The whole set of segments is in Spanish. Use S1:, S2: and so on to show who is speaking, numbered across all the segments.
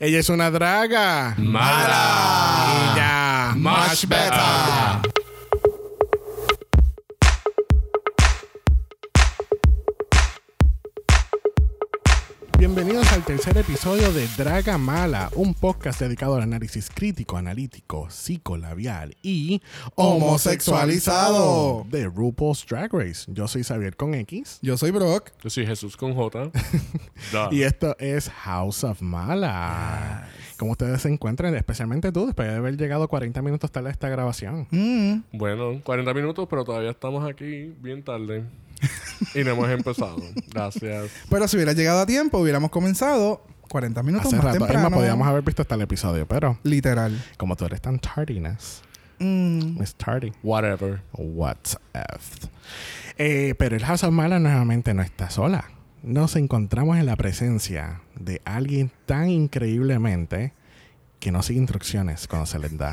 S1: Ella es una draga.
S2: Mala.
S1: Ella.
S2: Much better.
S1: Bienvenidos al tercer episodio de Draga Mala, un podcast dedicado al análisis crítico, analítico, psicolabial y
S2: Homosexualizado.
S1: de RuPaul's Drag Race. Yo soy Xavier con X
S2: Yo soy Brock.
S3: Yo soy Jesús con J. Da.
S1: y esto es House of Mala. Como ustedes se encuentran, especialmente tú, después de haber llegado 40 minutos tarde a esta grabación.
S3: Bueno, 40 minutos, pero todavía estamos aquí bien tarde. Y no hemos empezado. Gracias.
S2: Pero si hubiera llegado a tiempo, hubiéramos comenzado 40 minutos
S1: Hace
S2: más
S1: rato, es
S2: temprano.
S1: más, podíamos haber visto hasta el episodio, pero
S2: Literal.
S1: como tú eres tan tardiness,
S2: Mm.
S1: es tardy.
S3: Whatever.
S1: What's F. Eh, pero el House of Mala nuevamente no está sola. Nos encontramos en la presencia de alguien tan increíblemente que no sigue instrucciones cuando se les da.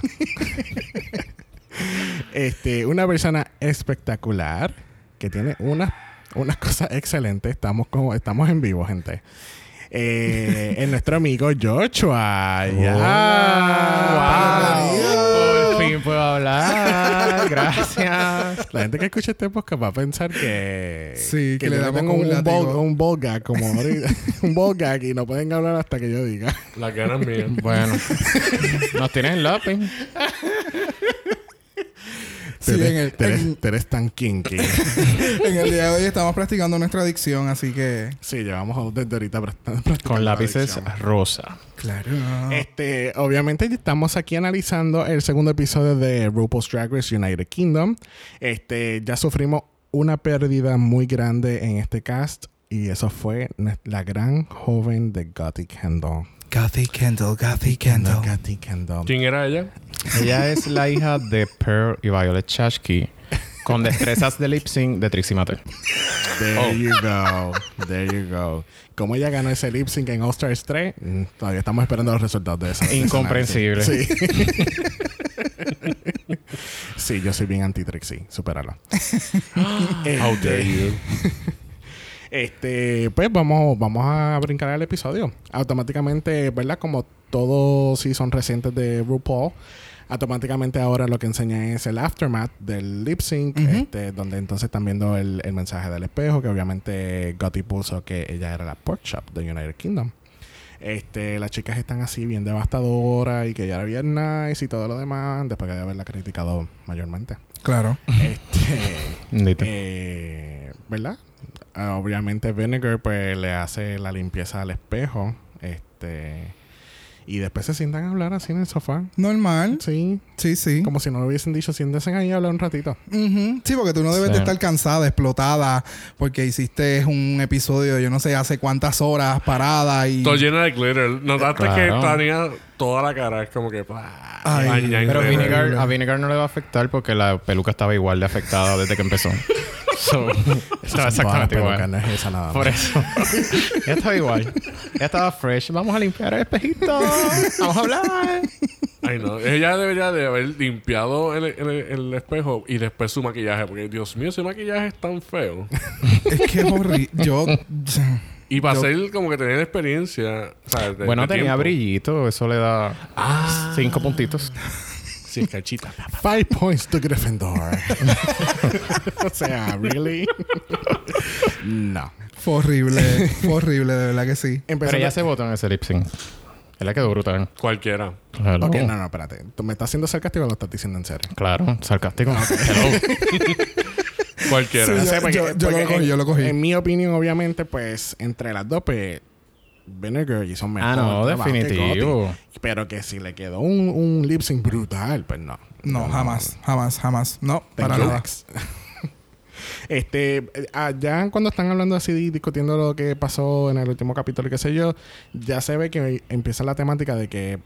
S1: este, una persona espectacular que tiene unas unas cosas excelentes. Estamos como, estamos en vivo, gente. Eh, es nuestro amigo Joshua. Ya.
S4: Ah,
S2: Bienvenido.
S4: wow. Por fin puedo hablar. Gracias.
S1: La gente que escucha este podcast va a pensar que.
S2: Sí, que le
S1: yo
S2: damos
S1: tengo
S2: con un
S1: un, un,
S2: látigo.
S1: ball- un ball gag, como ahorita. un ball gag y no pueden hablar hasta que yo diga.
S3: Las ganas mías.
S4: Bueno, nos tienes en lopping.
S2: Sí,
S1: Tú eres-
S2: en el-
S1: tú eres-
S2: en-
S1: tú eres tan kinky.
S2: En el día de hoy estamos practicando nuestra adicción, así que.
S1: sí, llevamos desde ahorita pra- practicando
S4: Con
S1: la
S4: lápices
S1: adicción.
S4: rosa.
S2: Claro.
S3: Ah.
S1: Este, obviamente estamos aquí analizando el segundo episodio de RuPaul's Drag Race United Kingdom. Este, ya sufrimos una pérdida muy grande en este cast y eso fue nues- la gran joven de Gotti Kendall.
S2: Kathy Kendall, Kathy Kendall.
S1: Gotti Kendall.
S3: ¿Quién era ella?
S4: Ella es la hija de Pearl y Violet Chashki. Con destrezas de lip sync de Trixie Mattel.
S1: There
S3: Oh.
S1: you go. There you go. Como ella ganó ese lip sync en All Stars 3, mm, todavía estamos esperando los resultados de eso. de ese
S4: Incomprensible.
S1: análisis. Sí. sí, yo soy bien anti-Trixie. Supéralo.
S3: How dare
S1: este,
S3: you.
S1: este, pues vamos, vamos a brincar al episodio. Automáticamente, ¿verdad? Como todos sí son recientes de RuPaul. Automáticamente ahora lo que enseña es el aftermath del lip sync,
S2: Ujú.
S1: este, donde entonces están viendo el, el mensaje del espejo, que obviamente Gotti puso que ella era la pork chop de United Kingdom. Este, las chicas están así bien devastadoras y que ella era bien nice y todo lo demás, después de haberla criticado mayormente.
S2: Claro.
S1: Este,
S4: Bendito.
S1: eh, ¿Verdad? Ah, obviamente Vinegar pues le hace la limpieza al espejo. Este. Y después se sientan a hablar así en el sofá.
S4: Mm.
S2: Normal.
S1: Sí.
S2: Sí, sí.
S1: Como si no lo hubiesen dicho, siéntense ahí a hablar un ratito.
S4: Ah,
S2: Ujú. Sí, porque tú no debes de
S4: Sí.
S2: estar cansada, explotada, porque hiciste un episodio, yo no sé, hace cuántas horas parada y.
S3: Todo lleno de glitter. Notaste
S4: Claro.
S3: que tenía toda la cara. Es como que. pa,
S2: Ay,
S3: baña en
S4: Pero
S3: glitter.
S4: Vinegar, a Vinegar no le va a afectar porque la peluca estaba igual de afectada desde que empezó. So, estaba exactamente
S1: Todas las pelucas,
S4: igual.
S1: no es esa nada más.
S4: Por eso. ya estaba igual. Ya estaba fresh. Vamos a limpiar el espejito. Vamos a hablar.
S3: Ay, no. Ella debería de haber limpiado el, el- el espejo y después su maquillaje. Porque, Dios mío, ese maquillaje es tan feo.
S2: Es que es horrible. Yo.
S3: Y para
S2: Yo-
S3: ser como que tener experiencia. o sea, de-
S4: Bueno,
S3: de
S4: tenía
S3: tiempo.
S4: brillito. Eso le da cinco puntitos.
S3: Sí, es cachita.
S1: Five points to Gryffindor. o sea, ¿really? no.
S2: Fue horrible. Fue horrible, de verdad que sí.
S4: Pero
S1: Empezando-
S4: ya se votó en ese lip sync. Él le quedó brutal.
S3: Cualquiera.
S4: Claro.
S1: Ok, no, no, espérate. ¿Tú ¿Me estás haciendo sarcástico o lo estás diciendo en serio?
S4: Claro, sarcástico. Hello.
S3: Cualquiera.
S2: Sí,
S1: No sé,
S2: yo- yo- yo lo cogí,
S1: en,
S2: yo lo cogí.
S1: En mi opinión, obviamente, pues, entre las dos, pues, Vinegar y son mejor.
S4: Ah, no,
S1: trabajo que
S4: definitivo.
S1: Gotti. Pero que si le quedó un, un lip sync brutal, pues no.
S2: No, jamás, jamás, jamás. No,
S1: Thank
S2: para
S1: you,
S2: nada.
S1: Max. Este, eh, allá cuando están hablando así, di- discutiendo lo que pasó en el último capítulo y qué sé yo, ya se ve que empieza la temática de que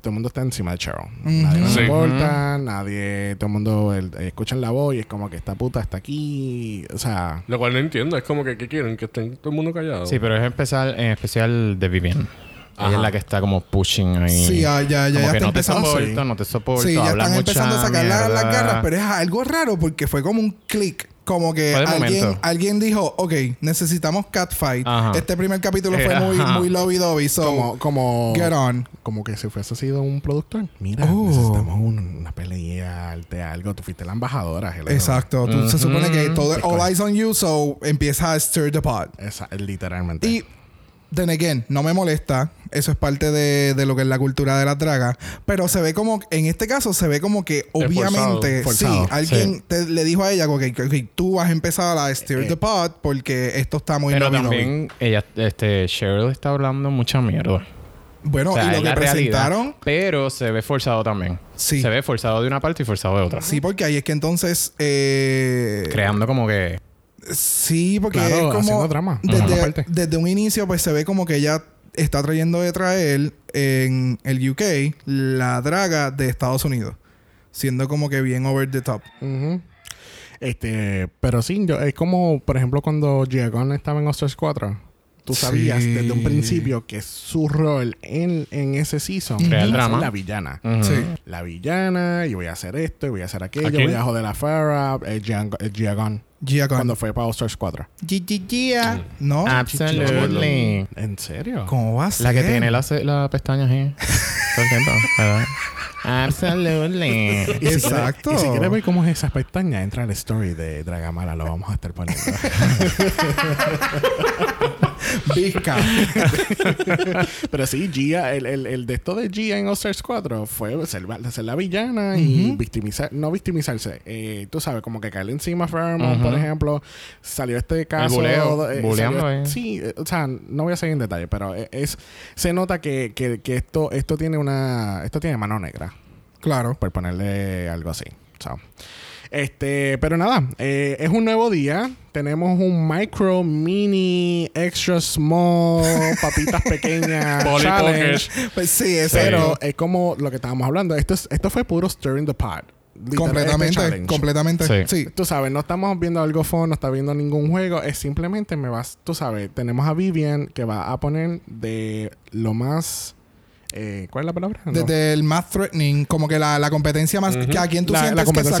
S1: todo el mundo está encima de Cheryl. Nadie
S2: Ujú.
S1: le
S3: Sí.
S1: importa, nadie, todo el mundo el- escuchan la voz y es como que esta puta está aquí. O sea,
S3: Lo cual no entiendo. Es como que, ¿qué quieren? Que estén todo el mundo callado.
S4: Sí, pero es especial, en especial de Vivian.
S3: Ajá.
S4: Ella es la que está como pushing ahí.
S2: Sí, ya, ya, ya, ya
S4: Como que
S2: está
S4: no te
S2: empezando.
S4: soporto,
S2: sí.
S4: no te soporto.
S2: Sí, ya
S4: hablas
S2: están
S4: mucha
S2: empezando a sacar la- las
S4: mierda.
S2: garras, pero es algo raro porque fue como un clic como que
S4: Fue de
S2: alguien,
S4: momento.
S2: alguien dijo, ok, necesitamos catfight.
S4: Ajá.
S2: Este primer capítulo fue
S4: Eh,
S2: muy,
S4: ajá.
S2: muy lobby-dobby. So,
S1: Como, como,
S2: get on.
S1: como que si fuese sido un productor. Mira,
S2: Oh.
S1: necesitamos un- una pelea, arte, algo. Tú fuiste la embajadora. hello.
S2: Exacto. Tú- Se supone que
S4: Mm-hmm.
S2: todo
S1: Pico.
S2: all eyes on you, so empieza a stir the pot.
S1: Esa- literalmente.
S2: Y, then again, no me molesta. Eso es parte de, de lo que es la cultura de la draga. Pero se ve como, en este caso, se ve como que
S1: forzado,
S2: obviamente, sí,
S1: forzado,
S2: alguien te- le dijo a ella, ok, ok, tú vas a empezar a stir
S1: Eh,
S2: the pot porque esto está muy
S4: Pero
S2: lobby-lobby".
S4: también ella, este, Cheryl está hablando mucha mierda.
S2: Bueno,
S4: o sea,
S2: y
S4: es
S2: lo que
S4: la realidad.
S2: presentaron,
S4: Pero se ve forzado también.
S2: Sí.
S4: Se ve forzado de una parte y forzado de otra.
S2: Sí, porque ahí es que entonces. eh,
S4: Creando como que.
S2: sí, porque
S1: Claro,
S2: es como.
S1: haciendo drama, haciendo
S2: Desde,
S1: parte.
S2: desde un inicio, pues se ve como que ella está trayendo de traer en el UK la draga de Estados Unidos. Siendo como que bien over the top.
S1: Ujú. Este, pero sí, yo, es como, por ejemplo, cuando Giagon estaba en Oscars 4, tú
S2: Sí.
S1: sabías desde un principio que su rol en, en ese season
S4: Crear
S1: era ser
S4: drama.
S1: la villana.
S4: ujú.
S2: Sí.
S1: La villana, y voy a hacer esto, y voy a hacer aquello,
S4: ¿A quién?
S1: voy a joder a Farah, eh, Gian- eh, Giagon,
S2: Gia Gunn.
S1: cuando Ah, fue para Oscars 4.
S2: Gia. No.
S4: Absolutely.
S1: ¿En serio?
S2: ¿Cómo va a ser?
S4: La que tiene la, ce- la pestaña así. Todo el tiempo, ¿verdad? Absolutely.
S1: Y si quiere-
S2: Exacto.
S1: y si quieres ver cómo es esa pestaña, entra al story de Dragamala, lo vamos a estar poniendo.
S2: Vizca.
S1: Pero sí, Gia, el, el, el de esto de Gia en Oscars 4 fue ser, la- ser la villana y
S2: Ujú.
S1: victimizar, no victimizarse, eh, tú sabes, como que caerle encima a Pheromone,
S4: Ujú.
S1: por ejemplo. Salió este caso.
S4: buleo,
S1: eh,
S4: buleando
S1: salió-
S4: ahí.
S1: Sí, eh, o sea, no voy a seguir en detalle, pero e- es, se nota que, que, que esto, esto tiene una, esto tiene mano negra,
S2: claro.
S1: por ponerle algo así. So, Este, pero nada, eh, es un nuevo día. Tenemos un micro, mini, extra small, papitas pequeñas.
S3: Polly
S1: challenge.
S3: Pocket.
S2: Pues sí, es
S1: Pero este es como lo que estábamos hablando. Esto, es- esto fue puro stirring the pot. Literal, este
S2: Completamente.
S1: challenge.
S2: completamente.
S4: Sí.
S2: sí.
S1: Tú sabes, no estamos viendo algo fun, no está viendo ningún juego. Es simplemente me vas, tú sabes, tenemos a Vivian que va a poner de lo más. eh, ¿Cuál es la palabra? No.
S2: Desde el más threatening, como que la, la competencia más. que a quien tú
S1: La- la
S2: sientes que es la
S1: competencia más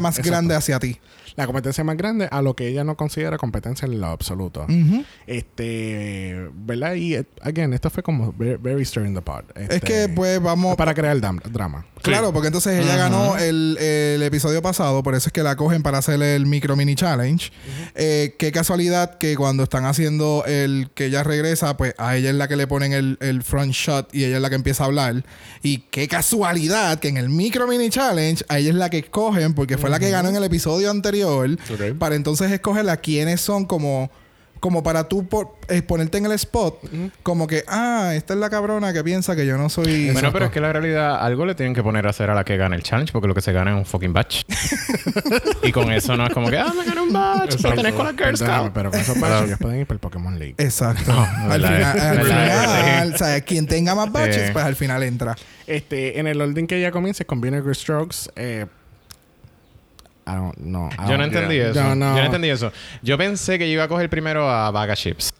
S1: grande.
S2: más grande,
S1: Exacto.
S2: hacia ti.
S1: La competencia más grande a lo que ella no considera competencia en lo absoluto.
S2: Ujú.
S1: Este, ¿verdad? Y, eh, again, esto fue como very, very stirring the pot.
S2: Es
S1: Este,
S2: que, pues, vamos.
S1: Para crear dam- drama.
S2: Claro, porque entonces ella ganó el, el episodio pasado, por eso es que la cogen para hacer el micro mini challenge. Eh, qué casualidad que cuando están haciendo el que ella regresa, pues a ella es la que le ponen el, el front shot y ella es la que empieza a hablar. Y qué casualidad que en el micro mini challenge a ella es la que escogen, porque fue la que ganó en el episodio anterior,
S3: Ok.
S2: para entonces escoger a quienes son como... Como para tú por- eh, ponerte en el spot, como que, ah, esta es la cabrona que piensa que yo no soy.
S4: Bueno, pero es que la realidad, algo le tienen que poner a hacer a la que gane el challenge, porque lo que se gana es un fucking batch. y con eso no es como que, ah, me gané un batch,
S3: Exacto.
S4: pero tenés con la Girl
S1: Perdóname,
S4: Scout.
S1: pero con esos baches ellos pueden ir por el Pokémon League.
S2: Exacto. al
S4: verdad,
S2: final, al
S4: verdad,
S2: final,
S4: verdad.
S2: o sea, quien tenga más baches,
S4: Sí.
S2: pues al final entra.
S1: Este, en el orden que ella comienza con Vinegar Strokes, eh, I don't know. I
S4: Yo
S1: don't-
S2: Ah,
S4: no entendí eso.
S1: Yo
S4: Yo
S1: no-
S4: no entendí eso. Yo pensé que yo iba a coger primero a Vaga Chips.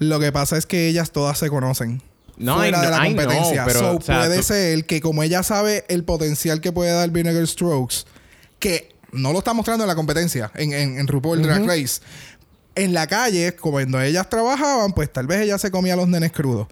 S2: Lo que pasa es que ellas todas se conocen.
S4: No,
S2: fuera
S4: I
S2: de la
S4: know- I know,
S2: competencia.
S4: pero,
S2: So,
S4: o sea,
S2: puede
S4: tú-
S2: ser que como ella sabe el potencial que puede dar Vinegar Strokes, que no lo está mostrando en la competencia, en, en, en RuPaul Drag Race. En la calle, como cuando ellas trabajaban, pues tal vez ella se comía a los nenes crudos.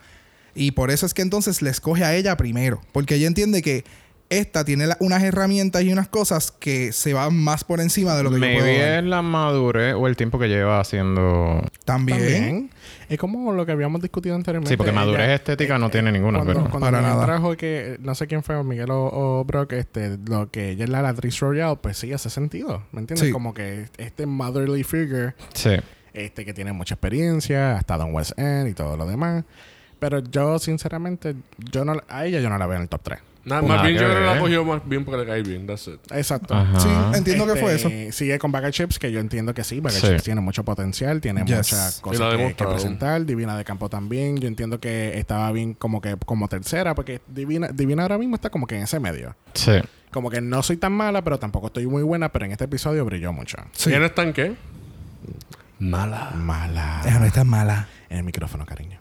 S2: Y por eso es que entonces le escoge a ella primero. Porque ella entiende que esta tiene la- unas herramientas y unas cosas que se van más por encima de lo que yo puedo dar.
S4: Maybe es la madurez o el tiempo que lleva haciendo.
S2: También.
S1: También. Es como lo que habíamos discutido anteriormente.
S2: Este,
S4: Sí, porque
S1: Ella-
S2: eh,
S4: madurez estética no tiene ninguna,
S1: Cuando,
S4: pero.
S1: cuando
S2: Para
S1: ella
S2: nada.
S1: trajo que, eh, no sé quién fue, Miguel o, o Brock, este, lo que ella es la actriz royal, pues sí, hace sentido. ¿Me entiendes?
S2: Sí.
S1: Como que este motherly figure,
S4: Sí.
S1: este que tiene mucha experiencia, ha estado en West End y todo lo demás. Pero yo, sinceramente, yo no, a ella yo no la veo en el top 3.
S3: Nada,
S4: Pues
S3: más
S4: nada
S3: bien
S4: que
S3: yo creo que
S4: ver.
S3: la cogió más bien porque le cae bien. That's it.
S1: Exacto.
S4: Ajá.
S2: Sí, entiendo que
S1: Este,
S2: fue eso.
S1: Sigue con Bagger Chips, que yo entiendo que sí. Bagger
S4: Sí.
S1: Chips tiene mucho potencial, tiene
S2: Yes.
S1: muchas
S3: Y lo
S1: cosas
S3: ha
S1: que, que
S3: demostrado.
S1: presentar. Divina de Campo también. Yo entiendo que estaba bien como que como tercera, porque Divina, Divina ahora mismo está como que en ese medio.
S4: Sí.
S1: Como que no soy tan mala, pero tampoco estoy muy buena, pero en este episodio brilló mucho.
S2: Sí.
S3: ¿Quién está en qué? Mala.
S2: Ella
S1: Mala.
S2: no es tan mala.
S1: En el micrófono, cariño.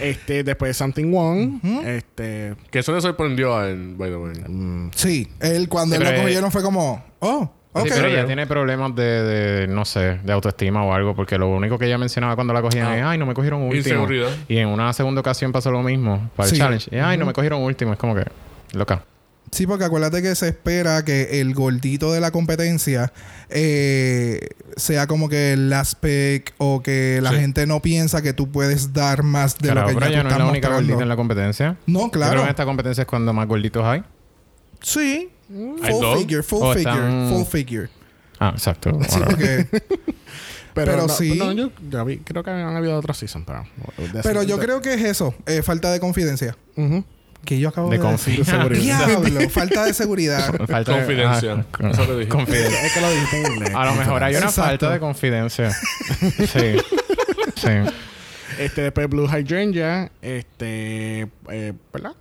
S1: este, después Something Wong. Este.
S3: Que eso le sorprendió a él, by the way.
S1: mm,
S2: Sí, él cuando
S4: Sí,
S2: él lo
S4: pero, eh,
S2: cogieron fue como, oh, Ok.
S4: Sí, pero ella tiene problemas de, de, no sé, de autoestima o algo, porque lo único que ella mencionaba cuando la cogían
S3: Ah.
S4: es, ay, no me cogieron último.
S3: Inseguridad.
S4: Y en una segunda ocasión pasó lo mismo para
S2: Sí.
S4: el challenge. Y, ay, no me cogieron último. Es como que, loca.
S2: Sí, porque acuérdate que se espera que el gordito de la competencia eh, sea como que el last pick o que la
S3: Sí.
S2: gente no piensa que tú puedes dar más de
S4: Carajo,
S2: lo que
S4: pero
S2: ya
S4: ella
S2: tú
S4: no es la
S2: estás
S4: única
S2: mostrando.
S4: gordita en la competencia.
S2: No,
S4: Yo creo que en
S2: claro.
S4: esta competencia es cuando más gorditos hay.
S2: Sí.
S3: Hay
S2: Full
S3: dos.
S2: figure, full
S4: O
S2: figure,
S4: Oh, están-
S2: full figure.
S4: Ah, exacto.
S2: Sí,
S4: Bueno,
S2: porque
S1: Pero,
S2: Pero
S1: no,
S2: sí.
S1: no, yo, yo vi- creo que han habido otros season, pero.
S2: Pero yo creo que es eso, eh, falta de confidencia.
S1: Ujú.
S2: Que yo acabo de,
S4: de
S2: decir.
S4: confianza.
S1: seguridad.
S2: Diablo, falta de seguridad.
S4: Falta de-
S3: Confidencia.
S4: ah, con-
S3: Eso le dije.
S4: confidencia.
S1: Es que lo dijiste en inglés.
S4: A lo mejor hay una
S2: Exacto.
S4: falta de confidencia. Sí. Sí.
S1: Este, después Blue Hydrangea, este, eh, ¿verdad?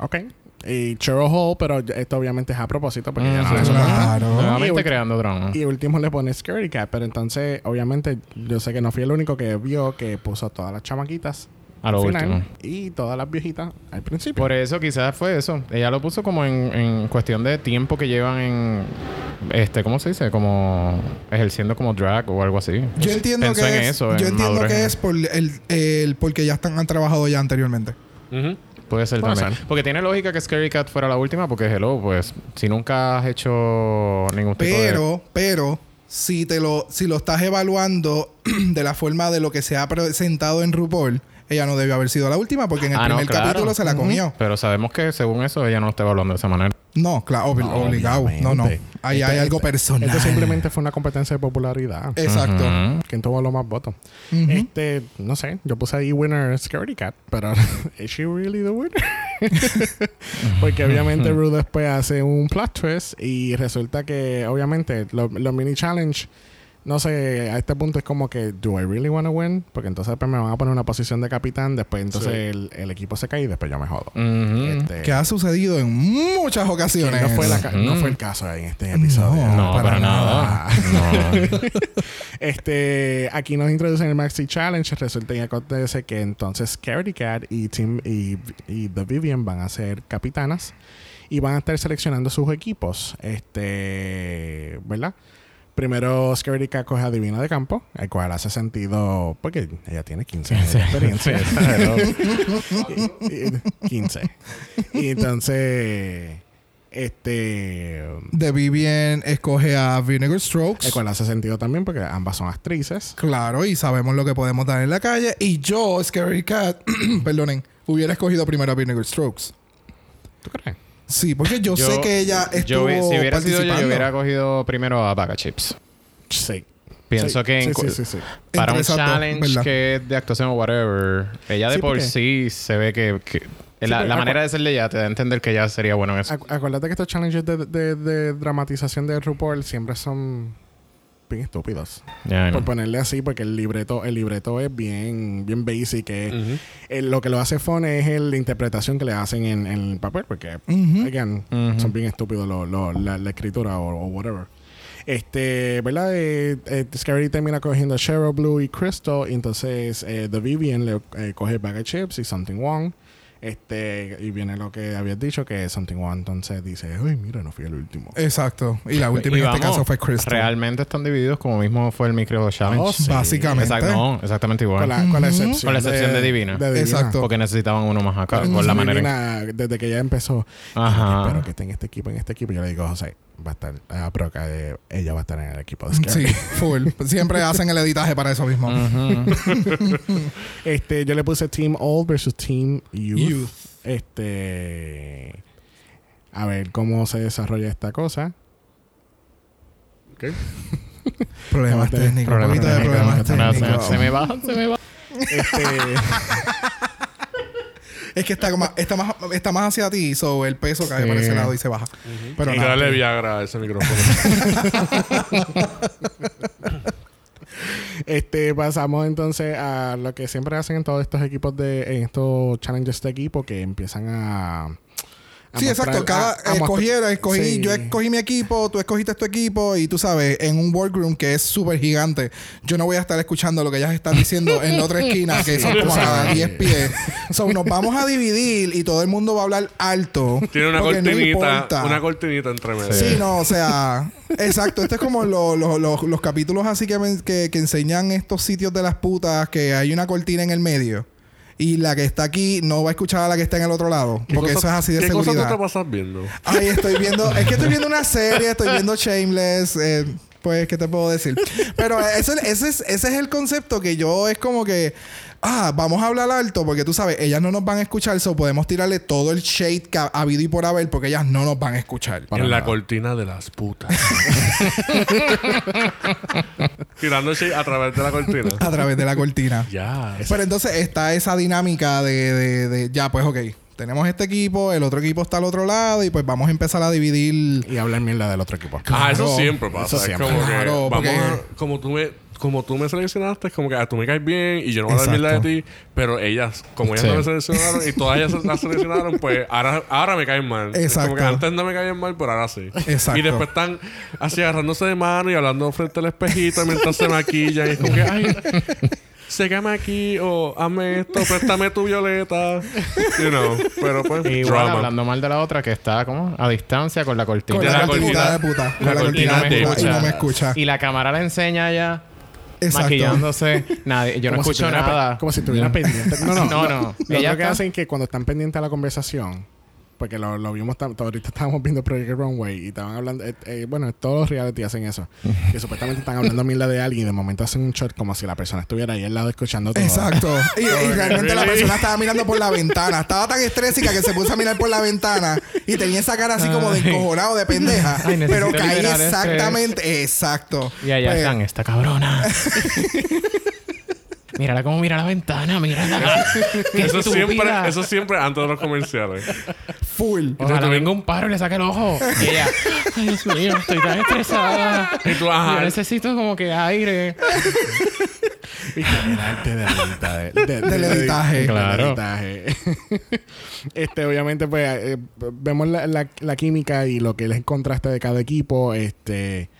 S1: Ok. Y Cheryl Hall, pero esto obviamente es a propósito porque
S4: Mm,
S1: ya no
S4: sí.
S1: es una-
S2: Claro.
S4: Nuevamente creando drama.
S1: Y último le pone Scary Cat, pero entonces, obviamente, yo sé que no fui el único que vio que puso a todas las chamaquitas
S4: A lo
S1: al
S4: último.
S1: y todas las viejitas al principio.
S4: Por eso quizás fue eso. Ella lo puso como en, en cuestión de tiempo que llevan en... Este, ¿cómo se dice? Como ejerciendo como drag o algo así.
S2: Yo entiendo
S4: Pensó
S2: que
S4: en
S2: es,
S4: eso,
S2: yo
S4: en
S2: entiendo
S4: madurez.
S2: que es por el, el- porque ya están han trabajado ya anteriormente.
S3: Ujú.
S4: Puede ser
S1: Puede
S4: también.
S1: ser.
S4: Porque tiene lógica que Scary Cat fuera la última porque, hello, pues... Si nunca has hecho ningún tipo de...
S2: Pero, pero si te lo si lo estás evaluando de la forma de lo que se ha presentado en RuPaul, ella no debió haber sido la última porque en el
S4: Ah, no,
S2: primer
S4: claro.
S2: capítulo se la comió.
S4: Pero sabemos que según eso ella no lo está evaluando de esa manera.
S2: No, claro, obli-
S1: No,
S2: Ah, obligado. No, no.
S1: obviamente.
S2: Ahí
S1: Esto-
S2: hay algo
S1: esto-
S2: personal. Eh.
S1: Esto simplemente fue una competencia de popularidad.
S2: Exacto.
S4: Ujú.
S1: ¿Quién tuvo los más votos?
S2: Ujú.
S1: Este, no sé, yo puse ahí winner Scary Cat, pero ¿is she really the winner? Porque obviamente Ru después hace un plot twist y resulta que obviamente lo- los mini challenge, no sé, a este punto es como que, ¿do I really want to win? Porque entonces después me van a poner en una posición de capitán, después entonces
S3: Sí.
S1: el, el equipo se cae y después yo me jodo.
S4: Ujú.
S1: Este,
S2: Que ha sucedido en muchas
S1: que
S2: ocasiones.
S1: no, fue la ca- no
S4: Ujú.
S1: fue el caso en este episodio.
S4: No, para,
S2: para
S4: nada. No.
S1: Este, aquí nos introducen el Maxi Challenge. Resulta y acontece que entonces Scary Cat y Tim y, y The Vivian van a ser capitanas y van a estar seleccionando sus equipos. Este, ¿verdad? Primero Scary Cat coge a Divina de Campo, el cual hace sentido porque ella tiene 15 años de experiencia. Y- y- 15. Y entonces, este,
S2: De Vivien escoge a Vinegar
S1: el
S2: Strokes.
S1: cual hace sentido también porque ambas son actrices.
S2: Claro, y sabemos lo que podemos dar en la calle. Y yo, Scary Cat, perdonen, hubiera escogido primero a Vinegar Strokes.
S1: ¿Tú crees?
S2: Sí, porque yo, sé que ella estuvo
S4: yo vi- si hubiera sido yo,
S2: participando.
S4: yo hubiera cogido primero a Baga Chips.
S1: Sí.
S4: Pienso
S1: Sí,
S4: que en
S1: sí,
S4: cu-
S1: sí, sí, sí.
S2: Entre
S4: para un
S2: esas dos,
S4: challenge
S2: ¿verdad?
S4: que es de actuación o whatever, ella de
S1: Sí,
S4: por
S1: porque-
S4: sí se ve que... que- la,
S1: pero
S4: la
S1: acu-
S4: manera de serle ya te da a entender que ya sería bueno en eso.
S1: Acu- acuérdate que estos challenges de, de- de dramatización de RuPaul siempre son bien estúpidos.
S4: Ya,
S1: Por
S4: no.
S1: ponerle así, porque el libreto, el libreto es bien, bien basic. es-
S3: Ujú.
S1: el- lo que lo hace fun es el- la interpretación que le hacen en, en el papel, porque
S2: Ujú.
S1: again,
S4: Ujú.
S1: son bien estúpidos lo- lo- la, la escritura o, o whatever. Este, ¿verdad? Eh, eh, Scary termina cogiendo Cheryl Blue y Crystal. Y entonces eh, The Vivian le eh, coge Bag of Chips y Something Wrong. Este, y viene lo que habías dicho, que Something Wrong entonces dice, uy, mira, no fui el último.
S2: Exacto. Y la última
S4: Y
S2: en este
S4: vamos,
S2: caso fue Crystal.
S4: Pues, Realmente están divididos como mismo fue el micro challenge.
S1: Oh, sí.
S2: Básicamente.
S4: Exacto, no, exactamente igual.
S1: Con la, con la
S2: Ujú.
S1: excepción.
S4: Con la excepción de Divina.
S2: Exacto.
S4: Porque necesitaban uno más acá,
S1: Pero
S4: por la
S1: entonces
S4: manera en que...
S1: Divina, desde que ya empezó,
S4: Ajá.
S1: espero que esté en este equipo, en este equipo. Yo le digo, José, va a estar, ah, pero acá, eh, ella va a estar en el equipo
S4: pues
S1: de Scary.
S2: Sí, full. Siempre hacen el editaje para eso mismo.
S4: Mm. Ujú.
S1: Este, yo le puse Team Old versus Team Youth.
S2: Youth.
S1: Este. A ver cómo se desarrolla esta cosa.
S3: Ok.
S2: Problemas
S1: Vamos a tener
S2: técnicos. Un
S4: Problemas
S2: poquito de problemas
S4: técnicos. No, se me-
S2: técnicos.
S4: Se me baja, se me baja.
S1: Este,
S2: Es que está, como- está, más, está más hacia ti, so el peso cae
S1: Sí.
S2: para ese lado y se baja. Pero
S3: Hay que
S2: nada.
S3: darle Viagra a ese micrófono.
S1: este, pasamos entonces a lo que siempre hacen en todos estos equipos de. en estos challenges de equipo que empiezan a.
S2: Sí, exacto. Cada escogiera, escogí, yo escogí mi equipo, tú escogiste tu equipo y tú sabes, en un workroom que es súper gigante, yo no voy a estar escuchando lo que ellas están diciendo en la otra esquina, que son como cada 10 pies. So, nos vamos a dividir y todo el mundo va a hablar alto.
S3: Tiene una
S2: porque no
S3: cortinita,
S2: importa.
S3: una cortinita entre medio.
S2: Sí, no, o sea, exacto. Este es como lo- lo- lo- los capítulos así que, men- que, que enseñan estos sitios de las putas que hay una cortina en el medio y la que está aquí no va a escuchar a la que está en el otro lado,
S3: ¿Qué
S2: porque
S3: cosa-
S2: eso es así de
S3: ¿Qué cosa tú
S2: seguridad.
S3: te pasas viendo?
S2: Ay, estoy viendo, es que estoy viendo una serie, estoy viendo Shameless. eh, pues, ¿qué te puedo decir? Pero eso- ese, es, ese es el concepto que yo es como que, ah, vamos a hablar alto porque tú sabes, ellas no nos van a escuchar, so podemos tirarle todo el shade que ha habido y por haber porque ellas no nos van a escuchar.
S1: Para
S3: en la
S1: nada.
S3: cortina de las putas. Tirándose a través de la cortina.
S2: A través de la cortina.
S3: ya.
S2: Pero entonces está esa dinámica de, de- de- ya, pues, ok, tenemos este equipo, el otro equipo está al otro lado y pues vamos a empezar a dividir.
S1: Y hablar mierda del otro equipo.
S3: Ah, eso
S2: Claro.
S3: siempre pasa.
S1: Eso
S3: Es
S1: siempre.
S3: como que
S2: Claro,
S3: vamos
S2: porque-
S3: a- como tú me, como tú me seleccionaste, es como que ah, tú me caes bien y yo no voy a dar mierda
S2: Exacto.
S3: de ti, pero ellas, como ellas
S4: Sí.
S3: no me seleccionaron y todas ellas las seleccionaron, pues ahora, ahora me caen mal. Es
S2: Exacto.
S3: Como que antes no me caían mal, pero ahora sí.
S2: Exacto.
S3: Y después están así agarrándose de mano y hablando frente al espejito mientras se maquillan. Y es como que, ay, sécame aquí o hazme esto, préstame tu violeta. You know, pero pues,
S4: Igual
S3: drama.
S4: hablando mal de la otra que está como a distancia con la cortina.
S2: Con
S3: de
S2: la,
S3: la
S2: cortina
S3: cortina.
S2: de puta. Con
S3: La
S2: la cortina
S3: cortina
S2: de
S3: me
S2: puta y no me escucha.
S4: Y la cámara la enseña ya
S2: Exacto.
S4: maquillándose. Nadie, yo no
S1: Como si
S4: escucho
S1: tuviera pe-
S4: nada.
S1: Como si estuviera pendiente. No, no.
S4: No,
S1: no,
S4: no.
S1: Lo
S4: Ella
S1: otro que
S4: acá-
S1: hacen que cuando están pendientes a la conversación, porque lo, lo vimos tanto, ahorita estábamos viendo Project Runway y estaban hablando, eh, eh, bueno, todos los reality hacen eso, que supuestamente están hablando mierda de alguien y de momento hacen un short como si la persona estuviera ahí al lado escuchando todo.
S2: Exacto. Y, y realmente la
S3: Really?
S2: persona estaba mirando por la ventana. Estaba tan estrésica que se puso a mirar por la ventana y tenía esa cara así como de
S4: Ay.
S2: encojonado, de pendeja.
S4: Ay, necesito
S2: Pero caí
S4: liberar este-
S2: exactamente. Exacto.
S4: Y allá
S2: Pues,
S4: están, esta cabrona. Mírala como mira la ventana, mírala. Qué
S3: Eso
S4: estúpida.
S3: siempre, eso siempre antes de los comerciales.
S2: Full.
S4: Ojalá venga un paro y le saque el ojo. Y ella, ay, Dios mío, estoy tan estresada.
S3: Y tú,
S4: Yo
S3: ajá,
S4: necesito como que aire.
S1: El arte del editaje. De- de-
S2: Del
S1: de-
S2: editaje.
S4: Claro.
S1: del editaje. este, obviamente, pues, eh, vemos la, la- la química y lo que es el contraste de cada equipo. Este,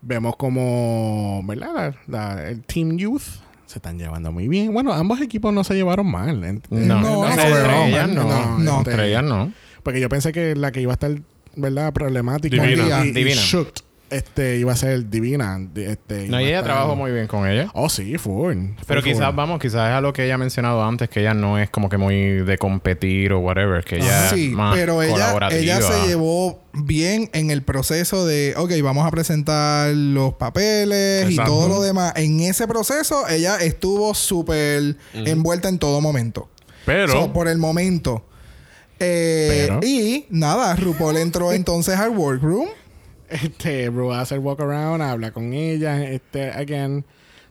S1: vemos como, ¿verdad? La- la- el Team Youth se están llevando muy bien. Bueno, ambos equipos no se llevaron mal. ent-
S4: No,
S2: No,
S4: entre
S2: overall,
S4: ellas
S2: man,
S4: no.
S2: no, no.
S1: este,
S4: Entre ellas no.
S1: Porque yo pensé que la que iba a estar, ¿verdad? Problemática.
S3: Divina.
S1: y- y
S4: Divina.
S1: shocked, este, iba a ser Divina. di- Este,
S4: No, y ella trabajó muy bien con ella.
S1: Oh, sí, full.
S4: Pero
S1: full,
S4: quizás,
S1: full.
S4: vamos, quizás es a lo que ella ha mencionado antes, que ella no es como que muy de competir o whatever, que ella es
S2: ah, sí,
S4: más
S2: pero ella,
S4: colaborativa.
S2: ella se llevó bien en el proceso de, ok, vamos a presentar los papeles y
S3: Exacto.
S2: todo lo demás. En ese proceso, ella estuvo súper envuelta en todo momento.
S3: pero
S2: So, por el momento. Eh,
S4: Pero.
S2: Y nada, RuPaul entró entonces al workroom.
S1: Este, Ru hace el walk around, habla con ella, este, again,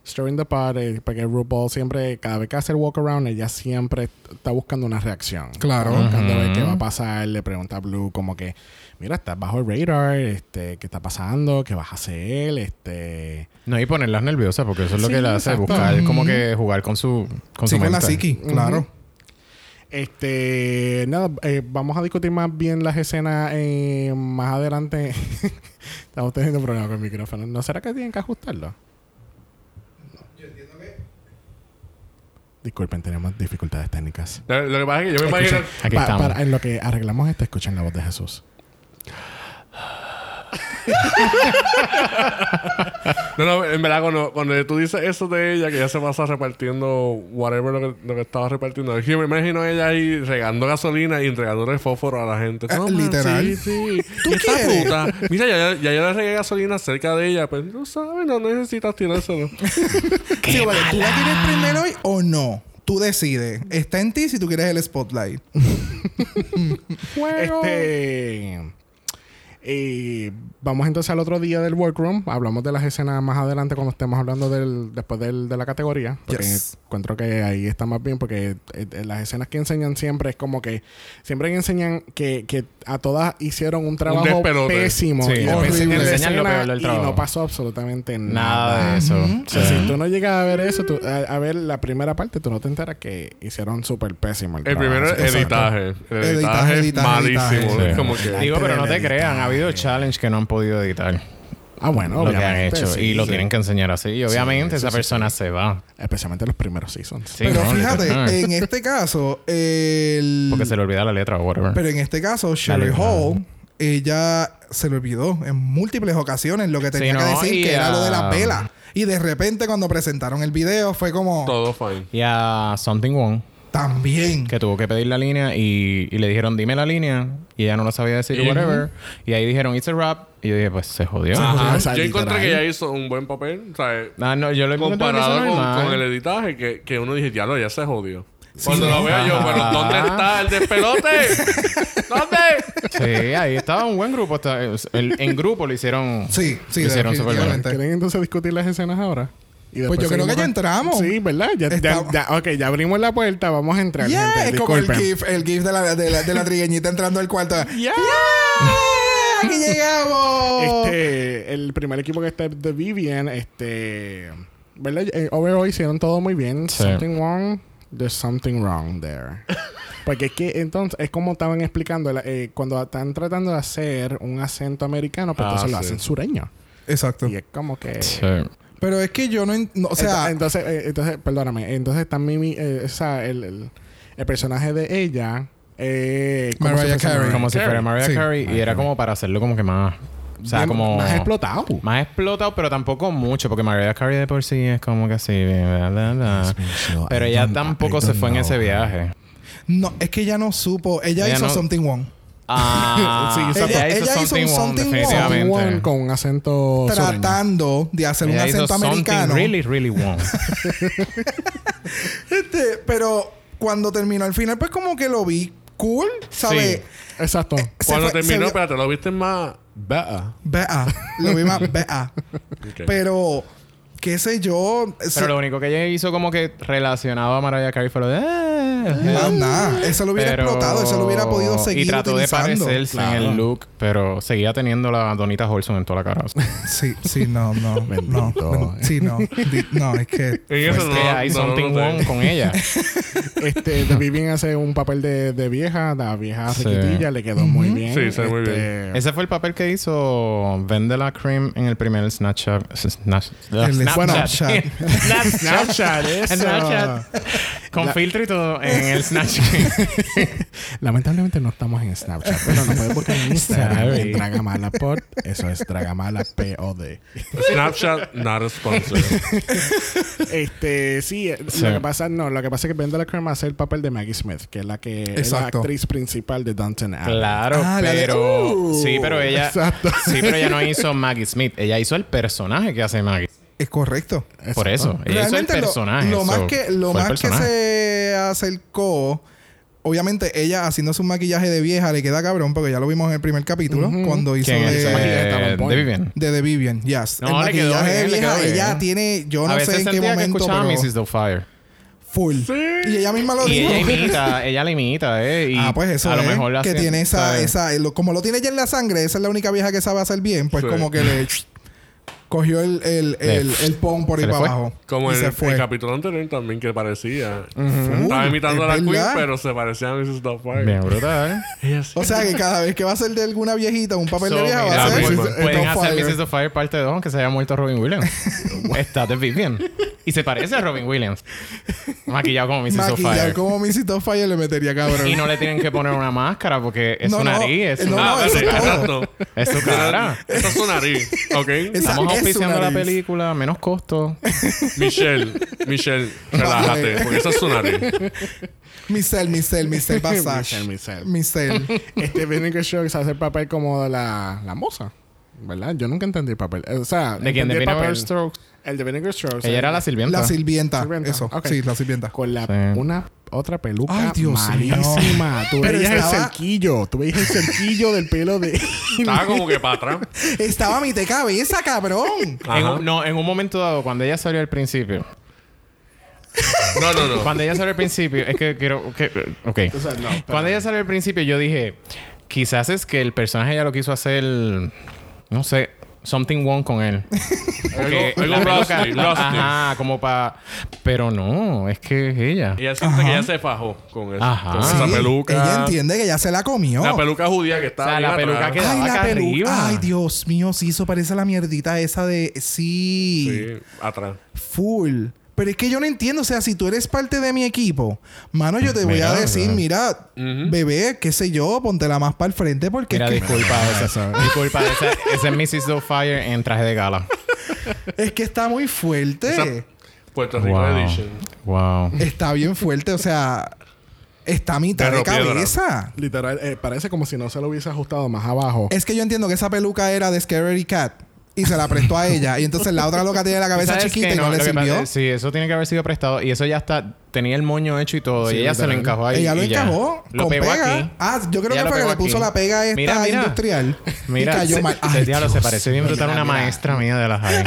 S1: stirring the pot, eh, porque RuPaul siempre, cada vez que hace el walk around, ella siempre está buscando una reacción.
S2: Claro.
S1: Está buscando a ver qué va a pasar, le pregunta a Blue como que, mira, estás bajo el radar, este, ¿qué está pasando? ¿Qué vas a hacer? Este,
S4: No, y ponerlas nerviosas, porque eso es lo
S1: Sí,
S4: que la hace
S1: exacto.
S4: buscar, como que jugar con su, con
S2: Sí,
S4: su
S2: con la
S4: mente.
S2: psiqui, claro.
S1: Este, nada, eh, vamos a discutir más bien las escenas eh, más adelante. Estamos teniendo problemas con el micrófono. ¿No será que tienen que ajustarlo? Yo entiendo que. Disculpen, tenemos dificultades técnicas.
S3: lo lo que pasa es que yo me imagino.
S4: Escuchen, aquí
S1: Pa-
S4: estamos.
S1: para- en lo que arreglamos esto, escuchen la voz de Jesús.
S3: No, no, en verdad, cuando, cuando tú dices eso de ella, que ya se pasa repartiendo whatever lo que, lo que estaba repartiendo, es que yo me imagino a ella ahí regando gasolina y entregándole fósforo a la gente.
S2: Ah,
S3: No, man,
S2: literal.
S3: Sí, sí.
S2: ¿Tú
S3: ¿Tú esta
S2: quieres?
S3: puta, mira, ya, ya yo le regué gasolina cerca de ella, pero tú sabes, no necesitas tirárselo.
S2: Sí, porque ¿Tú la quieres primero hoy o no? Tú decides. Está en ti si tú quieres el spotlight.
S1: Este. Y vamos entonces al otro día del workroom. Hablamos de las escenas más adelante cuando estemos hablando del después del- de la categoría. Porque
S2: Yes.
S1: encuentro que ahí está más bien porque eh, eh, las escenas que enseñan siempre es como que siempre enseñan que, que a todas hicieron un trabajo
S3: despelote.
S1: pésimo.
S4: Sí.
S1: y después
S2: Horrible.
S1: enseñan la
S4: Enseñan lo
S1: escena
S4: peor del
S1: y
S4: trabajo.
S1: no pasó absolutamente nada.
S4: Nada de eso.
S2: Ujú.
S1: O sea,
S4: Sí.
S1: si tú no llegas a ver eso, tú- a, a ver la primera parte, tú no te enteras que hicieron súper pésimo el,
S3: El
S1: trabajo.
S3: primero
S1: Así que
S3: es
S1: eso-
S3: editaje. El editaje,
S2: Editaje,
S3: es
S2: editaje,
S3: malísimo.
S2: editaje.
S3: Es
S4: Sí.
S3: como que.
S4: Digo, pero no te
S1: Antes de
S4: crean, ha habido
S1: editar.
S4: challenge que no han podido editar.
S1: Ah, bueno,
S4: lo que han
S1: obviamente,
S4: hecho.
S1: sí,
S4: y lo
S1: sí.
S4: tienen que enseñar así. Y obviamente
S1: sí,
S4: esa
S1: sí,
S4: persona se va.
S1: Especialmente los primeros seasons.
S4: Sí,
S2: Pero
S4: no, literal.
S2: fíjate, en este caso, el...
S4: Porque se le olvida la letra o whatever.
S2: Mm. Pero en este caso, Sherry
S4: letra.
S2: Hall, ella se le olvidó en múltiples ocasiones lo que tenía
S4: Sí,
S2: que
S4: no,
S2: decir,
S4: y,
S2: que era lo de la
S4: ah,
S2: vela. Y de repente, cuando presentaron el video, fue como...
S3: Todo fine.
S4: Y a Something One,
S2: También.
S4: que tuvo que pedir la línea y, y le dijeron, dime la línea. Y ella no lo sabía decir,
S3: Y-
S4: whatever. Y ahí dijeron, it's a rap. Y yo dije, pues se jodió.
S1: Ah.
S3: Ajá.
S1: o sea,
S3: Yo encontré
S1: literal.
S3: que ella hizo un buen papel. O sea,
S4: Ah, no, yo lo encontré
S3: comparado
S4: que hizo
S3: con,
S4: normal.
S3: con el editaje, que, que uno dije, diablo, ya se jodió.
S2: Sí,
S3: Cuando lo
S2: ¿no?
S3: veo yo,
S4: Ajá.
S3: bueno, ¿dónde está el despelote? ¿Dónde?
S4: Sí, ahí estaba un buen grupo. Está- el- en grupo lo hicieron.
S2: Sí, sí,
S4: Lo hicieron súper bien.
S2: definitivamente.
S1: ¿Quieren entonces discutir las escenas ahora? Y después
S2: Pues yo creo
S1: seguimos
S2: que ya
S1: con-
S2: entramos.
S1: Sí, ¿verdad? Ya, ya-
S2: Estamos-
S1: ya- ok, ya abrimos la puerta, vamos a entrar.
S2: Yeah,
S1: gente,
S2: es como el
S1: disculpen.
S2: gif, el gif de la, de la, de la trigueñita entrando al cuarto.
S1: Yeah.
S2: ¡Ah! ¡Aquí llegamos!
S1: Este, el primer equipo que está de Vivian, este, ¿verdad? Eh, overall hicieron todo muy bien.
S4: Sí.
S1: Something wrong, there's something wrong there. Porque es que entonces es como estaban explicando la- eh, cuando están tratando de hacer un acento americano, pues
S3: Ah,
S1: entonces lo
S3: sí.
S1: hacen sureño.
S2: Exacto.
S1: Y es como que
S4: Sí.
S2: Pero es que yo no... en- no, o sea...
S1: entonces, entonces, eh, entonces, perdóname. Entonces también mi- eh, o sea, el, el- el personaje de ella. Eh, ¿cómo se
S2: Mariah
S1: fue su
S2: Carey.
S1: nombre?
S4: Como si
S3: Carey.
S4: fuera Mariah
S2: Sí.
S4: Carey. Y era como para hacerlo como que más. O sea, como.
S1: Más explotado.
S4: Más explotado, pero tampoco mucho, porque Mariah Carey de por sí es como que así. bla, bla, bla. Pero ella tampoco se fue en ese viaje.
S2: No, es que ella no supo. Ella,
S4: Ella
S2: hizo
S4: no-
S2: something wrong.
S4: Ah,
S1: Sí, exacto.
S4: ella,
S2: Ella-
S4: hizo
S2: ella hizo
S4: something,
S2: un
S4: wrong,
S2: something
S4: definitivamente.
S1: One con un acento sureño.
S2: Tratando de hacer un
S4: Ella hizo
S2: acento
S4: something
S2: americano.
S4: really, really wrong.
S2: Este, pero cuando terminó al final, pues como que lo vi cool, ¿sabes?
S1: Exacto.
S2: Se
S3: Cuando
S2: fue- se
S3: terminó,
S2: vio-
S3: espérate, lo viste más. Better.
S2: Vea, lo vi más vea.
S3: Ok.
S2: Pero, qué sé yo. se-
S4: Pero lo único que ella hizo como que relacionado a Mariah Carey fue lo de... "Eh,
S2: más nada. Eso lo hubiera
S4: Pero-
S2: explotado, eso lo hubiera podido seguir.
S4: Y trató de
S2: utilizando.
S4: parecerse en el look, pero seguía teniendo la Donita Holson en toda la cara.
S2: Sí, sí, no, no. no,
S1: Bendito.
S2: ben- sí, no. di- No, es que.
S3: En eso
S4: Es que
S3: no.
S4: Pues, hay
S3: no, no
S4: something
S3: noté.
S4: wrong con ella.
S1: Este, The Vivian hace un papel de, de vieja, la vieja
S4: Sí.
S1: riquitilla, le quedó muy
S2: Ujú.
S1: bien. este,
S3: Sí, se ve muy
S1: bien.
S4: Ese fue el papel que hizo Vendela Cream en el primer Snapchat. Snapchat.
S2: El Snapchat.
S1: Snapchat, eso.
S4: Snapchat. Con filtro y todo en el Snapchat.
S1: Lamentablemente no estamos en Snapchat, pero nos pueden buscar en Instagram
S4: Sorry.
S1: en Dragamala Pod. Eso es Dragamala POD.
S3: Snapchat, not a sponsor.
S1: Este, sí, eh,
S4: Sí.
S1: lo que pasa, no, lo que pasa es que Vendela Crema hace el papel de Maggie Smith, que es la que es la
S2: Exacto.
S1: actriz principal de Downton Abbey.
S4: Claro,
S2: Ah, la de-
S4: pero.
S2: Uh,
S4: sí, pero ella.
S1: exacto.
S4: Sí, pero ella no hizo Maggie Smith. Ella hizo el personaje que hace Maggie.
S2: Es correcto.
S4: Por eso. Ella hizo
S2: Realmente
S4: el
S2: lo-
S4: personaje.
S2: Lo, más,
S4: so,
S2: que, lo
S4: fue el
S2: más que
S4: personaje.
S2: se acercó, obviamente ella haciendo su maquillaje de vieja le queda cabrón, porque ya lo vimos en el primer capítulo, cuando hizo
S4: ¿Quién es?
S1: ese maquillaje?
S2: de,
S1: estaba
S4: Eh,
S1: en
S4: de
S1: Bonnie.
S4: Vivian.
S2: de The Vivian. Yes.
S4: No,
S2: el
S4: le quedó
S2: maquillaje de
S4: bien, le
S2: vieja,
S4: quedó bien.
S2: ella tiene, yo
S4: a
S2: no
S4: veces
S2: sé en qué
S4: sentía que
S2: momento,
S4: escuchaba a
S2: pero
S4: Mrs. Doubtfire.
S2: full. Y ella misma lo
S4: Y
S2: dijo.
S4: ella imita, ella la imita, ¿eh? Y
S2: Ah, pues eso
S4: a lo
S2: es,
S4: mejor la
S2: que
S4: hacen-
S2: tiene esa,
S4: ¿sabes?
S2: esa eh, lo- como lo tiene ya en la sangre, esa es la única vieja que sabe hacer bien, pues
S3: Sí.
S2: como que le cogió el, el, el, el pon por
S4: Se
S2: ahí
S4: le
S2: para
S4: fue.
S2: abajo.
S3: Como
S2: y
S3: en
S2: se
S3: el,
S2: fue.
S3: capítulo anterior también que parecía.
S2: Full,
S3: Estaba imitando a
S2: es
S3: la Queen,
S2: verdad.
S3: pero se parecía a Mrs. Doubtfire.
S4: Bien brutal.
S3: Ella sí.
S2: O sea que cada vez que va a ser de alguna viejita un papel de
S4: So,
S2: vieja
S4: mira,
S2: va a ser
S4: pues,
S3: misma.
S2: Mrs.
S4: pueden hacer
S2: Doubtfire.
S4: Mrs. Doubtfire parte 2 aunque se haya muerto Robin Williams. Está de Vivian. Y se parece a Robin Williams. Maquillado como Mrs.
S2: Maquillar
S4: Doubtfire.
S2: como Mrs. Doubtfire le metería cabrón.
S4: Y no le tienen que poner una máscara porque es
S2: No,
S4: su
S2: no.
S4: nariz, es su,
S2: No, no,
S3: Ah,
S4: cara.
S2: eso es todo.
S4: es su cara.
S3: Esa es su nariz, ¿ok?
S2: Esa-
S4: Estamos
S2: es su
S4: auspiciando la
S2: nariz.
S4: película, menos costo.
S3: Michelle, Michelle, relájate, porque esa es su nariz.
S2: Michelle, Michelle, Michelle Passage.
S1: Michelle, Michelle.
S2: Michelle.
S1: Este Vinegar Show hace el papel como la, la moza. ¿Verdad? Yo nunca entendí el papel. Eh, O sea,
S4: ¿De quién?
S1: entendí
S4: ¿De
S1: el
S4: Vinegar
S1: papel.
S4: Strokes?
S1: El de Vinegar Strokes.
S4: Ella
S1: eh,
S4: era la sirvienta.
S2: La sirvienta.
S1: Sirvienta,
S2: Eso.
S1: ok.
S2: Sí, la sirvienta.
S1: Con la,
S4: Sí.
S1: una otra peluca
S2: Ay, Dios mío.
S1: malísima. Tú
S2: Pero
S1: veías el
S2: estaba-
S1: cerquillo. Tú veías el cerquillo del pelo de...
S3: Estaba como que para atrás.
S2: Estaba mi te cabeza, cabrón.
S4: En
S3: Ajá.
S4: un- no, en un momento dado, cuando ella salió al principio.
S3: No, no, no.
S4: Cuando ella salió al principio, es que quiero. que- ok.
S1: O sea, no. pero-
S4: Cuando ella salió al principio, yo dije, quizás es que el personaje ya lo quiso hacer, no sé, something wrong con él.
S3: Algo-
S4: la
S3: algo
S4: peluca-
S3: rusty, rusty.
S4: Ajá, como para... Pero no, es que es ella.
S3: Ella siente que ella se fajó con eso.
S4: Ajá.
S3: Con esa
S2: Sí,
S3: peluca.
S2: Ella entiende que ya se la comió.
S3: La peluca judía que estaba
S4: O sea, la
S3: bien
S4: peluca
S3: atrás.
S4: que da- Quedaba acá
S2: pelu-
S4: arriba.
S2: Ay, Dios mío, sí, eso parece la mierdita esa de. Sí,
S3: Sí, atrás.
S2: full. Pero es que yo no entiendo, o sea, si tú eres parte de mi equipo, mano, yo te voy a
S4: Mira,
S2: decir,
S4: bro.
S2: mira,
S3: Ujú.
S2: bebé, qué sé yo, póntela más para el frente porque
S4: Mira,
S2: es, que,
S4: disculpa esa. Disculpa esa. Esa es Mrs. Doubtfire en traje de gala.
S2: es que está muy fuerte.
S3: Esa- Puerto Rico
S4: Wow.
S3: Edition.
S4: Wow.
S2: Está bien fuerte, o sea, está a mitad
S3: Perro
S2: de
S3: piedra.
S2: cabeza.
S1: Literal, eh, parece como si no se lo hubiese ajustado más abajo.
S2: Es que yo entiendo que esa peluca era de Scary Cat y se la prestó a ella. Y entonces la otra loca tiene la cabeza
S4: ¿Sabes
S2: chiquita
S4: qué?
S2: y no,
S4: No,
S2: le
S4: lo que pasa-
S2: sirvió.
S4: sí, eso tiene que haber sido prestado. Y eso ya está... Tenía el moño hecho y todo.
S1: Sí,
S4: y ella se lo
S1: literal.
S4: encajó ahí.
S2: ella lo
S4: y ya.
S2: encajó
S4: Lo
S2: con
S4: pegó
S2: pega.
S4: aquí.
S2: Ah, yo creo
S4: Ella
S2: que
S4: lo
S2: fue que
S4: pegó
S2: le puso
S4: aquí.
S2: la pega esta
S4: Mira, mira.
S2: industrial.
S4: Mira,
S2: y cayó
S4: se,
S2: mal.
S4: se-
S2: Ay,
S4: diablo, se
S2: Dios
S4: parece bien brutal a
S2: mío,
S4: una
S2: mira.
S4: maestra mía de la high.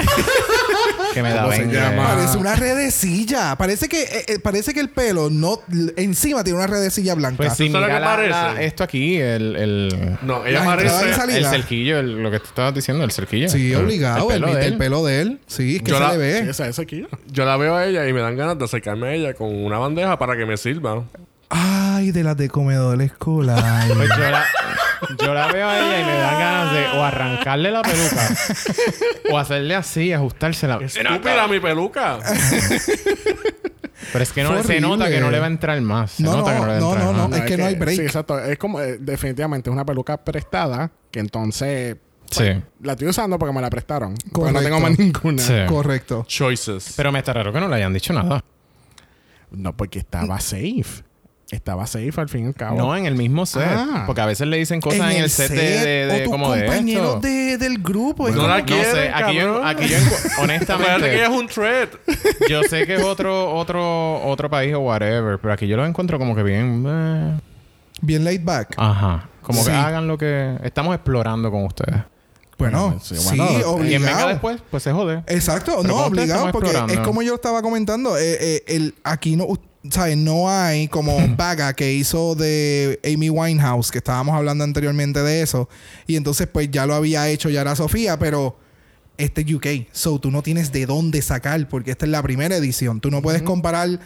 S4: que me da
S1: ¿Cómo se llama?
S4: venga. eh.
S2: Parece una redecilla. Parece que eh, eh, parece que el pelo no l- encima tiene una redecilla blanca.
S4: Pues sí,
S3: ¿Tú sabes
S4: mira
S3: lo
S4: la,
S3: que
S4: la-
S3: parece?
S4: esto aquí, el, el,
S3: No, ella
S2: Las entradas y
S3: parece.
S2: salidas.
S4: el
S2: la-
S4: cerquillo, el- lo que tú estabas diciendo, el cerquillo.
S2: Sí,
S4: El-
S2: obligado. El,
S4: de
S2: el
S4: él.
S2: pelo de él. Sí, es que
S3: Yo
S2: se
S3: la-
S2: le
S1: Sí,
S2: ve.
S1: esa, esa aquí.
S3: Yo la veo a ella y me dan ganas de acercarme a ella con una bandeja para que me sirva.
S2: Ay, de las de comedor escolar.
S4: Pues yo la, yo la veo a ella y me dan ganas de o arrancarle la peluca o hacerle así, ajustársela.
S3: Estúpida mi peluca.
S4: Pero es que no,
S2: Fue
S4: se nota que no
S2: horrible.
S4: le va a entrar más. Se
S2: No,
S4: nota
S2: no,
S4: que no le va a
S2: no,
S4: entrar
S2: no,
S4: más.
S2: no. Es que no hay break.
S1: Sí, exacto. Es como, eh, definitivamente, es una peluca prestada que entonces
S4: Sí,
S1: la estoy usando porque me la prestaron. Porque no
S2: Correcto.
S1: tengo más ninguna.
S4: sí.
S2: Correcto.
S3: Choices.
S4: Pero me está raro que no le hayan dicho nada.
S1: No, porque estaba safe. Estaba safe al fin y al cabo.
S4: No, en el mismo set.
S1: Ah.
S4: Porque a veces le dicen cosas en, el set, de, de- de-
S2: o tus
S4: como de esto.
S2: compañeros de- del grupo. es
S3: No
S2: como-
S3: la
S4: No
S3: quieren,
S4: sé, aquí yo,
S3: cabrón.
S4: aquí yo encu-
S3: Acuérdate que ella
S4: honestamente,
S3: es un threat.
S4: yo sé que es otro, otro, otro país o whatever, pero aquí yo lo encuentro como que bien. eh,
S2: Bien laid back.
S4: ajá. Como
S2: Sí.
S4: que hagan lo que estamos explorando con ustedes.
S2: Bueno,
S1: Bueno,
S2: sí,
S1: sí, bueno,
S4: Quien venga
S2: obligado.
S4: después, pues se jode.
S2: Exacto,
S4: Pero
S2: no,
S4: como ustedes
S2: obligado,
S4: estamos
S2: porque es
S4: explorando.
S2: como yo estaba comentando, eh, eh, el, aquí no, u- ¿sabes? no hay como Vaga que hizo de Amy Winehouse, que estábamos hablando anteriormente de eso, y entonces pues ya lo había hecho Yara Sofía, pero este es UK, so tú no tienes de dónde sacar, porque esta es la primera edición, tú no puedes comparar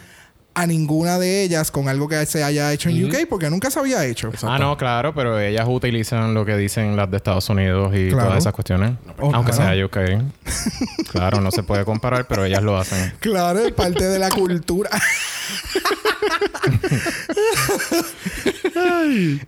S2: a ninguna de ellas con algo que se haya hecho en UK, porque nunca se había hecho.
S4: Ah, no, claro, pero ellas utilizan lo que dicen las de Estados Unidos y
S2: Claro.
S4: todas esas cuestiones.
S2: pero-
S4: Aunque
S2: Claro.
S4: sea UK. claro, no se puede comparar, pero ellas lo hacen.
S2: Claro, es parte de la cultura.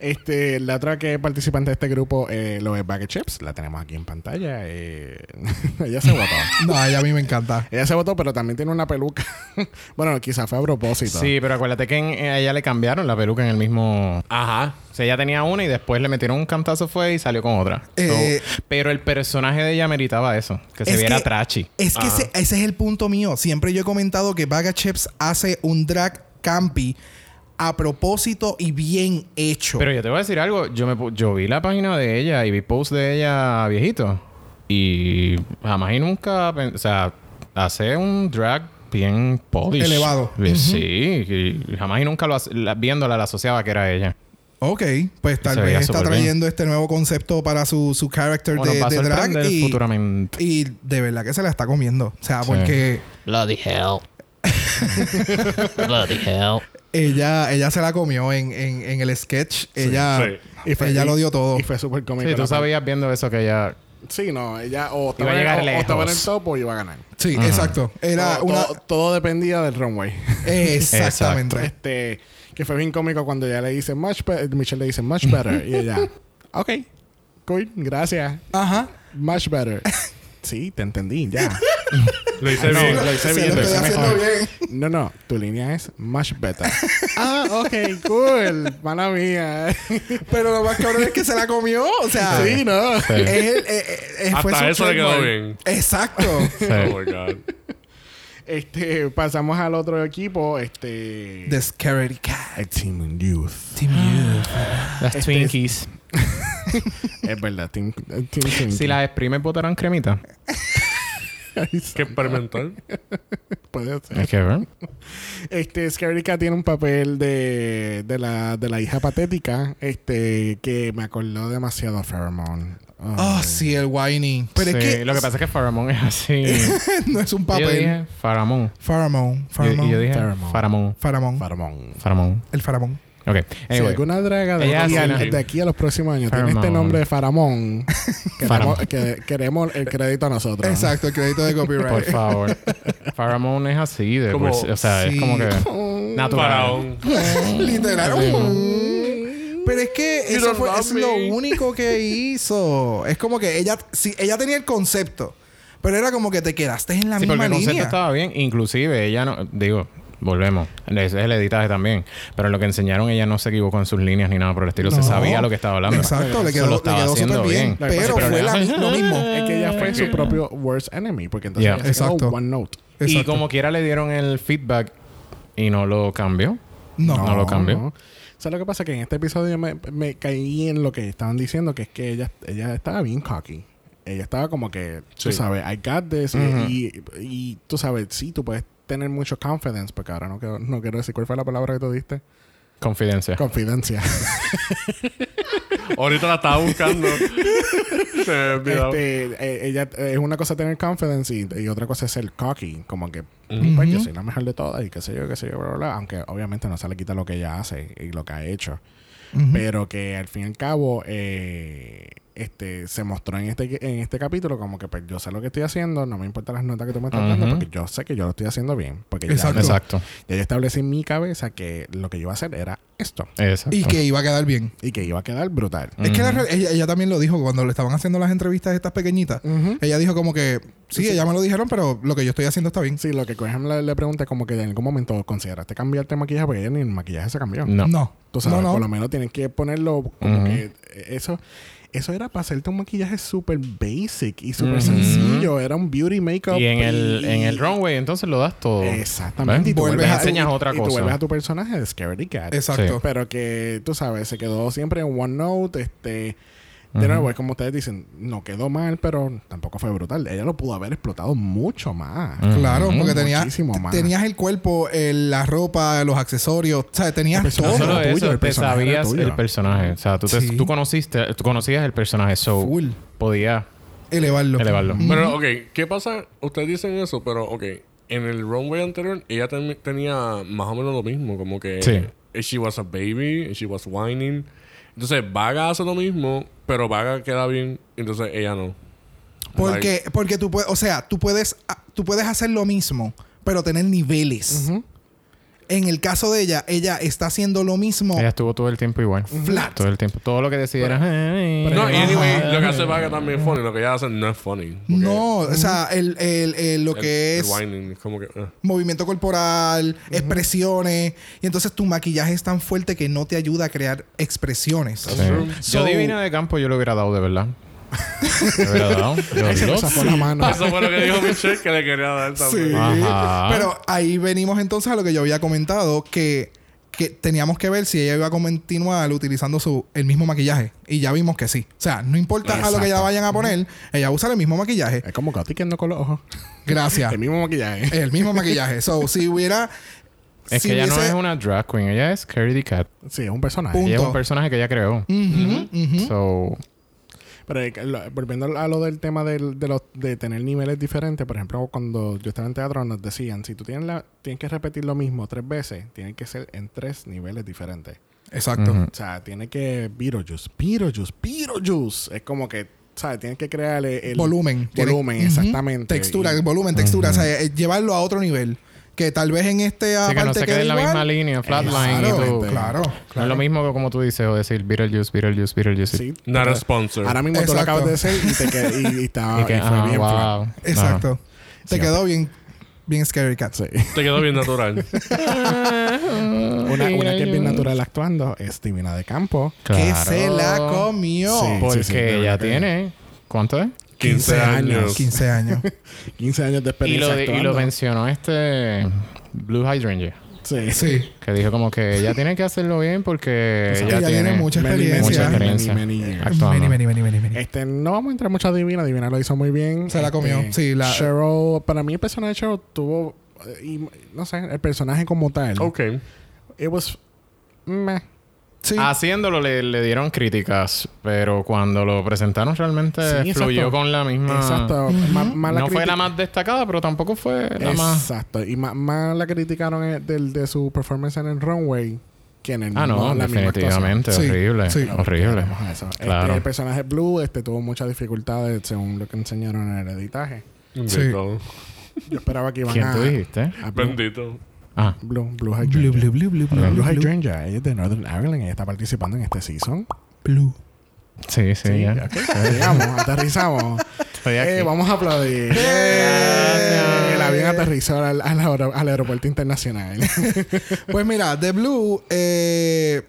S1: Este, la otra que es participante de este grupo, eh, lo es Bucket Chips. La tenemos aquí en pantalla. eh. ella se votó.
S2: no, ay, a mí me encanta.
S1: ella se votó, pero también tiene una peluca. bueno, quizás fue a propósito.
S4: Sí, pero acuérdate que en- a ella le cambiaron la peluca en el mismo.
S3: Ajá.
S4: O sea, ella tenía una y después le metieron un cantazo fue y salió con otra.
S2: Eh,
S4: So, pero el personaje de ella meritaba eso, que se
S2: Es
S4: viera
S2: que-
S4: trachi.
S2: Es que ese, ese es el punto mío. Siempre yo he comentado que Vaga Chips hace un drag campy a propósito y bien hecho.
S4: Pero yo te voy a decir algo, yo me pu- yo vi la página de ella y vi post de ella viejito y jamás y nunca, pen- o sea, hace un drag bien polished.
S2: Elevado.
S4: Eh, Sí, y jamás y nunca lo as- la- viéndola la asociaba que era ella.
S2: ok, pues tal
S4: Se
S2: vez
S4: veía
S2: está
S4: súper bien.
S2: trayendo este nuevo concepto para su, su character
S4: Bueno,
S2: de,
S4: va a
S2: de drag.
S4: sorprender
S2: Y,
S4: futuramente.
S2: y de verdad que se la está comiendo. O sea,
S4: Sí.
S2: porque
S5: Bloody hell. Bloody hell.
S2: ella, ella se la comió en, en- en el sketch. ella
S3: sí.
S1: Y fue-
S2: ella
S1: y-
S2: lo dio todo.
S1: Y fue súper cómico.
S4: Sí, tú
S1: la-
S4: sabías viendo eso que ella
S1: Sí, no, ella o estaba,
S4: a llegar
S1: en, o- o estaba en el
S4: lejos.
S1: top o iba a ganar.
S2: Sí, exacto. Era
S1: todo,
S2: una...
S1: todo- todo dependía del runway.
S2: Exactamente.
S1: este, que fue bien cómico cuando ya le dice much better, Michelle le dice much better y ella, ok, cool, gracias,
S2: Ajá.
S1: much better. Sí, te entendí, ya.
S3: Lo
S4: Ah,
S3: hice
S1: No,
S3: bien.
S1: lo hice
S2: Se
S1: bien,
S2: lo
S1: lo
S2: estoy
S1: hice
S2: haciendo
S1: mejor.
S2: bien.
S1: No, no, tu línea es much better. ah, ok, cool. Mala mía.
S2: Pero lo más cabrón es que se la comió. O sea,
S1: sí, no.
S4: Sí.
S2: es el- eh, eh, eh, fue
S3: Hasta
S2: su
S3: eso le quedó
S2: trademark.
S3: bien.
S2: Exacto.
S3: Oh my God.
S1: Este, pasamos al otro equipo, este.
S2: The Scaredy Cat.
S1: el Team Youth.
S2: Team
S4: Ah.
S2: Youth.
S4: Las
S1: Este
S4: Twinkies.
S1: Es verdad, Team, Team Twinkie.
S4: Si las exprimes, botarán cremita.
S3: Qué experimental.
S1: Puede ser.
S4: Es que, ver.
S1: Este, Scary Cat tiene un papel de, de, la, de la hija patética este, que me acordó demasiado a Pheromone. Ay.
S2: Oh, sí, el whiny. Pero
S4: Sí,
S2: es que
S4: lo que pasa es que Faramón es así.
S2: no es un
S4: Yo
S2: papel.
S4: dije Faramón.
S2: Faramón.
S4: Yo- Y
S2: Faramón.
S4: yo dije
S1: Faramón.
S4: Faramón.
S2: Faramón.
S1: Pheromone.
S4: Faramón.
S2: El Faramón.
S4: Ok.
S1: Si
S4: Anyway.
S1: alguna draga de
S4: Ella
S1: aquí,
S4: hace
S1: a-
S3: una-
S1: de aquí a los próximos años tiene este
S4: Pheromone.
S1: nombre de Faramón, queremos,
S4: Pheromone.
S1: que- queremos el crédito a nosotros.
S2: Exacto, el crédito de
S4: Ah. Por
S2: copyright.
S4: favor. Faramón es así. De
S3: Como-
S4: por- o sea,
S2: sí.
S4: es como que. Natural.
S3: Faraón.
S2: Literal. Pero es que
S3: You
S2: eso
S3: don't
S2: fue
S3: love
S2: es
S3: me.
S2: lo único que hizo. Es como que ella, sí, ella tenía el concepto, pero era como que te quedaste en la
S4: Sí, porque
S2: misma
S4: el concepto
S2: línea.
S4: estaba bien. Inclusive ella no... Digo, volvemos. Es el editaje también. Pero en lo que enseñaron ella no se equivocó en sus líneas ni nada por el estilo.
S2: No.
S4: Se sabía lo que estaba hablando.
S2: Exacto, le
S4: Eso
S2: quedó,
S4: lo
S2: le
S4: estaba
S2: quedó
S4: haciendo
S2: súper bien,
S4: bien.
S1: Lo que pasa es
S2: pero
S1: que
S2: fue
S4: le
S2: la
S4: hace-
S2: mi- lo mismo.
S1: Es que ella fue su propio worst enemy, porque entonces
S4: Yeah.
S1: ella se quedó
S2: Exacto.
S1: one note.
S4: Y
S2: Exacto.
S4: como quiera le dieron el feedback y no lo cambió.
S2: No.
S4: No lo cambió.
S1: No. ¿Sabes lo que pasa? Que en este episodio yo me, me caí en lo que estaban diciendo, que es que ella, ella estaba bien cocky. Ella estaba como que, tú
S3: Sí.
S1: sabes, I got this.
S4: Ujú.
S1: y, y tú sabes, sí, tú puedes tener mucho confidence, porque ahora no quiero, no quiero decir cuál fue la palabra que tú diste.
S4: Confidencia.
S1: Confidencia.
S3: Ahorita la estaba buscando. Se me olvidó.
S1: Este, eh, ella eh, es una cosa tener confidence y, y otra cosa es ser cocky. Como que,
S3: Ujú.
S1: pues, yo soy la mejor de todas y qué sé yo, qué sé yo, bla, bla, bla. Aunque obviamente no se le quita lo que ella hace y lo que ha hecho.
S2: Ujú.
S1: pero que al fin y al cabo eh, este se mostró en este en este capítulo como que pues, yo sé lo que estoy haciendo no me importan las notas que tú me estás dando
S4: Ujú.
S1: porque yo sé que yo lo estoy haciendo bien porque
S2: Exacto.
S1: Ya,
S4: Exacto.
S1: ya yo establecí en mi cabeza que lo que yo iba a hacer era esto
S4: Exacto.
S2: Y que iba a quedar bien.
S1: y que iba a quedar brutal
S2: Es que la re- ella, ella también lo dijo cuando le estaban haciendo las entrevistas estas pequeñitas.
S1: Ujú.
S2: Ella dijo como que, sí, ella me lo dijeron, pero lo que yo estoy haciendo está bien.
S1: Sí, lo que Graham le, le pregunta es como que en algún momento consideraste cambiarte el maquillaje porque ella ni el maquillaje se cambió.
S4: No.
S2: No.
S1: Tú sabes,
S2: no,
S1: por
S2: no.
S1: lo menos tienes que ponerlo como
S4: Ujú.
S1: que eh, eso eso era para hacerte un maquillaje súper basic y súper
S4: Ujú.
S1: sencillo, era un beauty makeup
S4: Y en el,
S1: y-
S4: en el runway entonces lo das todo.
S1: Exactamente.
S4: ¿Ves?
S1: tú
S2: Vuelves a-
S4: enseñas
S1: y-
S4: otra
S1: Y
S4: cosa.
S1: tú vuelves a tu personaje de Scaredy Cat.
S2: Exacto.
S1: Pero que, tú sabes, se quedó siempre en OneNote. Este, de nuevo, es como ustedes dicen, no quedó mal, pero tampoco fue brutal. Ella lo pudo haber explotado mucho más.
S4: Ujú.
S2: Claro, porque tenías,
S1: Muchísimo más.
S2: tenías el cuerpo, el- la ropa, los accesorios, o sea,
S1: El
S2: tenías
S1: personaje
S2: todo.
S4: Solo
S1: era tuyo,
S4: eso,
S1: el
S4: te
S1: personaje era
S4: sabías
S1: tuyo.
S4: el personaje. O sea, tú, te-
S2: Sí.
S4: tú conociste, tú conocías el personaje, so
S2: Full.
S4: podías
S2: Elevarlo.
S4: elevarlo.
S3: Pero, ok, ¿qué pasa? Ustedes dicen eso, pero, ok, en el runway anterior ella ten- tenía más o menos lo mismo, como que
S4: Sí.
S3: eh, she was a baby, she was whining. Entonces, Vaga hace lo mismo, pero Vaga queda bien, entonces ella no.
S2: Porque, porque tú puedes, o sea, tú puedes, ah, tú puedes hacer lo mismo, pero tener niveles.
S1: Ujú.
S2: En el caso de ella, ella está haciendo lo mismo.
S4: Ella estuvo todo el tiempo igual.
S2: Flat.
S4: Todo el tiempo. Todo lo que decidieras.
S3: Like- no, y
S4: Ajá.
S3: anyway, lo que hace Vaga también es funny, lo que ella hace no es funny. porque
S2: No, o sea, el, el- el- lo
S3: el-
S2: que
S3: el
S2: es
S3: whining es como que. eh.
S2: movimiento corporal, expresiones. Y entonces tu maquillaje es tan fuerte que no te ayuda a crear expresiones.
S4: Sí.
S2: So-
S4: yo divina de campo, yo lo hubiera dado de verdad. Lo hubiera dado. Yo
S1: Ahí se
S4: lo-
S1: me zafó la mano.
S3: Eso fue lo que dijo Michelle que le quería dar también.
S2: Sí.
S4: Ajá.
S2: Pero ahí venimos entonces a lo que yo había comentado, que, que teníamos que ver si ella iba a continuar utilizando su, el mismo maquillaje. Y ya vimos que sí. O sea, no importa a lo que ya
S1: Exacto.
S2: vayan a poner, ella va a usar el mismo maquillaje.
S1: Es como Katy que no con los ojos.
S2: Gracias.
S1: El mismo maquillaje.
S2: el mismo maquillaje. So, si hubiera...
S4: es
S2: si
S4: que ella no
S2: hubiese-
S4: es una drag queen, ella es Cardi Cat.
S1: Sí, es un personaje.
S2: Punto.
S4: Ella es un personaje que ella creó.
S2: Ujú, ujú.
S4: So,
S1: Pero eh, lo- volviendo a lo del tema del- de, los- de tener niveles diferentes, por ejemplo, cuando yo estaba en teatro nos decían, si tú tienes, la, tienes que repetir lo mismo tres veces, tiene que ser en tres niveles diferentes.
S2: Exacto.
S4: Ujú.
S1: O sea, tiene que Beetlejuice, Beetlejuice, Beetlejuice. Es como que, ¿sabes? Tienes que crear el, el
S2: Volumen.
S1: volumen,
S2: Ujú.
S1: exactamente.
S2: Textura,
S1: Y-
S2: volumen, textura. O sea, eh, llevarlo a otro nivel. Que tal vez en este
S4: sí que no
S2: aparte
S4: se quede en la
S2: igual.
S4: misma línea, flatline y
S2: Claro,
S4: todo.
S1: tú.
S2: claro.
S4: No es lo mismo que como tú dices, o decir Beetlejuice, Beetlejuice, Beetlejuice.
S1: Sí.
S3: Not a sponsor.
S1: Ahora mismo tú
S2: Exacto.
S1: lo acabas de decir y, te qued- y, y estaba-
S4: Y que,
S1: y fue
S4: ah,
S1: bien flat.
S4: wow.
S2: Exacto. Te quedó bien, bien scary cat.
S1: Sí.
S3: Te quedó bien natural.
S1: Una, una que es bien natural actuando es Divina de Campo.
S2: Que se la comió.
S1: Sí.
S4: Porque
S1: de
S4: ya
S1: verdad que-
S4: tiene. ¿Cuánto es?
S3: 15 años.
S2: 15 años.
S1: 15 años de
S4: Y
S1: experiencia
S4: lo, de- y lo
S1: actuando.
S4: mencionó este Blue Hydrangea.
S1: Sí.
S2: Sí.
S4: Que dijo como que ella tiene que hacerlo bien porque
S1: Exacto.
S4: ella,
S2: Ella
S4: tiene,
S2: tiene mucha
S1: Many, many,
S4: mucha
S2: experiencia.
S4: experiencia.
S1: many, many years.
S4: actuando.
S2: Vení, vení, vení, vení, vení.
S1: Este, no vamos a entrar mucho a Divina. Divina lo hizo muy bien.
S2: Se la
S1: Este,
S2: comió. Sí, la-
S1: Cheryl, para mí el personaje de Cheryl tuvo, eh, y- no sé, el personaje como tal.
S3: Ok.
S1: It was meh.
S2: Sí.
S1: ah,
S4: Haciéndolo le, le dieron críticas, pero cuando lo presentaron realmente
S1: Sí, exacto.
S4: fluyó con la misma.
S1: Exacto. Ma- mala
S4: no fue
S1: crítica-
S4: la más destacada, pero tampoco fue la más.
S1: Exacto. Y ma- más, la criticaron eh, del, de su performance en el runway que en el
S4: Ah, no,
S1: mismo- la misma actuación.
S4: definitivamente.
S2: actuación. Sí,
S4: horrible.
S2: sí.
S4: Horrible.
S1: Vamos a eso. Este,
S4: Claro.
S1: el personaje Blue este, tuvo muchas dificultades según lo que enseñaron en el editaje.
S3: Bendito.
S1: Yo esperaba que iban
S4: ¿Quién
S1: a.
S4: tú dijiste?
S1: a Blue,
S3: Bendito.
S4: Ah,
S1: Blue, Blue
S2: Blue,
S1: Hydrangea.
S2: blue, blue, blue, blue,
S1: Blue
S2: blue, blue,
S1: Hydrangea, ella es de Northern Ireland, ella está participando en este season.
S2: blue.
S4: sí, sí, ya.
S1: ok. Llegamos, aterrizamos.
S4: Estoy aquí.
S1: Eh, vamos a aplaudir.
S2: Eh,
S1: El avión aterrizó al, al aer- al aeropuerto internacional.
S2: Pues mira, The Blue, eh,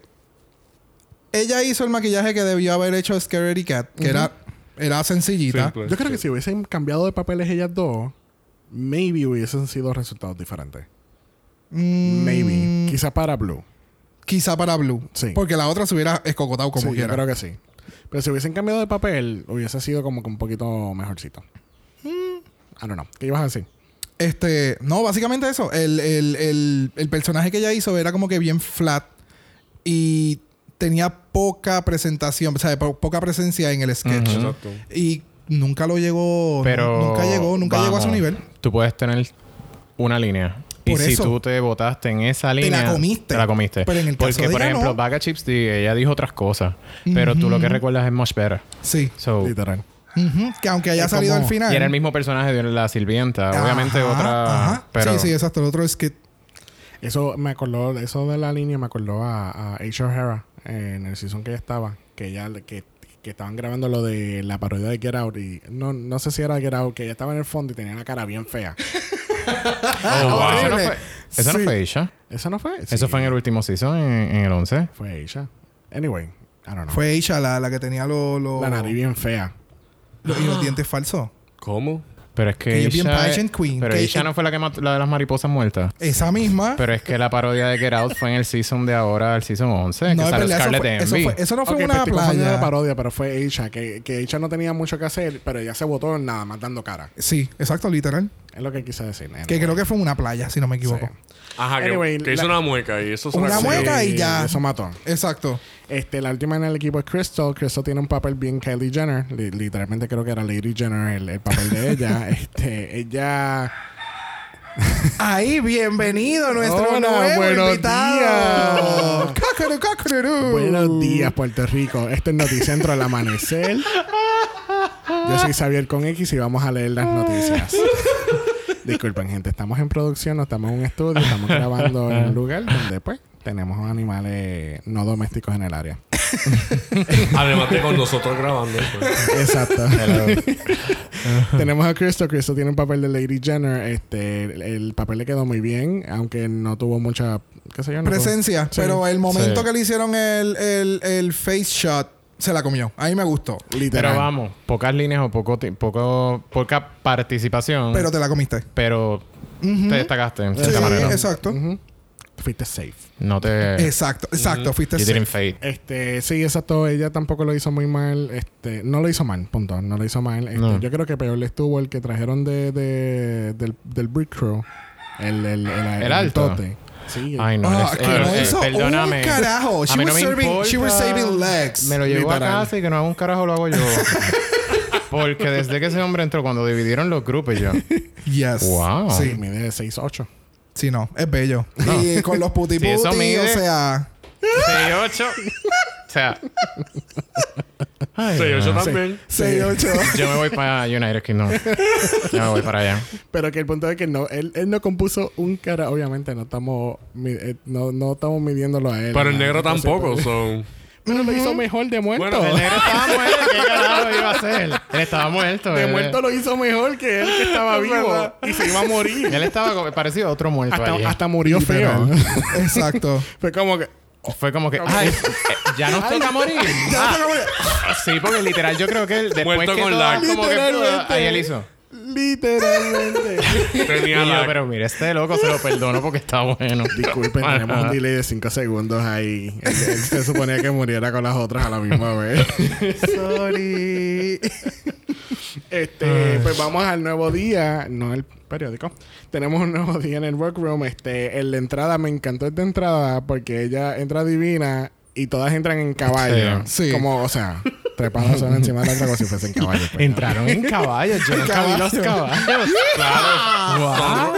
S2: ella hizo el maquillaje que debió haber hecho Scary Cat, que era, era sencillita.
S3: Simple.
S1: Yo creo que si hubiesen cambiado de papeles ellas dos, maybe hubiesen sido resultados diferentes.
S2: Mm,
S1: Maybe. Quizá para Blue.
S2: Quizá para Blue.
S1: Sí.
S2: Porque la otra se hubiera escocotado como
S1: sí, yo
S2: quiera.
S1: creo que sí. Pero si hubiesen cambiado de papel, hubiese sido como que un poquito mejorcito.
S2: Mm.
S1: I don't know. ¿Qué ibas a decir?
S2: Este, no, básicamente eso. El, el- el- el personaje que ella hizo era como que bien flat y tenía poca presentación, o sea, po- poca presencia en el sketch.
S4: Ujú.
S3: Exacto.
S2: Y nunca lo llegó,
S4: Pero.
S2: nunca llegó, nunca llegó a su
S4: vamos,
S2: nivel.
S4: Tú puedes tener una línea. y
S2: Por
S4: si
S2: eso.
S4: tú te votaste en esa
S2: la
S4: línea.
S2: comiste.
S4: Te la comiste.
S2: Pero en el caso
S4: Porque,
S2: de
S4: por
S2: ella,
S4: ejemplo,
S2: no.
S4: Baga Chips, di- ella dijo otras cosas. Pero tú lo que recuerdas es Much Better.
S2: Sí.
S4: So,
S1: Literal.
S2: Ujú. Que aunque haya
S1: Es
S2: salido
S1: como-
S2: al final.
S4: Y era el mismo personaje de la sirvienta.
S2: Ajá,
S4: Obviamente otra.
S2: ajá.
S4: Pero
S2: Sí, sí, exacto. El otro es que.
S1: Eso me acordó, eso de la línea me acordó a, a H. O'Hara eh, en el season que ella estaba, que ella que, que estaban grabando lo de la parodia de Get Out y no, no sé si era Get Out, que ella estaba en el fondo y tenía la cara bien fea.
S3: Oh, wow.
S4: Ah, Eso no
S2: horrible.
S4: fue, eso no
S1: Sí.
S4: fue ella.
S1: Eso no fue.
S4: Eso
S1: Sí,
S4: fue en el último season, en, en el 11.
S1: fue ella. Anyway, I don't know.
S2: Fue Aisha la, la que tenía los los-
S1: la nariz Ah. bien fea.
S2: los- y los dientes falsos.
S3: ¿Cómo?
S4: Pero es que.
S2: Que ella es bien
S4: Aisha-
S2: pageant queen,
S4: Pero
S2: que-
S4: ella no fue la que mató la de las mariposas muertas.
S2: Esa misma.
S4: Pero es que la parodia de Get Out fue en el season de ahora, el season 11,
S2: no,
S4: que
S2: es
S4: sale
S2: verdad, eso,
S4: Scarlett
S2: fue- eso,
S4: Envy.
S2: fue- eso no fue
S1: Ok,
S2: una
S1: pues estoy confundiendo
S2: playa.
S1: la parodia, pero fue ella, que, que ella no tenía mucho que hacer, pero ella se votó en nada más dando cara.
S2: Sí, exacto, literal.
S1: Es lo que quise decir. anyway.
S2: Que creo que fue una playa, si no me equivoco.
S3: Ajá, que-
S1: Anyway,
S3: que, hizo
S1: la-
S3: una mueca y eso es
S2: Una
S3: cosa.
S2: mueca y-
S1: Sí,
S2: ya.
S1: Eso mató.
S2: Exacto.
S1: Este, la última en el equipo es Crystal. Crystal tiene un papel bien Kylie Jenner. Li- literalmente creo que era Lady Jenner el, el papel de ella. este, ella.
S2: Ahí, bienvenido nuestro
S1: Hola,
S2: nuevo
S1: buenos
S2: invitado. Cácaro, cácaro.
S1: Buenos días, Puerto Rico. Este es Noticentro al amanecer. Yo soy Xavier con X y vamos a leer las noticias. Disculpen, gente, estamos en producción, no estamos en un estudio, estamos grabando en un lugar donde pues tenemos animales no domésticos en el área.
S3: Además de con nosotros grabando. pues.
S1: Exacto. Tenemos a Cristo. Cristo tiene un papel de Lady Jenner. Este, el, el papel le quedó muy bien, aunque no tuvo mucha, qué sé yo, no tuvo-
S2: Presencia. Pero el momento
S4: Sí.
S2: que le hicieron el, el, el face shot, se la comió. A mí me gustó.
S1: Literal.
S4: Pero vamos, pocas líneas o poco, ti- poco poca
S2: Pero
S4: participación, pero,
S2: te la comiste.
S4: te destacaste en
S2: Sí,
S4: cierta manera.
S2: exacto.
S1: Ujú. Fuiste safe.
S4: No te...
S2: Exacto, exacto. Fuiste
S4: you
S2: safe.
S4: didn't fade.
S1: Este, sí, exacto. Ella tampoco lo hizo muy mal. Este, no lo hizo mal, punto. No lo hizo mal. Este,
S4: No.
S1: Yo creo que peor le estuvo el que trajeron de, de- del, del Brick Crew. El, el, el, el,
S4: alto?
S1: tote. Sí,
S4: Ay, no.
S2: Ah,
S4: eres-
S2: que no
S4: eh,
S2: hizo
S4: perdóname.
S2: un carajo.
S4: A
S2: Oh, She
S4: mí no
S2: was
S4: me
S2: serving- she was
S4: importa.
S2: saving legs,
S4: Me lo llevo
S2: literal.
S4: a casa y que no hago un carajo lo hago yo. Porque desde que ese hombre entró, cuando dividieron los grupos, yo...
S2: Yes.
S4: Wow.
S1: sí,
S2: Sí,
S1: mide 6'8".
S2: sí, no. Es bello. Y con los puti
S4: Sí, eso
S2: puti, o
S4: mide.
S2: sea.
S4: 68. O sea... Ay,
S3: Sí,
S4: no.
S3: yo también.
S2: 6'8".
S4: Yo me voy para United Kingdom. Yo me voy para allá.
S1: Pero que el punto es que no, él, él no compuso un cara, obviamente no estamos mi- eh, no, no estamos midiéndolo a él.
S3: Pero el
S1: ¿no?
S3: negro
S1: Entonces,
S3: tampoco,
S1: pues,
S3: son.
S1: Pero lo hizo mejor de muerto.
S3: Bueno,
S4: El negro estaba muerto. ¿Qué carajo iba a hacer? Él estaba muerto.
S1: de
S4: él-
S1: muerto lo hizo mejor que él que estaba
S3: Es
S1: vivo
S3: verdad.
S1: y se iba a morir.
S4: Él estaba como- parecido a otro muerto
S1: hasta,
S4: allí.
S1: hasta murió feo.
S2: Exacto.
S1: Fue como que.
S4: Fue como que, ay, eh, ya nos toca morir.
S2: Ya no te acabo de-
S4: Ah, sí, porque literal yo creo que él, después
S3: Muerto
S4: que
S3: con
S4: todo,
S3: lag.
S4: como que
S1: Literalmente.
S4: ahí él hizo.
S1: Literalmente.
S4: Y
S3: Tenía
S4: yo,
S3: la...
S4: pero mira, este loco se lo perdono porque está bueno.
S1: Disculpen, tenemos un delay de 5 segundos ahí. Él, él se suponía que muriera con las otras a la misma vez. Sorry. Este, pues vamos al nuevo día, no el periódico. Tenemos un nuevo día en el workroom. Este, en la entrada me encantó esta entrada porque ella entra divina y todas entran en caballo.
S2: Sí. Sí.
S1: Como, o sea, trepadas una encima de la otra como si fuesen caballos. pues, ¿no?
S4: Entraron en caballos. Yo nunca vi los caballos.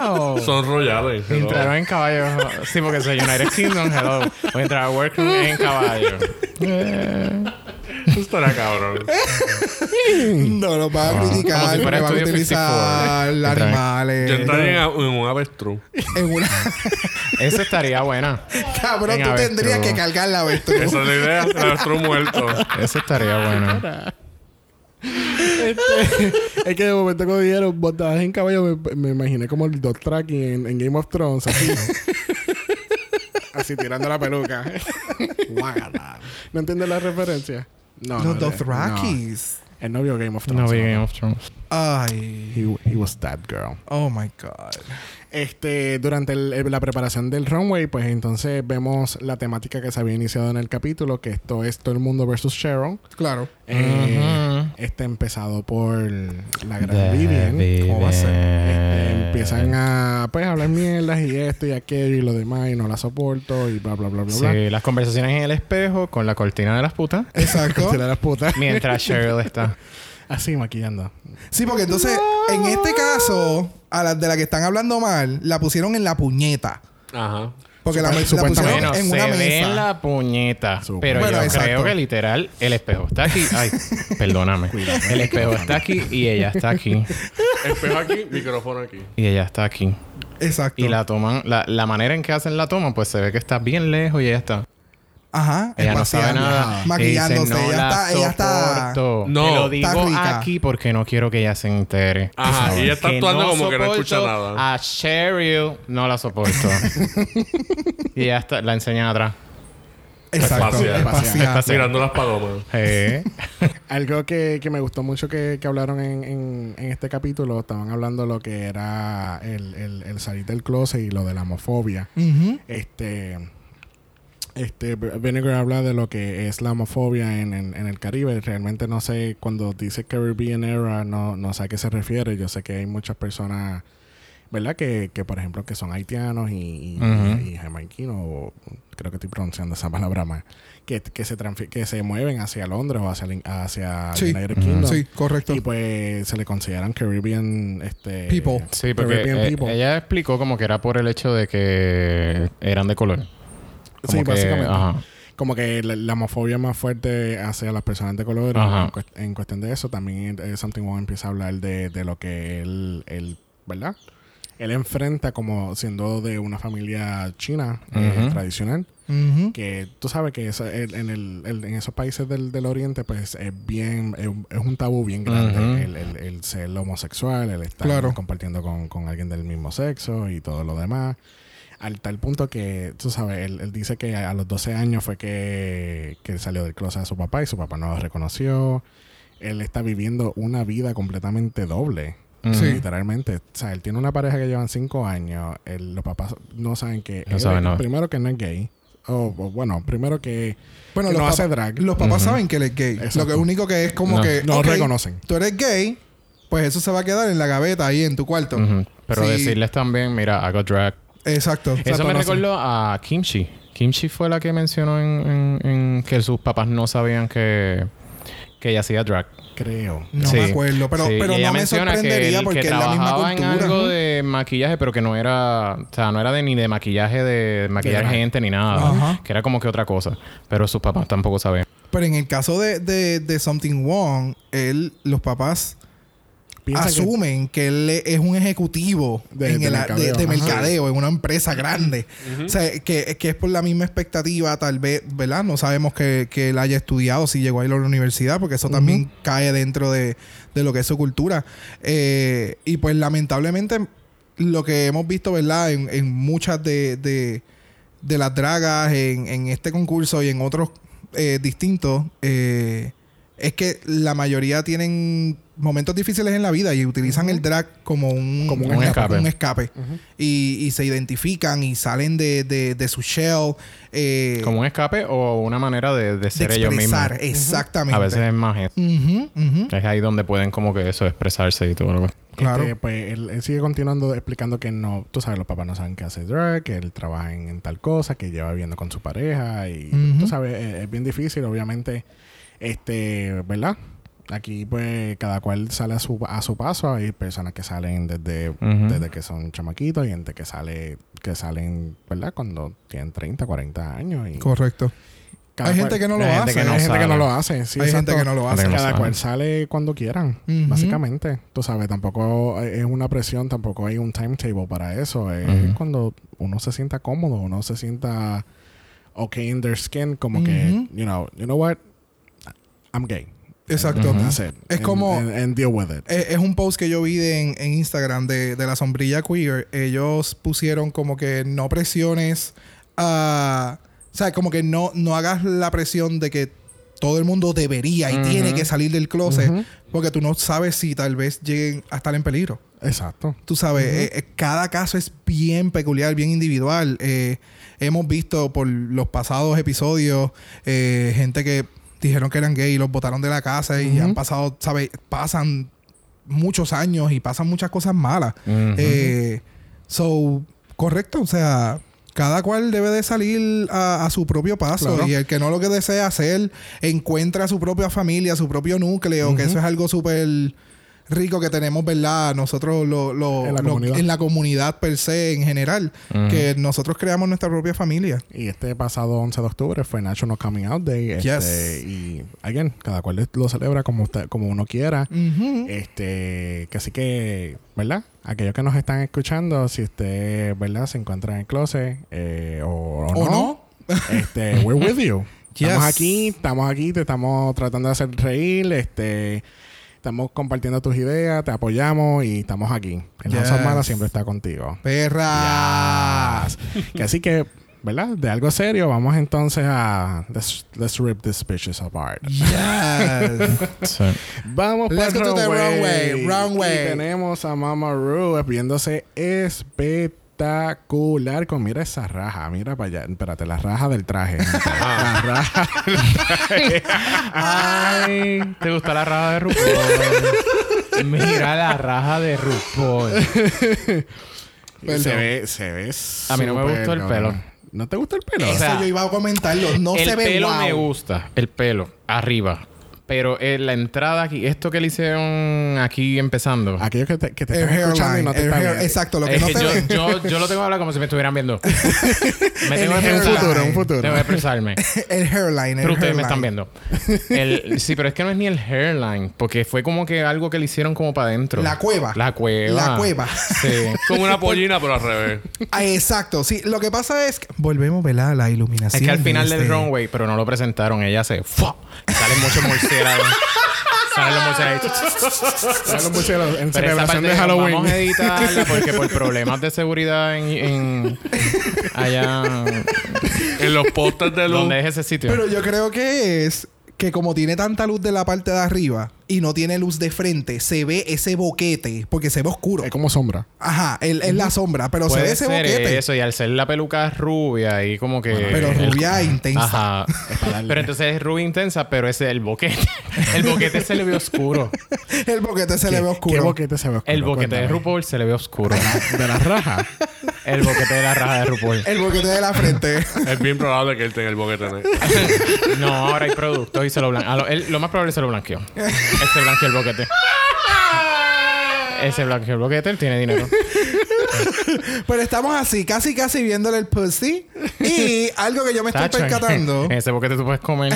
S4: ¡Wow!
S3: Son royales. hello.
S4: Entraron en caballos. Sí, porque soy United Kingdom. Hello. Voy a entrar a Workroom en caballo.
S3: Eso estará cabrón.
S2: No lo
S4: Ah.
S2: van a
S4: Como
S2: criticar,
S4: si
S2: no
S4: fuera
S2: van a
S4: Studio
S2: utilizar
S4: 54.
S3: Yo
S2: animales.
S3: entraría en, en un avestruz.
S2: En una...
S4: Eso estaría buena.
S2: Cabrón,
S4: En
S2: tú tendrías
S4: avestruz.
S2: que cargar la avestruz.
S3: Esa es la idea. El avestruz muerto.
S4: Eso estaría bueno.
S1: Es que de momento cuando dijeron botadas en caballo me, me imaginé como el Dot Tracking en, en Game of Thrones. Así, así tirando la peluca. Guácala. ¿No entiendes la referencia? No,
S2: Los
S1: Tracking.
S2: Dothrakis.
S1: El novio de Game of Thrones.
S4: No vi Game of Thrones.
S2: Ay.
S1: He, he was that girl.
S2: Oh my God.
S1: Este, durante el- el- la preparación del runway, pues entonces vemos la temática que se había iniciado en el capítulo, que esto es todo el mundo versus Sharon.
S2: Claro.
S1: Eh,
S4: Ujú.
S1: Este empezado por la gran Vivian.
S2: ¿cómo va a ser?
S4: Eh,
S1: Este, empiezan a pues hablar mierdas y esto y aquello y lo demás y no la soporto y bla bla bla bla bla.
S4: Sí, las conversaciones en el espejo con la cortina de las putas.
S2: Exacto.
S1: Se la las putas.
S4: Mientras Cheryl está.
S1: Así maquillando.
S2: Sí, porque entonces, en este caso, a las de la que están hablando mal, la pusieron en la puñeta.
S3: Ajá.
S2: Porque la, la
S1: Supuestamente.
S2: pusieron
S4: Bueno,
S2: en
S4: se
S2: una
S4: ve en
S2: mesa.
S4: la puñeta.
S1: Supongo.
S4: Pero
S2: Bueno,
S4: yo
S2: exacto.
S4: creo que literal el espejo está aquí. Ay, perdóname. el espejo está aquí y ella está aquí.
S3: Espejo aquí, micrófono aquí.
S4: Y ella está aquí.
S2: Exacto.
S4: Y la toman, la, la manera en que hacen la toma, pues se ve que está bien lejos y ella está.
S2: Ajá.
S4: Ella no sabe
S2: espaciando.
S4: nada. Y
S2: Maquillándose.
S4: dice, no
S2: ella,
S4: la
S2: está, ella está.
S4: soporto.
S3: No.
S4: Te lo
S2: Está
S4: digo
S2: rica.
S4: aquí porque no quiero que ella se entere.
S3: Ajá,
S4: Por favor.
S3: y ella está actuando como que no escucha
S4: soporto
S3: nada.
S4: A Cheryl no la soporto. y ya está, la enseñan atrás.
S2: Exacto.
S3: Espacial.
S2: Espacial.
S4: Espacial.
S3: Mirando las palomas.
S4: Eh.
S1: Algo que, que me gustó mucho que, que hablaron en, en- en este capítulo, estaban hablando lo que era el, el- el salir del closet y lo de la homofobia.
S2: Ujú.
S1: Este. Este, Vinegar habla de lo que es la homofobia en, en- en el Caribe. Realmente no sé, cuando dice Caribbean Era, no, no sé a qué se refiere. Yo sé que hay muchas personas, ¿verdad? Que, que por ejemplo, que son haitianos y, y,
S4: Ujú.
S1: y jamaiquinos, o creo que estoy pronunciando esa palabra mal, que, que, se, transfi- que se mueven hacia Londres o hacia, el- hacia
S2: Sí.
S1: United Kingdom.
S2: Sí, correcto.
S1: Y pues se le consideran Caribbean este,
S2: People.
S4: Sí, porque
S1: Caribbean
S4: eh,
S1: people.
S4: ella explicó como que era por el hecho de que eran de color.
S1: Sí,
S4: Como que-
S1: básicamente.
S4: Ajá.
S1: como que la, la homofobia más fuerte hacia las personas de color
S4: Ajá.
S1: en, cuest- en cuestión de eso también eh, Something Woman empieza a hablar de, de lo que él, él verdad él enfrenta como siendo de una familia china eh,
S4: Ujú.
S1: tradicional
S2: Ujú.
S1: que tú sabes que eso- el- en, el- el- en esos países del, del oriente pues es bien es, un- es un tabú bien grande
S4: Ujú.
S1: el, el- el ser homosexual el estar
S2: Claro.
S1: compartiendo con, con alguien del mismo sexo y todo lo demás al tal punto que tú sabes él, él dice que a los 12 años fue que, que salió del closet de su papá y su papá no lo reconoció él está viviendo una vida completamente doble
S2: Sí.
S1: Literalmente. O sea, él tiene una pareja que llevan cinco años. Él- los papás no saben que...
S4: No
S1: él
S4: saben
S1: es-
S4: nada.
S1: Primero que no es gay. O, o bueno, primero que...
S2: Bueno,
S1: que
S2: los,
S1: no hace
S2: pap-
S1: drag.
S2: los papás
S4: Ujú.
S2: saben que él es gay.
S1: Exacto.
S2: Lo que único que es como
S4: No.
S2: que.
S1: No
S2: ok,
S1: reconocen.
S2: Tú eres gay, pues eso se va a quedar en la gaveta ahí en tu cuarto.
S4: Ujú. Pero
S2: Sí.
S4: decirles también, mira, hago drag.
S2: Exacto.
S4: Eso me
S2: Reconocen.
S4: recordó a Kimchi. Kimchi fue la que mencionó en, en- en que sus papás no sabían que, que ella hacía drag.
S1: Creo.
S2: No
S4: Sí.
S2: me acuerdo, pero,
S4: Sí, y
S2: pero
S4: ella
S2: no me
S4: menciona que
S2: sorprendería
S4: el
S2: porque
S4: que
S2: es la misma
S4: trabajaba
S2: cultura.
S4: en algo de maquillaje, pero que no era, o sea, no era de, ni de maquillaje de maquillar
S1: drag.
S4: gente ni nada,
S2: Ajá.
S4: que era como que otra cosa, pero sus papás tampoco sabían.
S2: Pero en el caso de, de, de Something Wrong, él, los papás
S1: piensan que-
S2: asumen que, él e- es un ejecutivo
S1: De-
S2: en
S1: de
S2: el- de-
S1: mercadeo.
S2: de
S1: Ajá.
S2: mercadeo, en una empresa grande. O sea, que, que es por la misma expectativa, tal vez, ¿verdad? No sabemos que, que él haya estudiado, si llegó a ir a la universidad, porque eso también cae dentro de, de lo que es su cultura. Eh, y pues lamentablemente lo que hemos visto, ¿verdad? En, en muchas de, de- de las dragas, en, en este concurso y en otros eh, distintos, eh, es que la mayoría tienen momentos difíciles en la vida y utilizan el drag como un,
S1: Como un
S4: escape.
S2: un escape. y, y se identifican y salen de, de- de su shell. eh,
S4: Como un escape o una manera de, de
S2: de
S4: ser ellos mismos.
S2: expresar, exactamente.
S4: A veces es más eso.
S2: Ujú, ujú.
S4: Es ahí donde pueden como que eso, expresarse y todo lo que...
S2: Claro.
S1: Este, pues él, él sigue continuando explicando que no, tú sabes, los papás no saben qué hace drag, que él trabaja en, en tal cosa, que lleva viviendo con su pareja y
S2: Ujú.
S1: tú sabes, es, es bien difícil, obviamente, este, ¿verdad? Aquí pues cada cual sale a su, a su paso, hay personas que salen desde,
S4: Ujú.
S1: desde que son chamaquitos y gente que sale, que salen, ¿verdad? Cuando tienen 30, 40 años y
S2: Correcto.
S1: cada
S2: Hay
S1: cual-
S2: gente que no
S4: Hay
S2: lo
S4: gente
S2: hace.
S4: que no
S1: hay gente que
S4: sabe.
S1: no lo hace, sí,
S2: Hay gente
S1: exacto.
S2: que no lo
S4: Gente
S2: hace.
S4: que no
S1: Cada
S4: sabe.
S1: cual sale cuando quieran,
S2: Ujú.
S1: básicamente. Tú sabes, tampoco e-, es una presión, tampoco hay un timetable para eso. Es
S4: Ujú.
S1: cuando uno se sienta cómodo, uno se sienta ok in their skin, como
S2: Ujú.
S1: que, you know, you know what, I'm gay.
S2: Exacto.
S4: Ujú.
S1: That's it.
S2: Es
S1: And-
S2: como-
S1: And, and deal with it.
S2: Eh, Es, un post que yo vi de- en, en Instagram de, de la sombrilla queer. Ellos pusieron como que no presiones a. O sea, como que no, no hagas la presión de que todo el mundo debería y
S4: Ujú.
S2: tiene que salir del closet.
S1: Ujú.
S2: Porque tú no sabes si tal vez lleguen a estar en peligro.
S1: Exacto.
S2: Tú sabes, eh, eh, cada caso es bien peculiar, bien individual. Eh, hemos visto por los pasados episodios eh, gente que dijeron que eran gay y los botaron de la casa y
S1: Ujú.
S2: han pasado, ¿sabes? Pasan muchos años y pasan muchas cosas malas.
S4: Ujú.
S2: Eh, so, correcto, o sea, cada cual debe de salir a, a su propio paso
S1: Claro.
S2: y el que no lo que desea hacer encuentra su propia familia, su propio núcleo, que eso es algo súper rico que tenemos, ¿verdad? Nosotros lo, lo-
S1: En la
S2: lo-
S1: comunidad.
S2: en la comunidad per se, en general,
S4: Ujú.
S2: que nosotros creamos nuestra propia familia.
S1: Y este pasado 11 de octubre fue National Coming Out Day. este,
S2: Yes.
S1: Y, again, cada cual lo celebra como, usted, como uno quiera.
S2: Ujú.
S1: Este, que así que, ¿verdad? Aquellos que nos están escuchando, si usted, ¿verdad? Se encuentra en el closet eh, o, o
S2: ¿O
S1: no,
S2: no?
S1: este, we're with you.
S2: Yes.
S1: Estamos aquí, estamos aquí, te estamos tratando de hacer reír, este, estamos compartiendo tus ideas, te apoyamos y estamos aquí. El House of
S2: Yes.
S1: Mala siempre está contigo.
S2: Perra.
S1: Que así que, ¿verdad? De algo serio, vamos entonces a let's, let's rip these bitches apart.
S2: Yes.
S4: Sí.
S1: Vamos
S2: Let's
S1: para
S2: go to the
S1: runway.
S2: runway, runway.
S1: Y tenemos a Mama Ru viéndose espectacular con mira esa raja, mira para allá, espérate, la raja del traje. la raja.
S4: Ay, ¿te gusta la raja de RuPaul? Mira la raja de RuPaul.
S2: Perdón.
S1: Se ve, se ve.
S4: A mí no me
S1: súper
S4: gustó el
S1: cabrón.
S4: pelo.
S1: ¿No te gusta el pelo?
S4: O sea,
S2: Eso yo iba a comentarlo. No
S4: el
S2: se ve
S4: pelo
S2: wow.
S4: me gusta, el pelo arriba, pero eh, la entrada aquí, esto que le hicieron aquí empezando.
S1: Aquellos que te, que te
S2: El
S1: están escuchando y
S2: hairline.
S1: no te
S2: el
S1: están
S2: hair-
S1: viendo.
S2: exacto, lo que
S4: Es
S2: no
S4: que
S2: te
S4: yo,
S2: ven.
S4: yo, yo lo tengo que hablar como si me estuvieran viendo. Me tengo
S2: El
S4: que
S1: Un
S2: hairline.
S4: expresar.
S1: futuro, un futuro.
S4: Tengo que expresarme.
S2: El hairline. el
S4: Pero ustedes me
S2: hairline.
S4: están viendo. El- sí, pero es que no es ni el hairline, porque fue como que algo que le hicieron como para adentro.
S2: La cueva.
S4: La cueva.
S2: La cueva.
S4: Sí.
S3: Como una pollina, pero al revés.
S2: Ah, exacto. Sí, lo que pasa es que volvemos, ¿verdad? A la
S4: Es
S2: iluminación.
S4: que al final del
S2: este-
S4: runway, pero no lo presentaron, ella se ¡fua! Salen muchos murciélagos. Salen los murciélagos.
S1: Ya lo pusieron en
S4: Pero esa parte
S1: celebración de
S4: no
S1: Halloween.
S4: vamos a editarla porque por problemas de seguridad en, en- allá
S3: En los postes de luz.
S4: donde es ese sitio.
S2: Pero yo creo que es que como tiene tanta luz de la parte de arriba y no tiene luz de frente, se ve ese boquete porque se ve oscuro.
S1: Es como sombra.
S2: Ajá, el- es la sombra, pero se ve
S4: Puede
S2: ese
S4: ser
S2: boquete.
S4: eso y al ser la peluca rubia y como que
S2: Pero
S4: el-
S2: rubia intensa.
S4: Ajá.
S1: darle.
S4: Pero entonces es rubia intensa, pero es el boquete. El boquete se le ve oscuro.
S2: El boquete se le ve
S1: ¿Qué
S2: oscuro.
S1: boquete se ve oscuro?
S4: El boquete de
S1: Cuéntame.
S4: RuPaul se le ve oscuro.
S1: De la raja.
S4: El boquete de la raja de RuPaul.
S2: El boquete de la frente.
S3: Es bien probable que él tenga el boquete. ¿no?
S4: No, ahora hay productos y se lo blanqueó. Lo, él- lo más probable es que se lo blanqueó. Él se blanqueó el boquete. Ese blanqueó el boquete, él tiene dinero.
S2: Pero estamos así, casi casi viéndole el pussy. Y algo que yo me estoy
S4: Tacho, en-
S2: percatando.
S4: En ese boquete tú puedes comer.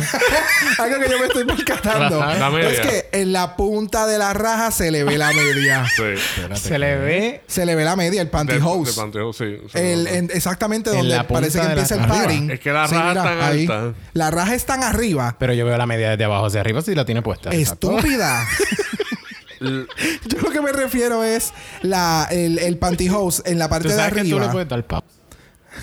S2: algo que yo me estoy percatando.
S4: La-
S3: la media.
S2: es que en la punta de la raja se le ve la media.
S3: Sí.
S4: Se le ve
S2: se le ve la media, el
S3: De, de
S2: pantyhose.
S3: pantyhose, sí. Sí,
S2: El-
S3: no, no.
S2: en- exactamente
S4: En
S2: donde
S4: la punta
S2: parece que
S4: de la
S2: empieza el
S4: raja.
S2: padding.
S3: Es que la raja es tan alta.
S2: La raja es tan arriba.
S4: Pero yo veo la media desde abajo hacia arriba si la tiene puesta.
S2: Estúpida.
S3: L-
S2: Yo lo que me refiero es la, el, el pantyhose en la parte
S4: Tú
S2: de
S4: sabes que tú
S2: arriba.
S4: le puedes dar pausa.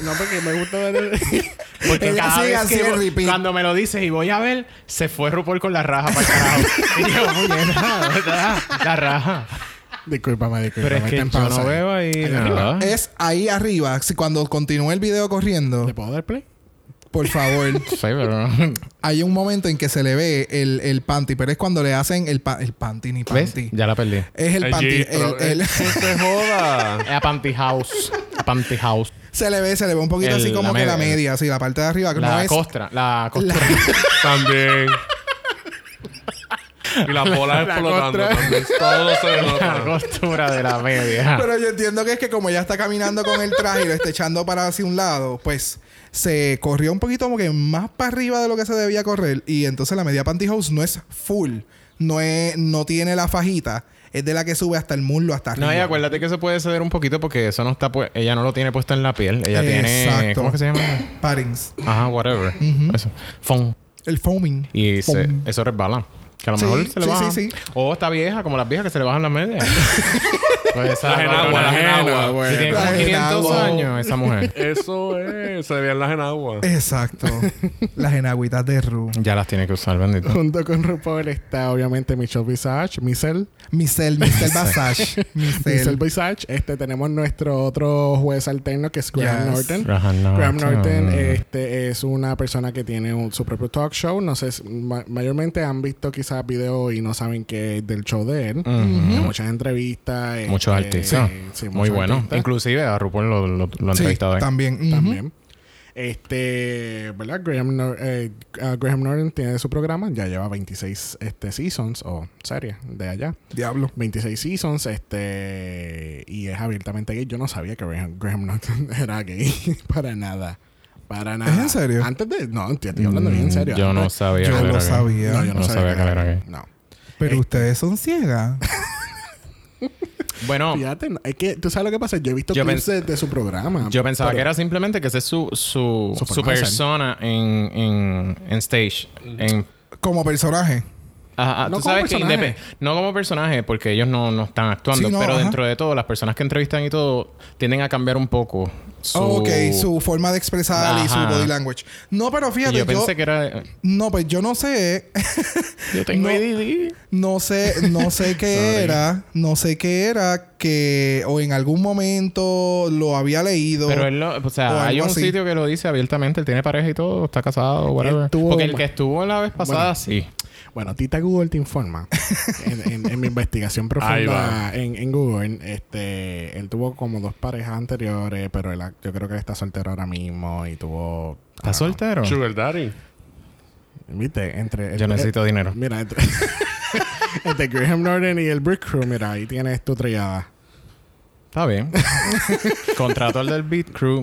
S1: No, porque me gusta ver el...
S4: Porque
S2: Ella
S4: cada
S2: sigue
S4: vez
S2: así
S4: que
S2: en
S4: voy-
S2: repeat.
S4: cuando me lo dices y voy a ver, se fue RuPaul con la raja para el carajo. y yo, puñeta, ¿verdad? la raja.
S1: Discúlpame, discúlpame.
S4: Pero es
S1: está
S4: que yo
S1: en pausa
S4: no
S1: ahí.
S4: veo ahí nada. Eh,
S2: Es ahí arriba. Si cuando continúe el video corriendo,
S1: ¿Le puedo dar play?
S2: por favor,
S4: Sí, pero no.
S2: hay un momento en que se le ve el, el panty, pero es cuando le hacen el, pa- el panty ni
S4: ¿Ves?
S2: panty.
S4: Ya la perdí.
S2: Es el
S3: allí,
S2: panty.
S3: pero-
S2: el- el-
S3: eh, no se joda.
S4: Es a Panty House. A Panty House.
S2: se le ve, se le ve un poquito
S4: El-
S2: así como
S4: la
S2: que la
S4: media.
S2: media, así, la parte de arriba. que no
S4: La
S2: es,
S4: costra. La costra.
S3: También. Y las bolas explotando
S4: contra-
S3: también. Todo se
S4: La
S3: nota.
S4: costura de la
S1: Ah.
S4: media.
S2: Pero yo entiendo que es que como ella está caminando con el traje y lo está echando para hacia un lado, pues se corrió un poquito como que más para arriba de lo que se debía correr. Y entonces la media pantyhose no es full. No, es, no tiene la fajita. Es de la que sube hasta el muslo, hasta arriba.
S4: No, y acuérdate que se puede ceder un poquito porque eso no está pu- ella no lo tiene puesto en la piel. Ella tiene
S2: Exacto.
S4: ¿cómo es que se llama?
S2: Paddings.
S4: Ajá, whatever. Eso. Foam.
S2: El foaming.
S4: Y eh. se-
S2: Foam.
S4: eso resbala. Que a lo
S2: Sí,
S4: mejor se le
S2: sí,
S4: baja.
S2: sí, sí.
S4: O está vieja, como las viejas que se le bajan las medias. pues esa
S3: Las enaguas, las enaguas.
S4: Si tiene como
S2: Las
S4: 500
S2: enaguas.
S4: años esa mujer.
S3: Eso es. Se veían las enaguas.
S2: Exacto. Las enagüitas de Ru.
S4: Ya las tiene que usar, bendito.
S1: Junto con RuPaul está obviamente Michelle Visage, Michelle,
S2: Michelle, Michelle Basage.
S1: Michelle
S2: Michelle.
S1: Visage. Este tenemos nuestro otro juez alterno que es Graham
S2: Yes.
S1: Norton.
S4: Graham Norton.
S1: Graham Norton
S2: eh,
S1: este, es una persona que tiene un- su propio talk show. No sé, si- ma- mayormente han visto quizás videos y no saben qué es del show de él. Tiene Muchas entrevistas. este,
S4: Muchos artistas.
S1: eh, sí,
S4: Muy
S1: muchos
S4: bueno.
S1: artistas
S4: Inclusive a RuPaul lo, lo, lo ha
S2: Sí,
S4: entrevistado ¿eh? ahí.
S2: también. ujú.
S1: También. Este, ¿verdad? Graham, Nor- eh, uh, Graham Norton tiene su programa. Ya lleva 26 este, seasons o series de allá.
S2: Diablo.
S1: 26 seasons, este, y es abiertamente gay. Yo no sabía que Graham, Graham Norton era gay para nada. Para nada.
S2: en serio?
S1: Antes de. No, te estoy hablando bien en serio.
S4: Mm, Yo no
S1: Antes-
S4: sabía.
S2: Yo
S4: que
S2: lo
S4: era gay.
S2: sabía.
S1: No, Eh. yo no,
S4: No
S1: sabía,
S4: sabía que era gay.
S1: No.
S2: Pero ustedes son ciegas.
S4: Bueno,
S1: Fíjate, no, es que tú sabes lo que pasa. Yo he visto
S4: Yo
S1: clips
S4: pens-
S1: de, de su programa.
S4: Yo pensaba
S1: pero-
S4: que era simplemente que ese es su, su,
S1: Su
S4: su,
S1: forma de ser.
S4: persona en, en, en stage. En,
S2: Como personaje.
S4: Ajá, ajá.
S1: No
S4: tú
S1: como
S4: sabes que
S1: personaje.
S4: indepe- no como personaje, porque ellos no, no están actuando,
S2: Sí, no,
S4: pero
S2: ajá.
S4: dentro de todo, las personas que entrevistan y todo tienden a cambiar un poco su.
S2: Ok, su forma de expresar y su
S4: Ajá.
S2: body language. No, pero
S4: Y
S2: fíjate,
S4: yo
S2: yo,
S4: pensé que era.
S2: no, pues yo no sé,
S4: Yo tengo
S2: No.
S4: ADD.
S2: no sé, no sé qué era, no sé qué era que o en algún momento lo había leído.
S4: Pero él, lo- o sea,
S2: o
S4: hay
S2: algo
S4: un
S2: así.
S4: situio que lo dice abiertamente. Él tiene pareja y todo, está casado, whatever.
S1: tuvo
S4: Porque el
S1: ma-
S4: que estuvo la vez
S1: Bueno.
S4: pasada, sí.
S1: Bueno, Tita Google te informa. en, en- en mi investigación
S3: Ahí
S1: profunda
S3: va.
S1: en, en Google, este, él tuvo como dos parejas anteriores, pero él, yo creo que él está soltero ahora mismo y tuvo.
S4: ¿Está
S1: ah,
S4: soltero?
S3: Sugar Daddy.
S1: ¿Viste? Entre.
S4: Yo
S1: el-
S4: necesito dinero.
S1: Mira, entre, entre Graham Norton y el Brick Crew, mira, ahí tienes tu triada.
S4: Está bien. Contrato al del Beat Crew.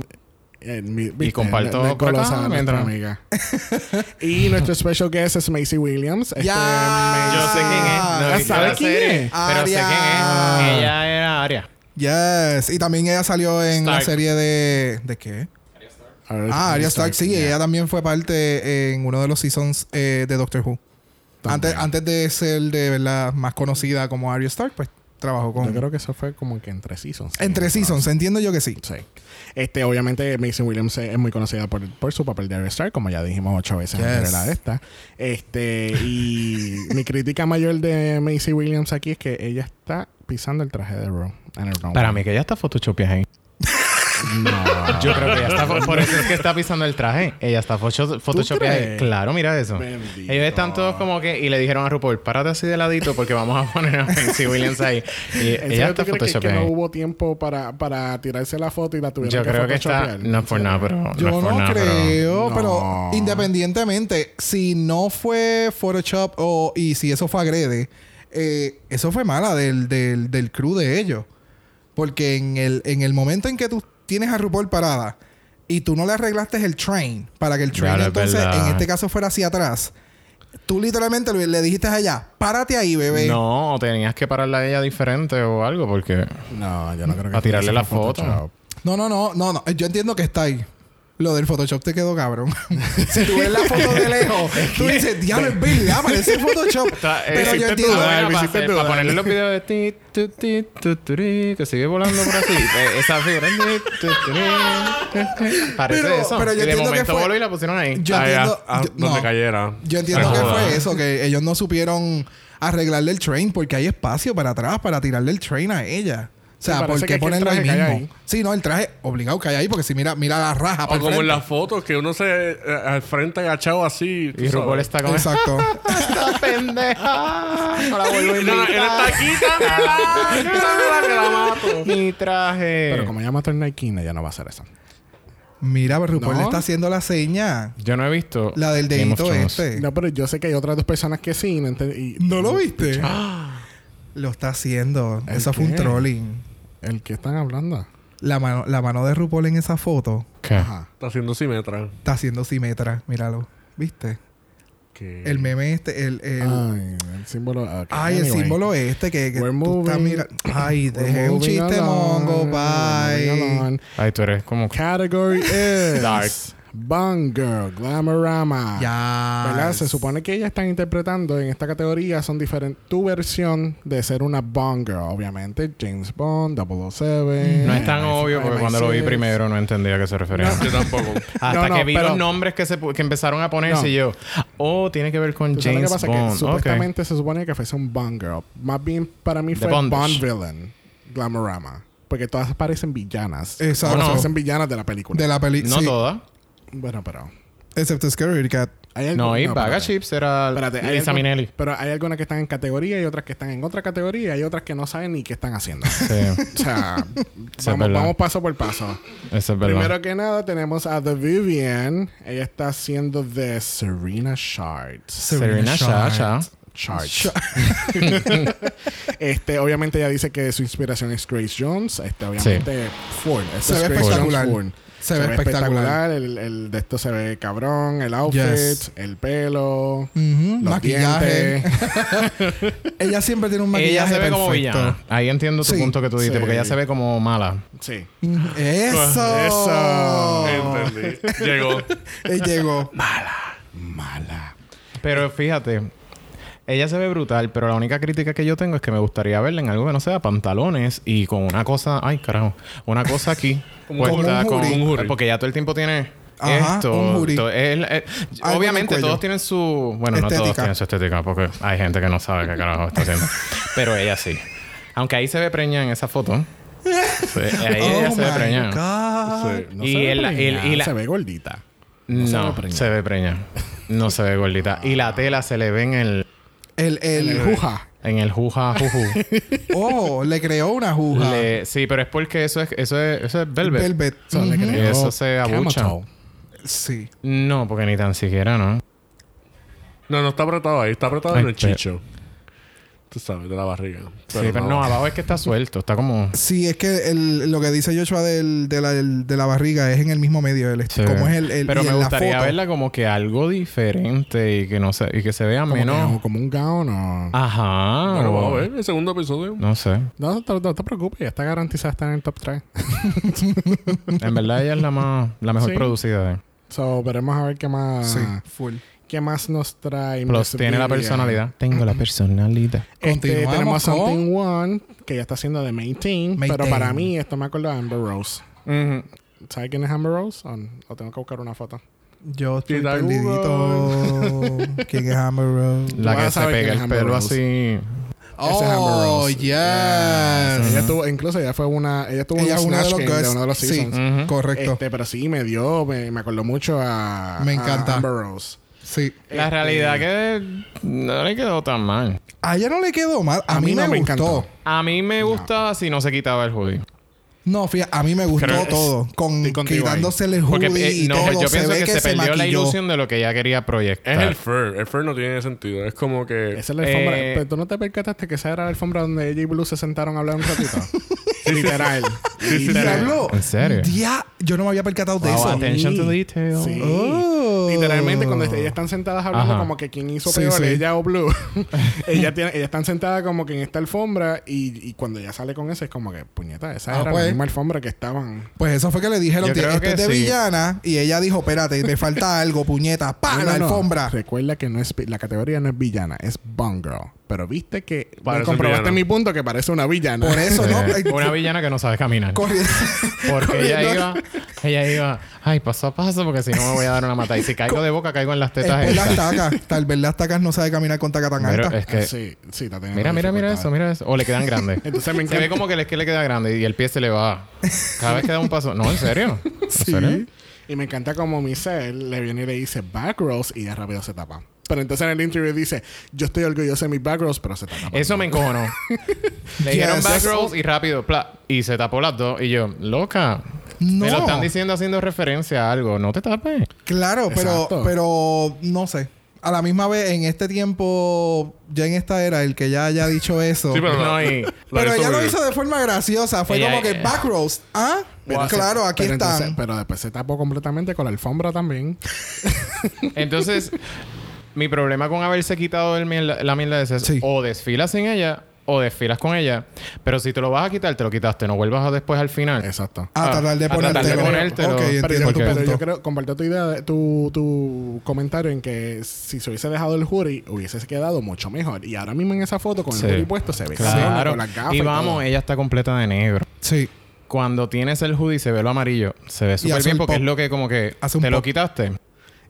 S1: Eh, mi- viste,
S4: comparto
S1: no- no es
S4: por acá,
S1: golosa nuestra
S4: mientras-
S1: amiga. y nuestro special guest es Macy Williams. Este,
S2: Ya.
S1: Macy-
S4: Yo sé quién es.
S2: Ah,
S4: No he
S1: ¿ya
S4: visto
S1: sabe
S4: la
S1: quién
S4: serie,
S1: es?
S4: Pero sé
S2: Aria.
S4: quién es. Ella era Aria.
S2: Yes, y también ella salió en la
S4: Stark.
S2: serie de ¿de qué?
S1: Arya
S2: Ah, Arya Stark, sí,
S1: yeah.
S2: ella también fue parte en uno de los seasons eh, de Doctor Who. Antes,
S1: También.
S2: antes de ser de verdad más conocida como Arya Stark, pues trabajó con
S1: Yo creo que eso fue como que entre seasons.
S2: entre
S1: Sí,
S2: seasons, entiendo yo que sí.
S1: Sí. Este, obviamente, Mason Williams es muy conocida por, por su papel de Arya Stark, como ya dijimos ocho veces
S2: Yes.
S1: antes de la de esta. Este, y mi crítica mayor de Macy Williams aquí es que ella está pisando el traje de Ro. and el Ron.
S4: Para mí que ella está photoshopeada ahí.
S1: No.
S4: Yo creo que ella está... Por eso es que está pisando el traje. Ella está photosho- photoshopeada ahí.
S1: crees?
S4: Claro, mira eso.
S1: Bendito.
S4: Ellos están todos como que... Y le dijeron a RuPaul, párate así de ladito porque vamos a poner a Nancy Williams ahí. Y
S1: ¿En
S4: ella
S1: serio tú crees
S4: está
S1: que, que
S4: photoshopeada
S1: no
S4: ahí.
S1: hubo tiempo para, para tirarse la foto y la tuvieron
S4: Yo
S1: que
S4: creo que está...
S1: photoshopear?
S4: No es por nada, pero...
S2: Yo
S4: es
S2: no,
S4: por nada, pero-
S2: creo,
S1: No.
S2: pero independientemente, si no fue Photoshop o y si eso fue agrede, eh, eso fue mala del, del, del crew de ellos. Porque en el, en el momento en que tú tienes a RuPaul parada y tú no le arreglaste el train para que el train
S4: Claro, es
S2: entonces
S4: verdad.
S2: en este caso fuera hacia atrás, tú literalmente le, le dijiste a ella, párate ahí, bebé.
S4: No, o tenías que pararla a ella diferente o algo, porque.
S1: No, yo no creo que.
S4: A tirarle
S1: eso
S4: la
S1: fue
S4: foto. Eh.
S1: Photoshop.
S2: No, no, no, no, no. Yo entiendo que está ahí. Lo del Photoshop te quedó cabrón. si tú ves la foto de lejos, tú dices, diablo, es verdad, parece Photoshop.
S3: eh,
S2: Pero yo
S4: eh, hiciste
S2: entiendo.
S1: Me
S4: dudar, para,
S1: hiciste
S4: hacer- para
S1: dudar.
S4: ponerle los videos de ti, tu, ti, tu, tu, ri, que sigue volando por así. Eh, Esa figura. de tu, tu, ri. Parece
S2: Pero-
S4: eso.
S2: pero yo
S4: y de
S2: entiendo que
S4: momento
S2: fue-
S4: voló y la pusieron ahí.
S2: Yo
S3: Ahí,
S2: entiendo.
S3: a- a
S2: yo-
S3: ah, donde
S2: no.
S3: cayera.
S2: Yo entiendo que
S3: Ay, joda.
S2: fue eso, que ellos no supieron arreglarle el train porque hay espacio para atrás para tirarle el train a ella. O sea,
S1: Sí, parece
S2: ¿por
S1: que aquí
S2: qué
S1: el
S2: ponerlo ahí
S1: traje cae
S2: mismo?
S1: ahí.
S2: Sí, no, el traje obligado que hay ahí porque si mira, mira la raja.
S3: O
S2: para el
S3: como en
S2: frente.
S3: las fotos, que uno se eh, al frente agachado así. tú
S4: Y RuPaul
S3: sabes.
S4: está como. "Ah,
S2: Exacto.
S4: ¡Esta pendeja! No la vuelvo a
S3: No, no, él está
S4: invitar.
S3: aquí, dámela, dámela, que la mato.
S4: Mi traje.
S1: Pero como ya mató el Nike, ya no va a hacer eso.
S2: Mira, RuPaul
S1: No.
S2: le está haciendo la seña.
S4: Yo no he visto.
S2: La del
S4: Game of
S2: dedito
S4: Thrones.
S2: este.
S1: No, pero yo sé que hay otras dos personas que sí. No, enten- y-
S2: ¿No lo viste? Lo está haciendo.
S1: ¿El
S2: Eso fue un
S1: qué?
S2: trolling.
S1: ¿El que están hablando?
S2: La mano, la mano de RuPaul en esa foto
S4: ¿Qué?
S1: Ajá.
S3: Está haciendo simetra.
S2: está haciendo simetra. Míralo. ¿Viste?
S3: Que-
S2: El meme este, el, el-
S1: Ay, el símbolo. ok,
S2: Ay, el
S1: Ah, anyway.
S2: símbolo este que, que
S1: We're
S2: tú estás
S1: moving-
S2: mira- Ay,
S1: We're
S2: dejé un
S1: moving
S2: chiste
S1: along,
S2: mongo,
S1: we're moving
S2: bye.
S1: along.
S4: Ay, tú eres como.
S1: Category is
S4: Dark.
S1: Bond Girl, Glamorama. ¿Verdad?
S2: Ya.
S1: Se supone que ellas están interpretando en esta categoría son diferentes. Tu versión de ser una Bond Girl, obviamente. James
S2: Mm.
S1: Bond, 007.
S4: No es tan
S1: MI-
S4: obvio porque cuando lo vi
S1: MI6.
S4: primero no entendía a qué se refería.
S3: Yo tampoco.
S4: Hasta
S1: No, no,
S4: que vi
S1: pero-
S4: los nombres que, se, pu- que empezaron a ponerse
S1: No.
S4: y yo, oh, tiene que ver con
S1: ¿Tú sabes lo
S4: James
S1: que pasa?
S4: Bond.
S1: Que supuestamente se supone que fuese un Bond Girl. Más bien para mí
S4: The
S1: fue
S4: Bondage.
S1: Bond Villain, Glamorama. Porque todas parecen villanas.
S2: Exacto.
S1: Bueno,
S4: No.
S1: parecen villanas de la película.
S2: De la peli.
S4: Ok. No
S2: sí.
S4: toda.
S1: Bueno, pero.
S2: Excepto Scary Cat.
S1: hay algo-
S4: No, y Vaga
S1: espérate.
S4: Chips era
S1: Espérate, hay
S4: Lisa
S1: algo-
S4: Minelli.
S1: Pero hay algunas que están en categoría y otras que están en otra categoría y hay otras que no saben ni qué están haciendo.
S4: Sí,
S1: O sea,
S4: es
S1: vamos,
S4: verdad.
S1: vamos paso por paso.
S4: eso es verdad.
S1: Primero que nada tenemos a The Vivian. Ella está haciendo de Serena Shards.
S4: Serena Chacha.
S1: Shards. este, obviamente ella dice que su inspiración es Grace Jones. Este, obviamente, full. Esto
S2: Se
S1: es
S2: ve
S1: Grace Jones
S2: espectacular.
S1: full.
S2: Se ve espectacular.
S1: El, el de esto se ve cabrón. El outfit,
S2: Yes.
S1: el pelo,
S2: Ujú,
S1: los
S2: Maquillaje.
S1: dientes.
S2: Ella siempre tiene un
S4: Ella
S2: maquillaje
S4: se ve como
S2: perfecto.
S4: villana. Ahí entiendo tu
S2: Sí,
S4: punto que tú dices,
S1: sí.
S4: porque ella se ve como mala.
S1: Sí.
S2: Mm, Eso.
S1: Eso.
S3: Entendí. Llegó.
S2: Eh, Llegó.
S1: Mala.
S4: Pero fíjate, ella se ve brutal, pero la única crítica que yo tengo es que me gustaría verla en algo que no sea pantalones y con una cosa, ay carajo, una cosa aquí.
S3: Como un-
S4: puesta,
S2: como un
S4: con-
S3: jury. Un jury.
S4: Porque ya todo el tiempo tiene
S2: Ajá,
S4: esto.
S2: un jury.
S4: to- es-
S2: en
S4: es-
S2: el
S4: obviamente
S2: cuello.
S4: todos tienen su... Bueno, no
S2: Estética.
S4: todos tienen su estética porque hay gente que no sabe qué carajo está haciendo. pero ella sí. Aunque ahí se ve preña en esa foto. Sí, ahí ella se ve preña.
S2: Oh God.
S3: Sí.
S1: No
S4: Y
S1: se ve
S4: el- el-
S1: preñada,
S4: y la-
S1: se ve gordita.
S4: No,
S1: se
S4: se
S1: ve
S4: ve
S1: preña.
S4: preña. No se ve gordita. Y la tela se le ve en el...
S2: El, el,
S1: El juja.
S4: En el juja juju.
S2: Oh, le creó una juja.
S4: Le- sí, pero es porque eso es, eso es, eso es velvet.
S2: Velvet.
S1: O sea, le
S2: Ujú.
S1: creó
S4: Y eso se abucha.
S1: Camel toe.
S2: Sí.
S4: No, porque ni tan siquiera, ¿no?
S3: No, no está apretado ahí. Está apretado en
S4: Ay,
S3: el
S4: pero-
S3: chicho. Tú sabes, de la barriga.
S4: sí, pero no, abajo es que está suelto. Está como...
S2: Sí, es que el- lo que dice Joshua del- de, la, el- de la barriga es en el mismo medio. El,
S4: Sí.
S2: Como es el. el-
S4: pero
S2: y
S4: me
S2: en la
S4: gustaría
S2: foto.
S4: verla como que algo diferente y que no se, y que se vea
S1: Como, que,
S4: menos.
S1: o como un gown o...
S4: Ajá.
S3: Bueno, vamos a
S4: o-
S3: ver. El segundo episodio.
S4: No sé.
S1: No, no, te- no te preocupes. Ya está garantizada estar en el top 3.
S4: En verdad ella es la más, la mejor
S1: Sí.
S4: producida. de-
S1: So, veremos a ver qué más...
S2: Sí, Ah, full.
S1: ¿Qué más nos trae?
S4: Plus
S1: Miss
S4: tiene la
S1: Vivian?
S4: personalidad. Tengo la personalidad.
S1: Este,
S2: Continuamos
S1: tenemos a
S2: con-
S1: Something One, que ya está haciendo de Maintain. Pero
S2: Maintain.
S1: para mí, esto me acuerda a Amber Rose.
S4: Ujú.
S1: ¿Sabes quién es Amber Rose? ¿O, o tengo que buscar una foto?
S2: Yo estoy
S3: Tita
S2: perdidito. ¿Quién es Hammer Road?
S4: La
S1: vas a
S4: que se
S1: saber
S4: pega
S1: quién es
S4: el
S1: Amber
S4: pelo
S1: Rose.
S4: así.
S1: Esa es Amber
S2: Oh,
S1: Rose.
S2: yes.
S1: Ella estuvo... Incluso ella fue una... Ella estuvo en
S2: Ah, Ella es
S1: un
S2: uno de
S1: Snatch
S2: los
S1: Game de
S2: guests.
S1: uno de los
S2: sí,
S1: seasons.
S4: Ujú.
S2: correcto.
S1: Este, pero sí, me dio... Me, me acordó mucho a...
S2: Me
S1: a
S2: encanta.
S1: Amber Rose.
S2: Sí.
S4: La realidad que no le quedó tan mal.
S2: A ella no le quedó mal. A, mí, me,
S1: no
S2: gustó.
S1: encantó.
S4: A mí me gustaba si no se quitaba el hoodie.
S2: No, fíjate, a mí me gustó
S4: Creo- es-
S2: todo. Con,
S1: estoy contigo
S2: quitándose el
S4: Porque
S2: hoodie
S4: eh,
S2: y
S4: no,
S2: todo.
S4: yo
S2: se
S4: pienso
S2: ve
S4: que, se, perdió la
S2: maquilló.
S4: ilusión de lo que ella quería proyectar.
S3: Es el fur. El fur no tiene sentido. Es como que.
S1: Esa es la alfombra.
S4: Eh,
S1: Pero tú no te percataste que esa era la alfombra donde ella y Blue se sentaron a hablar un ratito. Literal. Literal.
S2: Diablo.
S4: ¿En serio?
S2: Ya, yo no me había percatado de
S4: Wow,
S2: eso.
S4: atento. Attention este to detail.
S1: Sí.
S2: Oh.
S1: Literalmente, cuando ellas están sentadas hablando,
S4: Ajá.
S1: como que quién hizo
S2: Sí,
S1: peor,
S2: sí.
S1: ella o Blue. ella tiene, ellas están sentadas como que en esta alfombra y, y cuando ella sale con eso es como que, puñeta, esa
S2: Ah,
S1: era
S2: pues.
S1: la misma alfombra que estaban.
S2: Pues eso fue que le dijeron,
S4: Yo
S2: "Tien-
S4: creo
S2: este
S4: que
S2: es de
S4: sí.
S2: villana. Y ella dijo, espérate, me falta algo, puñeta. ¡Pa!
S1: No,
S2: la
S1: no, no.
S2: alfombra.
S1: Recuerda que no es vi- la categoría no es villana, es Bond Girl. Pero viste que me
S3: Parece un
S1: comprobaste
S3: villano.
S1: mi punto que parece una villana.
S2: Por eso, ¿no?
S4: Eh,
S2: Ay,
S4: una villana que no sabe caminar.
S2: corriendo.
S4: Porque ella
S2: corriendo.
S4: iba, ella iba, ay, paso a paso, porque si no me voy a dar una mata. Y si caigo de boca, caigo en las tetas.
S2: Después las
S4: esas.
S2: tacas. Tal vez las tacas no sabe caminar con taca tan
S4: Pero
S2: alta.
S4: es que,
S1: Ah, Sí, sí, está teniendo
S4: mira, mira, mira
S1: dificultades.
S4: eso, mira eso. O le quedan grandes.
S1: Entonces me
S4: Se ve
S1: encanta.
S4: como que el esqueleto le queda grande y el pie se le va. Cada vez que da un paso. No, en serio. ¿En serio?
S1: Y me encanta como Michelle le viene y le dice back rolls y ya rápido se tapa. Pero entonces en el interview dice, yo estoy orgulloso de mis back rolls, pero se tapa.
S4: Eso me encojonó. Le dijeron back rolls y rápido, pla, y se tapó las dos. Y yo, loca.
S2: No.
S4: Me lo están diciendo haciendo referencia a algo. No te tapes.
S2: Claro, pero,
S1: Exacto.
S2: pero no sé. A la misma vez, en este tiempo, ya en esta era, el que ya haya dicho eso.
S3: Sí, pero
S2: pero
S3: la-
S4: No, y-
S3: la
S2: ella lo
S3: bien.
S2: hizo de forma graciosa. Fue
S4: Ella-
S2: como que back rows. ¿Ah?
S1: Pero se-
S2: claro, aquí
S1: pero
S2: están.
S1: entonces- pero después se tapó completamente con la alfombra también.
S4: Entonces, mi problema con haberse quitado el mierda- la mierda de ese es
S2: Sí.
S4: o desfilas sin ella o desfilas con ella. Pero si te lo vas a quitar, te lo quitaste. No vuelvas a después al final.
S1: Exacto.
S2: a
S4: ah,
S2: tratar de
S4: a tratar de
S2: ponértelo.
S4: ponértelo.
S2: Ok,
S4: Pero
S1: Pero,
S4: yo
S1: yo,
S2: entiendo tu
S1: pero yo
S2: punto.
S1: creo, comparto tu idea, de- tu, tu comentario en que si se hubiese dejado el jury, hubiese quedado mucho mejor. Y ahora mismo en esa foto con el
S4: Sí.
S1: jury puesto se ve cabrona
S4: Claro.
S1: con las gafas.
S4: y
S1: todo.
S4: vamos, eh, ella está completa de negro.
S2: Sí.
S4: Cuando tienes el hoodie se ve lo amarillo. Se ve súper
S2: hace
S4: bien
S2: un
S4: porque
S2: pop.
S4: es lo que como que
S2: Hace un
S4: te lo
S2: pop.
S4: quitaste.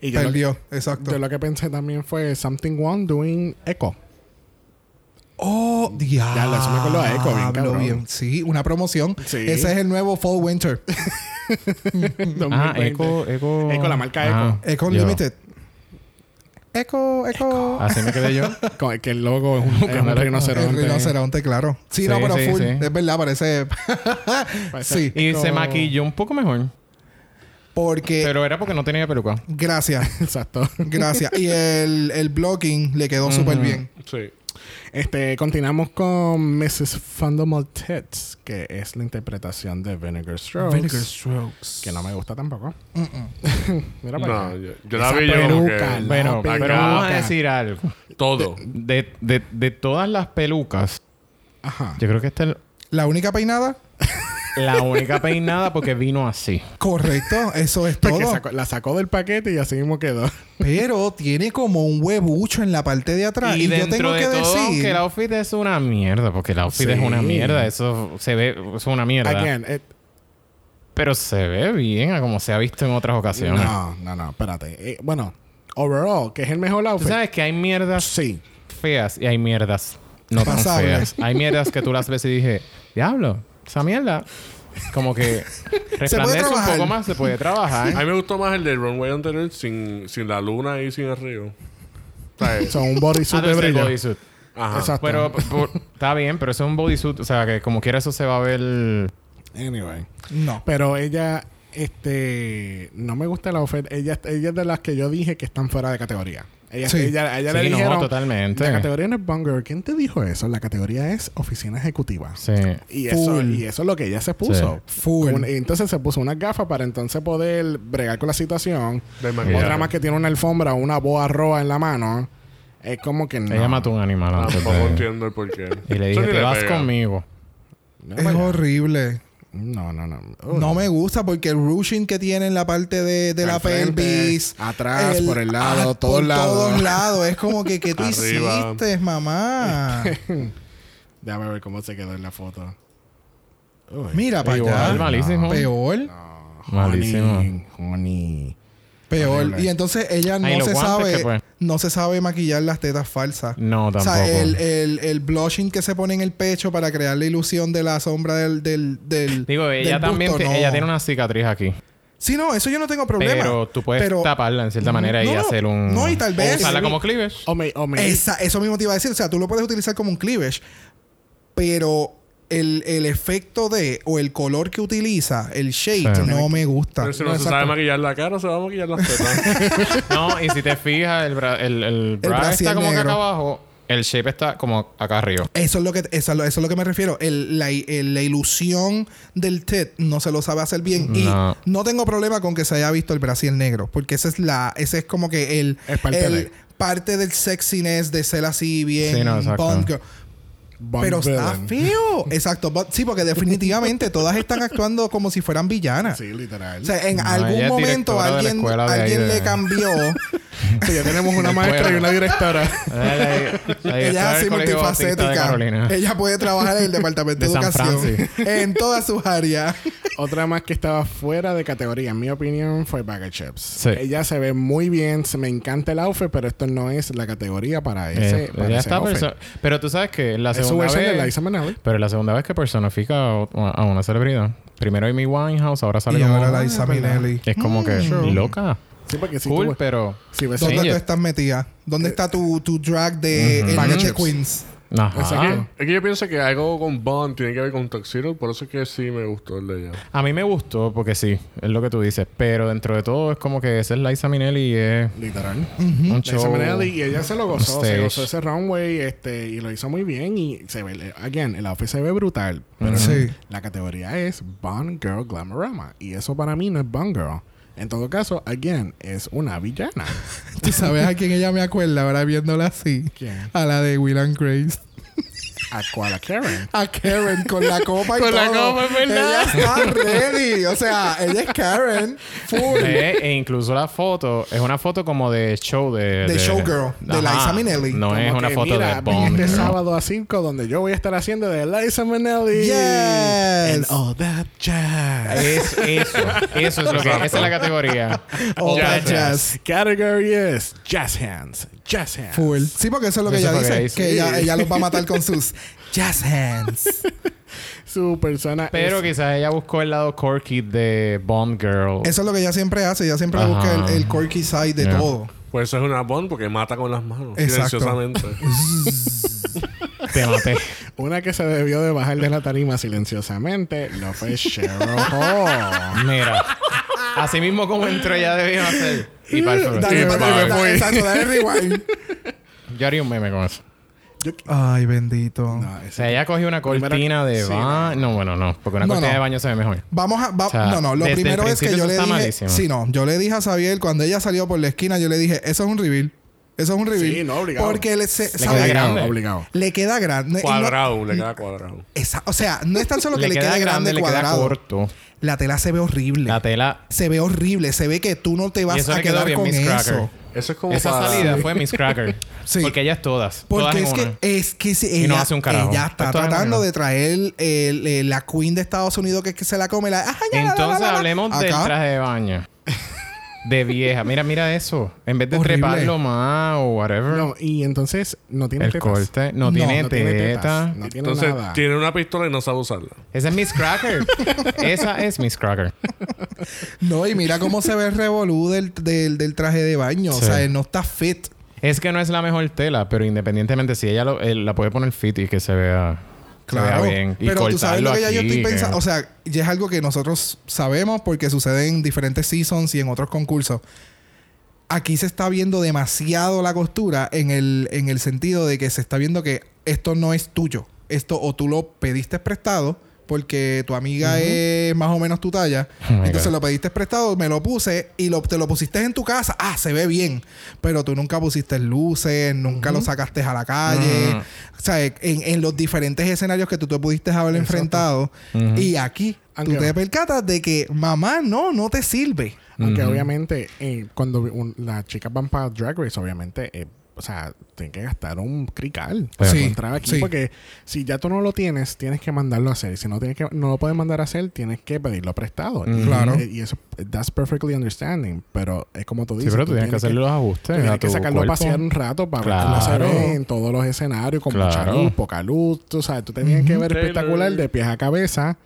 S1: Y yo lo,
S2: Perdió. Exacto.
S1: yo lo que pensé también fue Something One doing echo.
S2: Oh, diablo.
S1: Ya, eso me acordó a Echo, bien cabrón.
S2: Sí, una promoción.
S1: Sí.
S2: Ese es el nuevo Fall Winter.
S4: Ah,
S1: 2020.
S4: Echo, Echo.
S1: Echo, la marca
S4: Ah,
S2: Echo
S4: yo.
S2: Limited. Echo, Echo.
S4: Así me quedé yo.
S1: Con- que el logo es un, es un
S4: Claro.
S1: rinoceronte.
S2: El rinoceronte, claro. Sí, no,
S4: Sí,
S2: pero
S4: sí,
S2: full.
S4: sí.
S2: Es verdad, parece.
S1: Parece-
S2: sí,
S4: Y
S1: Echo-
S4: se maquilló un poco mejor.
S2: porque.
S4: Pero era porque no tenía peluca.
S2: Gracias,
S1: Exacto.
S2: gracias. y el, el blocking le quedó súper bien.
S3: Sí.
S1: Este, continuamos con Mrs. Fundamental Tits, que es la interpretación de Vinegar Strokes.
S2: Strokes.
S1: Que no me gusta tampoco. Mira para
S3: No,
S1: acá.
S3: yo, yo la
S1: Esa
S3: vi yo como que
S1: peluca, la
S4: Bueno,
S1: peluca.
S4: pero vamos a decir algo.
S3: todo.
S4: De, de, de todas las pelucas,
S1: Ajá.
S4: yo creo que esta es
S2: La única peinada,
S4: la única peinada porque vino así.
S2: correcto, eso es
S1: Porque
S2: todo.
S1: sacó- la sacó del paquete y así mismo quedó.
S2: Pero tiene como un huevucho en la parte de atrás. Y,
S4: Y
S2: yo tengo
S4: dentro de
S2: que
S4: todo,
S2: decir.
S4: que el outfit es una mierda, porque el outfit
S1: Sí.
S4: es una mierda. Eso se ve, es una mierda.
S1: Again, eh, it-
S4: Pero se ve bien, a como se ha visto en otras ocasiones.
S1: no, no, no, espérate. Eh, bueno, overall, que es el mejor
S4: Tú
S1: outfit.
S4: sabes que hay mierdas
S1: Sí.
S4: feas y hay mierdas no tan
S2: Pasables.
S4: feas. Hay mierdas que tú las ves y dije, diablo, esa mierda. Como que resplandece un
S2: trabajar.
S4: poco más, se puede trabajar. Ah,
S3: A mí me gustó más el del runway anterior sin, sin la luna y sin el río. O sea,
S1: Son un bodysuit de
S4: Entonces, el
S1: brillo.
S4: Ah, bodysuit.
S2: Ah,
S3: Ajá.
S1: Exacto.
S4: Pero p- por- está bien, pero eso es un bodysuit. O sea, que como quiera eso se va a ver...
S1: Anyway.
S2: No.
S1: Pero ella, este, no me gusta la oferta. Ella, ella es de las que yo dije que están fuera de categoría. Ella,
S2: Sí.
S1: ella, a ella le
S4: Sí, no,
S1: dijeron,
S4: totalmente.
S1: La categoría no es Bunger. ¿Quién te dijo eso? La categoría es oficina ejecutiva.
S4: Sí.
S1: Y eso,
S2: Full.
S1: y eso es lo que ella se puso.
S2: Full.
S1: Un- y entonces se puso unas gafas para entonces poder bregar con la situación.
S3: Del maquillaje.
S1: Otra más que tiene una alfombra, una boa roja en la mano. Es como que no.
S4: Ella mató un animal antes
S3: Tampoco
S4: Ah, pues de...
S3: entiendo el porqué.
S4: Y le
S3: Eso
S4: dije,
S3: ni
S4: te vas
S3: pega.
S4: conmigo.
S1: No,
S2: Es horrible.
S1: no, no, no.
S2: No me gusta porque el rushing que tiene en la parte de, de
S1: Al
S2: la
S1: frente,
S2: pelvis.
S1: atrás, por el lado,
S2: ah,
S1: todos
S2: por
S1: lados.
S2: todos lados. Es como que, ¿qué tú
S3: Arriba.
S2: hiciste, mamá?
S1: Déjame ver cómo se quedó en la foto.
S2: Mira para
S4: Igual,
S2: allá.
S4: malísimo.
S2: Peor,
S4: Malísimo.
S1: Honey, honey.
S2: peor.
S1: Horrible.
S2: Y entonces ella no
S4: Ay, los
S2: se
S4: guantes que
S2: sabe,
S4: fue.
S2: no se sabe maquillar las tetas falsas.
S4: No,
S2: O
S4: tampoco.
S2: sea, el, el, el blushing que se pone en el pecho para crear la ilusión de la sombra del. del, del
S4: Digo,
S2: del
S4: ella también...
S2: busto,
S4: te-
S2: no.
S4: Ella tiene una cicatriz aquí.
S2: Sí, no, eso yo no tengo problema.
S4: Pero tú puedes
S2: Pero-
S4: taparla en cierta manera
S2: No,
S4: y
S2: no.
S4: hacer un...
S2: No, y tal
S4: o
S2: vez-
S4: usarla como cleavage.
S1: O me, o me-
S2: Esa- eso mismo te iba a decir. O sea, tú lo puedes utilizar como un cleavage, pero el, el efecto de o el color que utiliza, el shade,
S4: Sí.
S2: no me gusta.
S3: Pero si no,
S2: No,
S3: se
S2: exacto.
S3: sabe maquillar la cara, se va a maquillar las tetas.
S4: No, y si te fijas, el bra, el, el bra
S2: brasier
S4: está como que
S2: negro.
S4: acá abajo, el shape está como acá arriba.
S2: Eso es lo que eso es lo, eso es lo que me refiero. El- la, el- la ilusión del TED no se lo sabe hacer bien.
S4: No.
S2: Y no tengo problema con que se haya visto el Brasil negro. Porque ese es la, ese es como que el,
S1: Es parte
S2: el-
S1: de-
S2: parte del sexiness de ser así bien
S4: Sí, no, exacto.
S2: punk girl.
S1: Bond
S2: Pero está
S1: villain.
S2: feo. Exacto. But- sí, porque definitivamente todas están actuando como si fueran villanas.
S1: Sí, literal.
S2: O sea, en
S4: No, ella
S2: algún
S4: es
S2: momento
S4: directora de la
S2: alguien,
S4: escuela de ahí
S2: alguien
S4: de-
S2: le cambió.
S1: Sí, ya tenemos una maestra y una directora.
S4: Ella
S2: Ella es así multifacética. Ella puede trabajar en el departamento de,
S4: De San
S2: educación.
S4: Francis.
S2: en todas sus áreas.
S1: Otra más que estaba fuera de categoría, en mi opinión, fue Bag of Chips.
S4: Sí.
S1: Ella se ve muy bien, se me encanta el outfit, pero esto no es la categoría para ese.
S4: Eh,
S1: para
S4: ya
S1: ese
S4: está
S1: outfit.
S4: perso- pero tú sabes que la
S1: Es su
S4: segunda
S1: versión de
S4: vez
S1: Liza Minnelli.
S4: pero la segunda vez que personifica a, a una celebridad primero Amy Winehouse ahora sale
S2: Y
S4: como
S2: ahora Liza
S4: Ah, ¿verdad?
S2: Minnelli.
S4: es como que
S2: sure.
S4: loca
S1: Sí, porque si
S4: cool
S1: tú-
S4: pero
S1: si ves-
S2: ¿Dónde
S4: Change
S2: tú
S4: it.
S2: estás metida? ¿Dónde está tu, tu drag de el
S1: Bag of
S2: de
S1: chips.
S2: Queens?
S4: Ajá.
S3: Es que- es que yo pienso que algo con Bond tiene que ver con Tuxedo, por eso es que sí me gustó el de ella.
S4: a mí me gustó porque sí es lo que tú dices pero dentro de todo es como que esa es Liza Minnelli y es
S1: Literal.
S4: un
S1: Liza
S4: show
S1: Minnelli, y ella se lo gozó, se
S4: stage.
S1: gozó ese runway este, y lo hizo muy bien. Y se ve, again, el outfit se ve brutal, pero
S2: Ujú. Sí.
S1: la categoría es Bond Girl Glamorama. Y eso para mí no es Bond Girl. En todo caso, again, es una villana.
S2: ¿Tú sabes a quién ella me acuerda ahora viéndola así?
S1: ¿Quién?
S2: A la de Will and Grace.
S1: A Koala Karen.
S2: A Karen con la copa y
S4: Con la
S2: todo.
S4: copa, es verdad.
S2: Ella está ready. O sea, ella es Karen. Full.
S4: Eh, e incluso la foto es una foto como de show de
S2: De showgirl, de
S4: Ajá.
S2: Liza Minnelli.
S4: no es
S1: Como
S4: una
S1: que,
S4: foto
S1: mira,
S4: de
S1: ven
S4: Bond
S1: Este
S4: girl.
S1: sábado a 5, donde yo voy a estar haciendo de Liza Minnelli.
S2: Yes.
S1: And all that jazz.
S4: Es eso. Eso es lo que. Esa es la categoría.
S2: All
S4: Ya,
S2: that
S4: ya.
S2: jazz.
S1: Category is jazz hands. Jazz hands.
S2: Full. Sí, porque eso es lo que
S4: Eso
S2: ella
S4: es lo que
S2: dice.
S4: dice.
S2: Que ella, ella los va a matar con sus jazz hands.
S1: Su persona
S4: Pero
S1: es-
S4: quizás ella buscó el lado quirky de Bond Girl.
S2: Eso es lo que ella siempre hace. Ella siempre
S4: Ajá.
S2: busca el, el quirky side de
S4: Yeah.
S2: todo.
S3: Pues eso es una Bond porque mata con las manos,
S2: Exacto.
S3: silenciosamente.
S4: Te maté.
S1: una que se debió de bajar de la tarima silenciosamente lo fue Cheryl Hall.
S4: Mira. Así mismo como entró, ella debió hacer. Y para el frente.
S2: Dale,
S4: Y
S2: dale,
S4: para
S2: dale,
S4: el-
S2: dale, exacto, dale rewind.
S4: Yo haría un meme con eso.
S2: Ay, bendito.
S1: No,
S4: O
S1: ese-
S4: sea, ella cogió una
S1: Primera-
S4: cortina de
S1: Sí,
S4: baño. No, bueno, no. Porque una
S2: No,
S4: cortina
S2: no.
S4: de baño se ve mejor.
S2: Vamos a. va-
S4: O sea,
S2: no, no. Lo
S4: desde el
S2: primero es que
S4: principio
S2: yo
S4: eso
S2: le
S4: está
S2: dije.
S4: malísimo.
S2: Sí, no. Yo le dije a Xavier cuando ella salió por la esquina, yo le dije, eso es un reveal. Eso es un reveal.
S1: Sí, no, obligado.
S2: Porque le, se-
S4: Le
S2: ¿sabe?
S4: queda grande.
S1: obligado.
S2: Le queda grande. Y no-
S3: cuadrado, le queda cuadrado.
S2: esa- o sea, no es tan solo que le, queda, grande,
S4: le queda
S2: cuadrado.
S4: corto.
S2: la tela se ve horrible.
S4: La tela.
S2: se ve horrible. Se ve que tú no te
S4: Y
S2: vas
S4: eso
S2: a
S4: le quedó
S2: quedar
S4: bien
S2: con
S4: Miss
S2: eso.
S4: Cracker.
S3: Eso es como
S4: Esa
S3: para-
S4: salida fue Miss Cracker.
S2: Sí.
S4: Porque ellas todas. todas
S2: Porque
S4: en
S2: es que,
S4: una.
S2: es que si ella,
S4: Y no hace un carajo.
S2: ella está
S4: Esto es
S2: tratando
S4: demasiado.
S2: de traer el- el- la queen de Estados Unidos que, es que se la come la... ah, ya, la, la, la,
S4: Entonces
S2: la, la.
S4: hablemos del
S2: Acá.
S4: traje de baño. De vieja. Mira, mira eso. En vez de
S2: Horrible.
S4: treparlo más o whatever.
S1: No, y entonces no tiene
S4: el
S1: tetas.
S4: corte. No,
S2: No,
S4: tiene
S1: No tiene
S4: teta.
S1: tetas. No tiene
S3: Entonces,
S1: nada.
S3: tiene una pistola y no sabe usarla.
S4: Esa es Miss Cracker. Esa es Miss Cracker.
S2: No, y mira cómo se ve el revolú del, del, del traje de baño. O
S4: Sí.
S2: sea, él no está fit.
S4: Es que no es la mejor tela, pero independientemente si ella lo- él la puede poner fit y que se vea, se vea
S2: Claro.
S4: bien. Y
S2: Pero tú sabes lo que ya yo
S4: cortarlo
S2: estoy
S4: aquí,
S2: pensando.
S4: que-
S2: O sea, ya es algo que nosotros sabemos porque sucede en diferentes seasons y en otros concursos. Aquí se está viendo demasiado la costura en el, en el sentido de que se está viendo que esto no es tuyo. Esto o tú lo pediste prestado porque tu amiga es más o menos tu talla.
S4: Oh my
S2: Entonces
S4: God.
S2: lo pediste prestado, me lo puse y lo, te lo pusiste en tu casa. Ah, se ve bien. Pero tú nunca pusiste luces, nunca lo sacaste a la calle.
S4: Ujú.
S2: O sea, en, en los diferentes escenarios que tú te pudiste haber enfrentado.
S4: Ujú.
S2: Y aquí
S1: Aunque-
S2: tú te percatas de que mamá no, no te sirve.
S1: Aunque
S4: Ujú.
S1: obviamente, eh, cuando un- las chicas van para Drag Race, obviamente, eh, o sea, tienen que gastar un crical para
S4: Pues
S2: Sí,
S1: encontrar aquí.
S2: sí.
S1: Porque si ya tú no lo tienes, tienes que mandarlo a hacer. Y si no tienes que, no lo puedes mandar a hacer, tienes que pedirlo prestado. Y- eh,
S2: Claro.
S1: Y, eso, that's perfectly understanding. Pero es como tú
S4: Sí,
S1: dices.
S4: pero
S1: tú
S4: tú tienes que hacer los ajustes.
S1: tienes
S4: a
S1: que
S4: tu
S1: sacarlo
S4: cuerpo.
S1: a pasear un rato para ver cómo se
S4: Claro.
S1: ve en todos los escenarios, con mucha
S4: Claro.
S1: luz, poca luz. Tú sabes, tú tenías que ver
S3: Taylor.
S1: espectacular de pies a cabeza.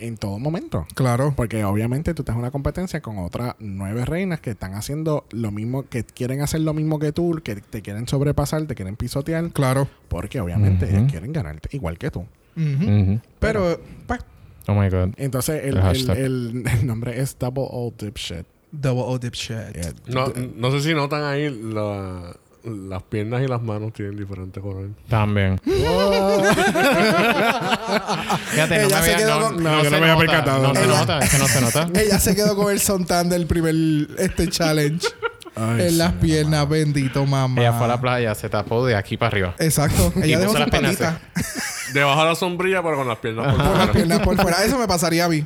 S1: en todo momento.
S2: Claro.
S1: Porque obviamente tú estás en una competencia con otras nueve reinas que están haciendo lo mismo, que quieren hacer lo mismo que tú, que te quieren sobrepasar, te quieren pisotear,
S2: Claro.
S1: porque obviamente
S4: Ujú.
S1: ellas quieren ganarte igual que tú.
S2: Ujú.
S1: Mm.
S4: Ujú.
S2: Pero, pues,
S4: Oh my god.
S1: Entonces el,
S4: El
S1: el,
S4: hashtag.
S1: el- el nombre es Double O Dipshit.
S2: double O dipshit.
S1: Eh,
S3: No, no sé si notan ahí la- las piernas y las manos tienen diferentes colores.
S4: También.
S1: Eh,
S4: Fíjate, no
S2: Ella
S4: me
S2: se
S4: había,
S2: quedó
S4: no,
S2: con-
S4: no
S1: no, yo
S4: se
S1: no me había
S4: nota,
S1: percatado.
S4: No se
S2: Ella-
S4: nota, es que no se nota.
S2: Ella se quedó con el sontán del primer este challenge
S1: ay,
S2: en las
S1: sí,
S2: piernas, bendito mamá.
S4: Ella fue a la playa, se tapó de aquí para arriba.
S2: Exacto. Ella dejó
S4: puso
S2: sus
S4: las piernas
S2: patitas
S3: Debajo de la sombrilla, pero con las piernas por
S2: por las
S3: fuera.
S2: piernas por fuera. Eso me pasaría a mí.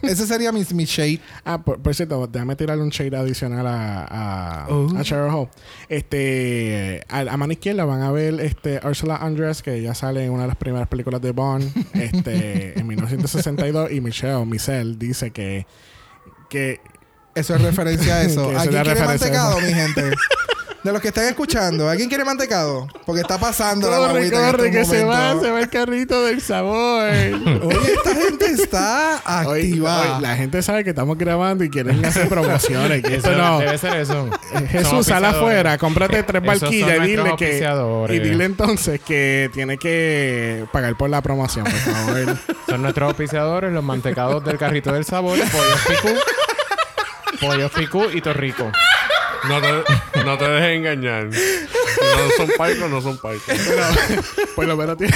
S2: Ese sería mi, mi shade.
S1: Ah, por, por cierto, déjame tirarle un shade adicional a, a,
S2: Oh.
S1: a Cheryl Hall. Este, a, a mano izquierda van a ver este, Ursula Andress, que ya sale en una de las primeras películas de Bond este, en 1962. Y Michelle, Michelle, dice que, que
S2: Eso es referencia a eso.
S1: Que eso
S2: ¿Alguien
S1: era
S2: quiere
S1: referencia a
S2: mantecado,
S1: eso.
S2: mi gente? De los que están escuchando, ¿alguien quiere mantecado? Porque está pasando la
S1: corre,
S2: guaguita en este
S1: corre, que
S2: estos
S1: se va,
S2: momentos.
S1: se va el carrito del sabor.
S2: Oye, esta gente está
S1: Hoy-
S2: activada.
S1: hoy la gente sabe que estamos grabando y quieren hacer promociones. que esto
S4: Eso
S1: no.
S4: debe ser eso.
S1: Jesús, sal afuera, cómprate tres
S4: Esos son
S1: barquillas y dile
S4: nuestros
S1: que.
S4: auspiciadores.
S1: Y dile entonces que tiene que pagar por la promoción, por favor.
S4: Son nuestros auspiciadores, los mantecados del carrito del sabor, pollos picú, pollos picú y torrico.
S3: No te, no te dejes engañar. No son paicos, no son paicos.
S1: Pero, por lo menos tiene.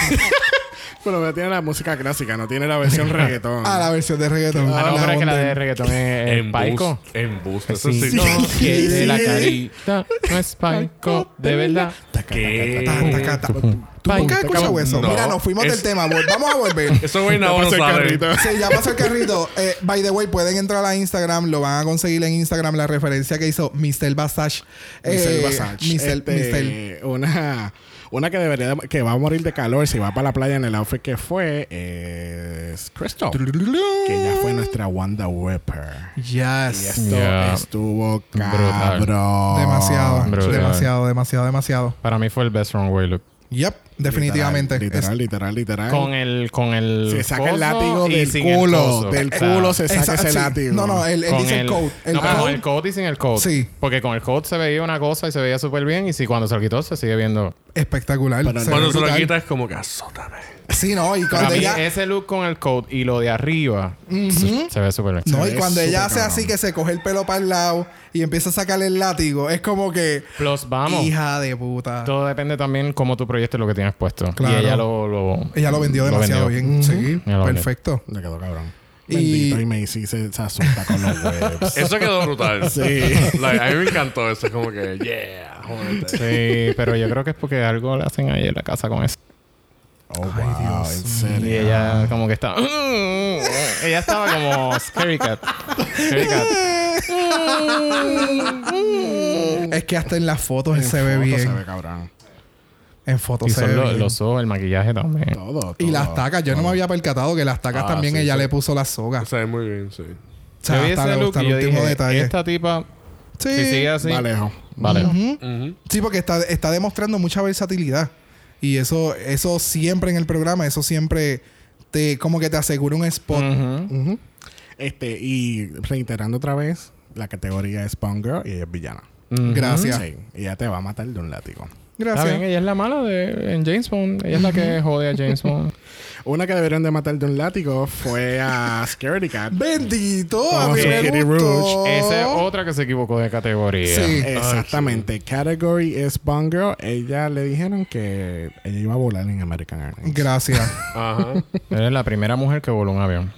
S1: Por lo menos tiene la música clásica, no tiene la versión reggaetón.
S2: Ah, la versión de reggaetón.
S4: Ah, no, pero es que la
S2: onda.
S4: de reggaetón es, es paico.
S3: En bus. Eso
S4: Si
S3: sí.
S4: no quiere la
S2: Sí.
S4: carita, no es paico, de verdad.
S3: ¿Qué?
S2: Ta, ta, ta, ta. ¿Tú por qué
S4: Paico.
S2: escuchas eso?
S3: No,
S2: Mira, nos fuimos
S3: es-
S2: del tema. Vol- Vamos a volver.
S3: Eso güey no, no
S1: Pasa el
S3: sale.
S1: carrito.
S2: Sí, ya pasó el carrito. Eh, by the way, pueden entrar a Instagram. Lo van a conseguir en Instagram la referencia que hizo Mr. Basage.
S1: Michelle
S2: Eh,
S1: Basage.
S2: Mr.
S1: Este, Una, una que debería de- que va a morir de calor si va para la playa en el outfit que fue es Crystal, que ya fue nuestra Wanda Whipper. Y
S2: Yes.
S1: esto
S4: Yeah.
S1: estuvo
S4: Brutal.
S1: cabrón.
S2: Demasiado,
S4: Brutal.
S2: demasiado, demasiado, demasiado.
S4: Para mí fue el best runway look.
S2: Yep, definitivamente.
S1: Literal, literal, literal.
S4: Con el, con el.
S1: se saca el
S4: coso
S1: látigo
S4: y
S1: del
S4: sin el
S1: culo.
S4: coso.
S1: Del
S4: O sea,
S1: culo se
S2: Es-
S1: saca
S2: exacto,
S1: ese
S2: sí.
S1: látigo.
S2: No, no, él, él
S4: con
S2: dice el code. El
S4: no, pero con
S2: code.
S4: el coat y sin el coat.
S2: Sí.
S4: Porque con el coat se veía una cosa y se veía súper bien. Y si cuando se lo quitó, se sigue viendo.
S2: espectacular.
S1: Pero
S2: ve
S3: Cuando se lo
S2: brutal.
S3: quitas es como que azótame.
S2: Sí, no, y
S4: Para
S2: cuando
S4: mí,
S2: ella.
S4: ese look con el coat y lo de arriba se, se ve súper bien.
S2: No,
S1: Se
S2: y
S1: ve
S2: cuando ella
S1: súper
S2: hace así
S1: cabrón.
S2: que se coge el pelo para el lado y empieza a sacarle el látigo, es como que.
S4: Plus, vamos.
S2: Hija de puta.
S4: Todo depende también cómo tu proyecto y lo que tienes puesto.
S2: Claro.
S4: Y ella lo, lo-
S2: Ella lo vendió demasiado
S4: vendió.
S2: bien. Sí,
S4: Ya lo vendió.
S2: perfecto.
S1: Le quedó cabrón.
S2: Y-
S1: Bendito y Macy se, se asusta con los webs.
S3: Eso quedó brutal.
S1: Sí.
S3: Like, a mí me encantó eso. Es como que, yeah, jódete.
S4: Sí, pero yo creo que es porque algo le hacen ahí en la casa con eso.
S1: Oh, wow, en serio.
S4: Y ella como que estaba... ella estaba como Scary Cat. Scary Cat.
S2: Es que hasta en las fotos
S1: En
S2: Pues se ve
S1: foto
S2: bien.
S1: Se ve cabrón.
S2: En fotos
S4: Y
S2: se
S4: son
S2: ve
S4: lo-
S2: bien.
S4: los ojos, el maquillaje también.
S1: Todo, todo.
S2: y las tacas, yo no me había percatado que las tacas
S3: Ah,
S2: también
S3: sí,
S2: ella
S3: sí.
S2: le puso las sogas.
S3: Se ve muy bien, sí.
S2: O sea,
S4: yo vi
S2: hasta
S4: ese
S2: lo-
S4: look
S2: hasta
S4: y
S2: el
S4: yo
S2: último
S4: dije,
S2: detalle.
S4: esta tipa,
S2: Sí.
S4: si sigue así,
S1: Vale,
S4: vale.
S1: jo.
S2: Ujú.
S3: Ujú.
S2: Sí, porque está, está demostrando mucha versatilidad. Y eso, eso siempre en el programa, eso siempre te como que te asegura un spot.
S4: Ujú.
S1: Ujú. Este, y reiterando otra vez, la categoría es Spawn Girl y ella es villana.
S4: Ujú.
S2: Gracias.
S1: Sí, y ella te va a matar de un látigo.
S4: Está
S2: Gracias.
S4: bien, ella es la mala de en James Bond. Ella es la que jode a James Bond.
S1: Una que deberían de matar de un látigo fue a Scaredy Cat.
S2: Bendito, a
S1: Como
S2: mí
S1: su
S2: me
S1: Kitty
S2: gustó.
S4: Esa es otra que se equivocó de categoría.
S2: Oh. Ah, Sí.
S1: Exactamente. Category es Bond Girl. Ella le dijeron que ella iba a volar en American Airlines.
S2: Gracias.
S3: Ajá.
S4: Eres la primera mujer que voló un avión.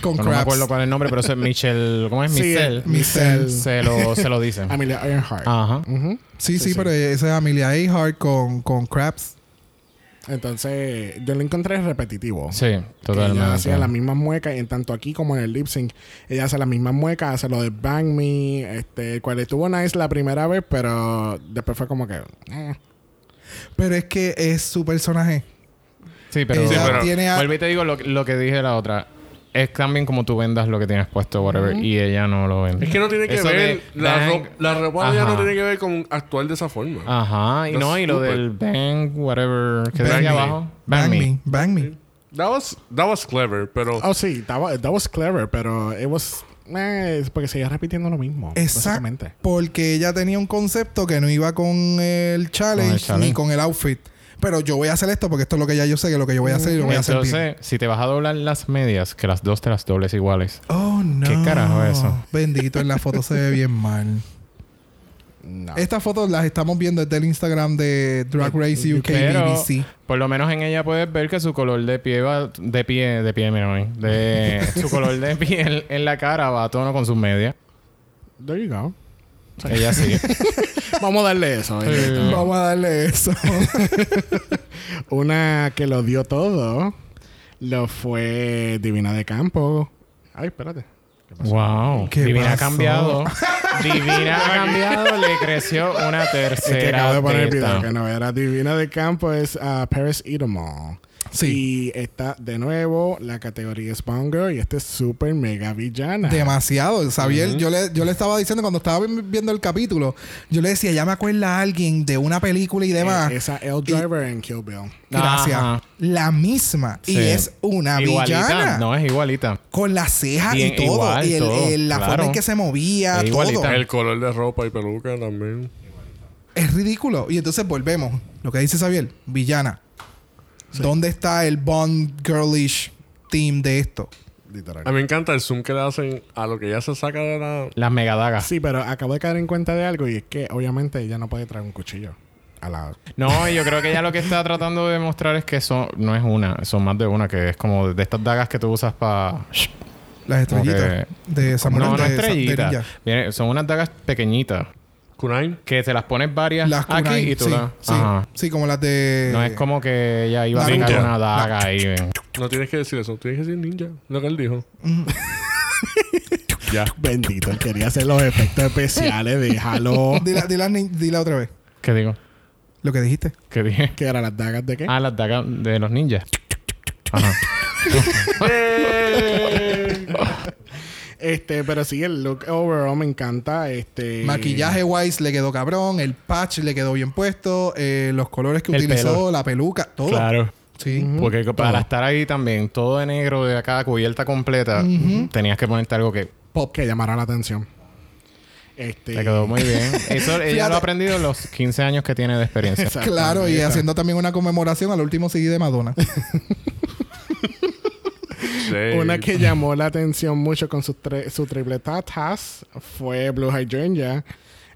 S2: Con
S4: No, no me
S2: Krabs.
S4: acuerdo cuál es el nombre, pero eso es Michelle. ¿Cómo es?
S1: Sí,
S4: Michelle.
S1: es Michelle.
S4: Se lo, se lo dicen.
S1: Amelia Earnhardt.
S4: Ajá.
S1: Ujú.
S2: Sí, sí, pero esa es Amelia Earhart con, con Krabs.
S1: Entonces, yo lo encontré repetitivo.
S4: Sí,
S1: Ella hacía las
S4: totalmente.
S1: mismas muecas, en tanto aquí como en el lip sync, ella hace las mismas muecas, hace lo de Bang Me, este, el cual estuvo nice la primera vez, pero después fue como que. eh.
S2: Pero es que es su personaje.
S4: Sí, pero.
S2: Ella
S3: Sí, pero-
S2: tiene a-
S4: Vuelvo y te digo lo, lo que dije la otra. Es también como tú vendas lo que tienes puesto, whatever. Y ella no lo vende.
S3: Es que no tiene que
S4: Eso
S3: ver.
S4: de
S3: La,
S4: bang-
S3: ro- la ropa ya no
S4: Ajá. Ah.
S3: tiene que ver con actuar de esa forma.
S4: Ajá. Y
S3: That's
S4: no, y lo
S3: stupid.
S4: del bang, whatever. Que
S2: Bang
S4: decía
S3: me.
S4: abajo.
S2: Bang me. Bang me.
S3: That was, that was clever, pero...
S1: Oh, sí, that was, that was clever, pero it was. eh, es porque seguía repitiendo lo mismo.
S2: Exactamente.
S1: básicamente.
S2: Porque ella tenía un concepto que no iba con el challenge,
S4: Con el challenge.
S2: ni con el outfit. Pero yo voy a hacer esto porque esto es lo que ya yo sé que lo que yo voy a hacer y lo voy a hacer bien.
S4: Entonces, si te vas a doblar las medias, que las dos te las dobles iguales.
S2: Oh, no.
S4: ¿Qué carajo es eso?
S2: Bendito, en la foto se ve bien mal.
S1: No.
S2: Estas fotos las estamos viendo desde el Instagram de Drag Race UK
S4: Pero-
S2: BBC.
S4: Por lo menos en ella puedes ver que su color de pie va... De pie... De pie, mira, mami. De, su color de piel en la cara va a tono con sus medias.
S1: There you go.
S4: Ella sí.
S1: Vamos a darle eso. eh.
S4: Eh,
S2: Vamos a darle eso.
S1: Una que lo dio todo lo fue Divina de Campo. Ay, espérate.
S4: wow.
S2: ¿Qué
S4: Divina ha
S2: pasó?
S4: cambiado. Divina ha cambiado. Le creció una
S1: Es que acabo
S4: tercera
S1: de poner el
S4: teta.
S1: video que no era Divina de Campo, es ah, Paris Edomall.
S2: Sí.
S1: Y está de nuevo la categoría es Bond Girl y este es super mega villana.
S2: Demasiado. Xavier, yo, le, yo le estaba diciendo cuando estaba vi- viendo el capítulo, yo le decía, ya me acuerda a alguien de una película y
S1: Eh,
S2: demás.
S1: Esa L Driver en Kill Bill.
S2: Gracias.
S4: Ajá.
S2: La misma. Y
S4: Sí.
S2: es una
S4: igualita.
S2: villana.
S4: No, es igualita.
S2: Con las cejas
S4: Bien,
S2: y todo.
S4: igual,
S2: y el-
S4: todo,
S2: el- la
S4: claro.
S2: forma en que se movía,
S4: Es
S2: todo.
S4: igualita.
S3: El color de ropa y peluca también.
S2: Es ridículo. Y entonces volvemos. Lo que dice Xavier, villana. ¿Dónde está el Bond Girlish team de esto?
S1: Literal.
S2: Ah,
S3: A mí me encanta el zoom que le hacen a lo que ya se saca de la...
S4: Las megadagas.
S1: Sí, pero acabo de caer en cuenta de algo y es que obviamente ella no puede traer un cuchillo a la
S4: No, y yo creo que ella lo que está tratando de demostrar es que son... No es una. Son más de una. Que es como de estas dagas que tú usas para...
S2: Las estrellitas de Samuel
S4: No, no
S2: de- de
S4: estrellitas.
S2: Ninja.
S4: Viene- Son unas dagas pequeñitas.
S3: Kunai.
S4: Que te las pones varias
S2: Las
S4: aquí
S2: kunai,
S4: y tú
S2: sí,
S4: las...
S2: sí,
S4: Ajá.
S2: sí, como las de.
S4: No es como que ella iba a
S2: Naruto.
S4: sacar una daga ahí. ven.
S3: No tienes que decir eso. Tienes que decir ninja. Lo que él dijo. ya.
S1: Bendito, él quería hacer los efectos especiales de Halo.
S4: Oh,
S2: Dila, dila- ni- dila otra vez.
S4: ¿Qué digo?
S2: Lo que dijiste.
S4: ¿Qué dije?
S1: ¿Qué eran las dagas de qué?
S4: Ah, las dagas de los ninjas. Ajá.
S1: Este, pero sí, el look overall me encanta. Este.
S2: Maquillaje wise le quedó cabrón. El patch le quedó bien puesto. eh, los colores que
S4: El
S2: utilizó,
S4: pelo.
S2: la peluca, todo.
S4: Claro.
S2: Sí.
S4: Porque para estar ahí también todo de negro de acá cubierta completa, tenías que ponerte algo que
S1: Pop que llamara la atención. Este.
S4: te quedó muy bien. Eso ella
S2: Fíjate.
S4: lo ha aprendido en los 15 años que tiene de experiencia.
S1: Exacto.
S2: Claro, y
S1: Esa.
S2: haciendo también una conmemoración al último CD de Madonna.
S3: Sí.
S1: Una que llamó la atención mucho con sus tre- su triple tatas fue Blue Hydrangea.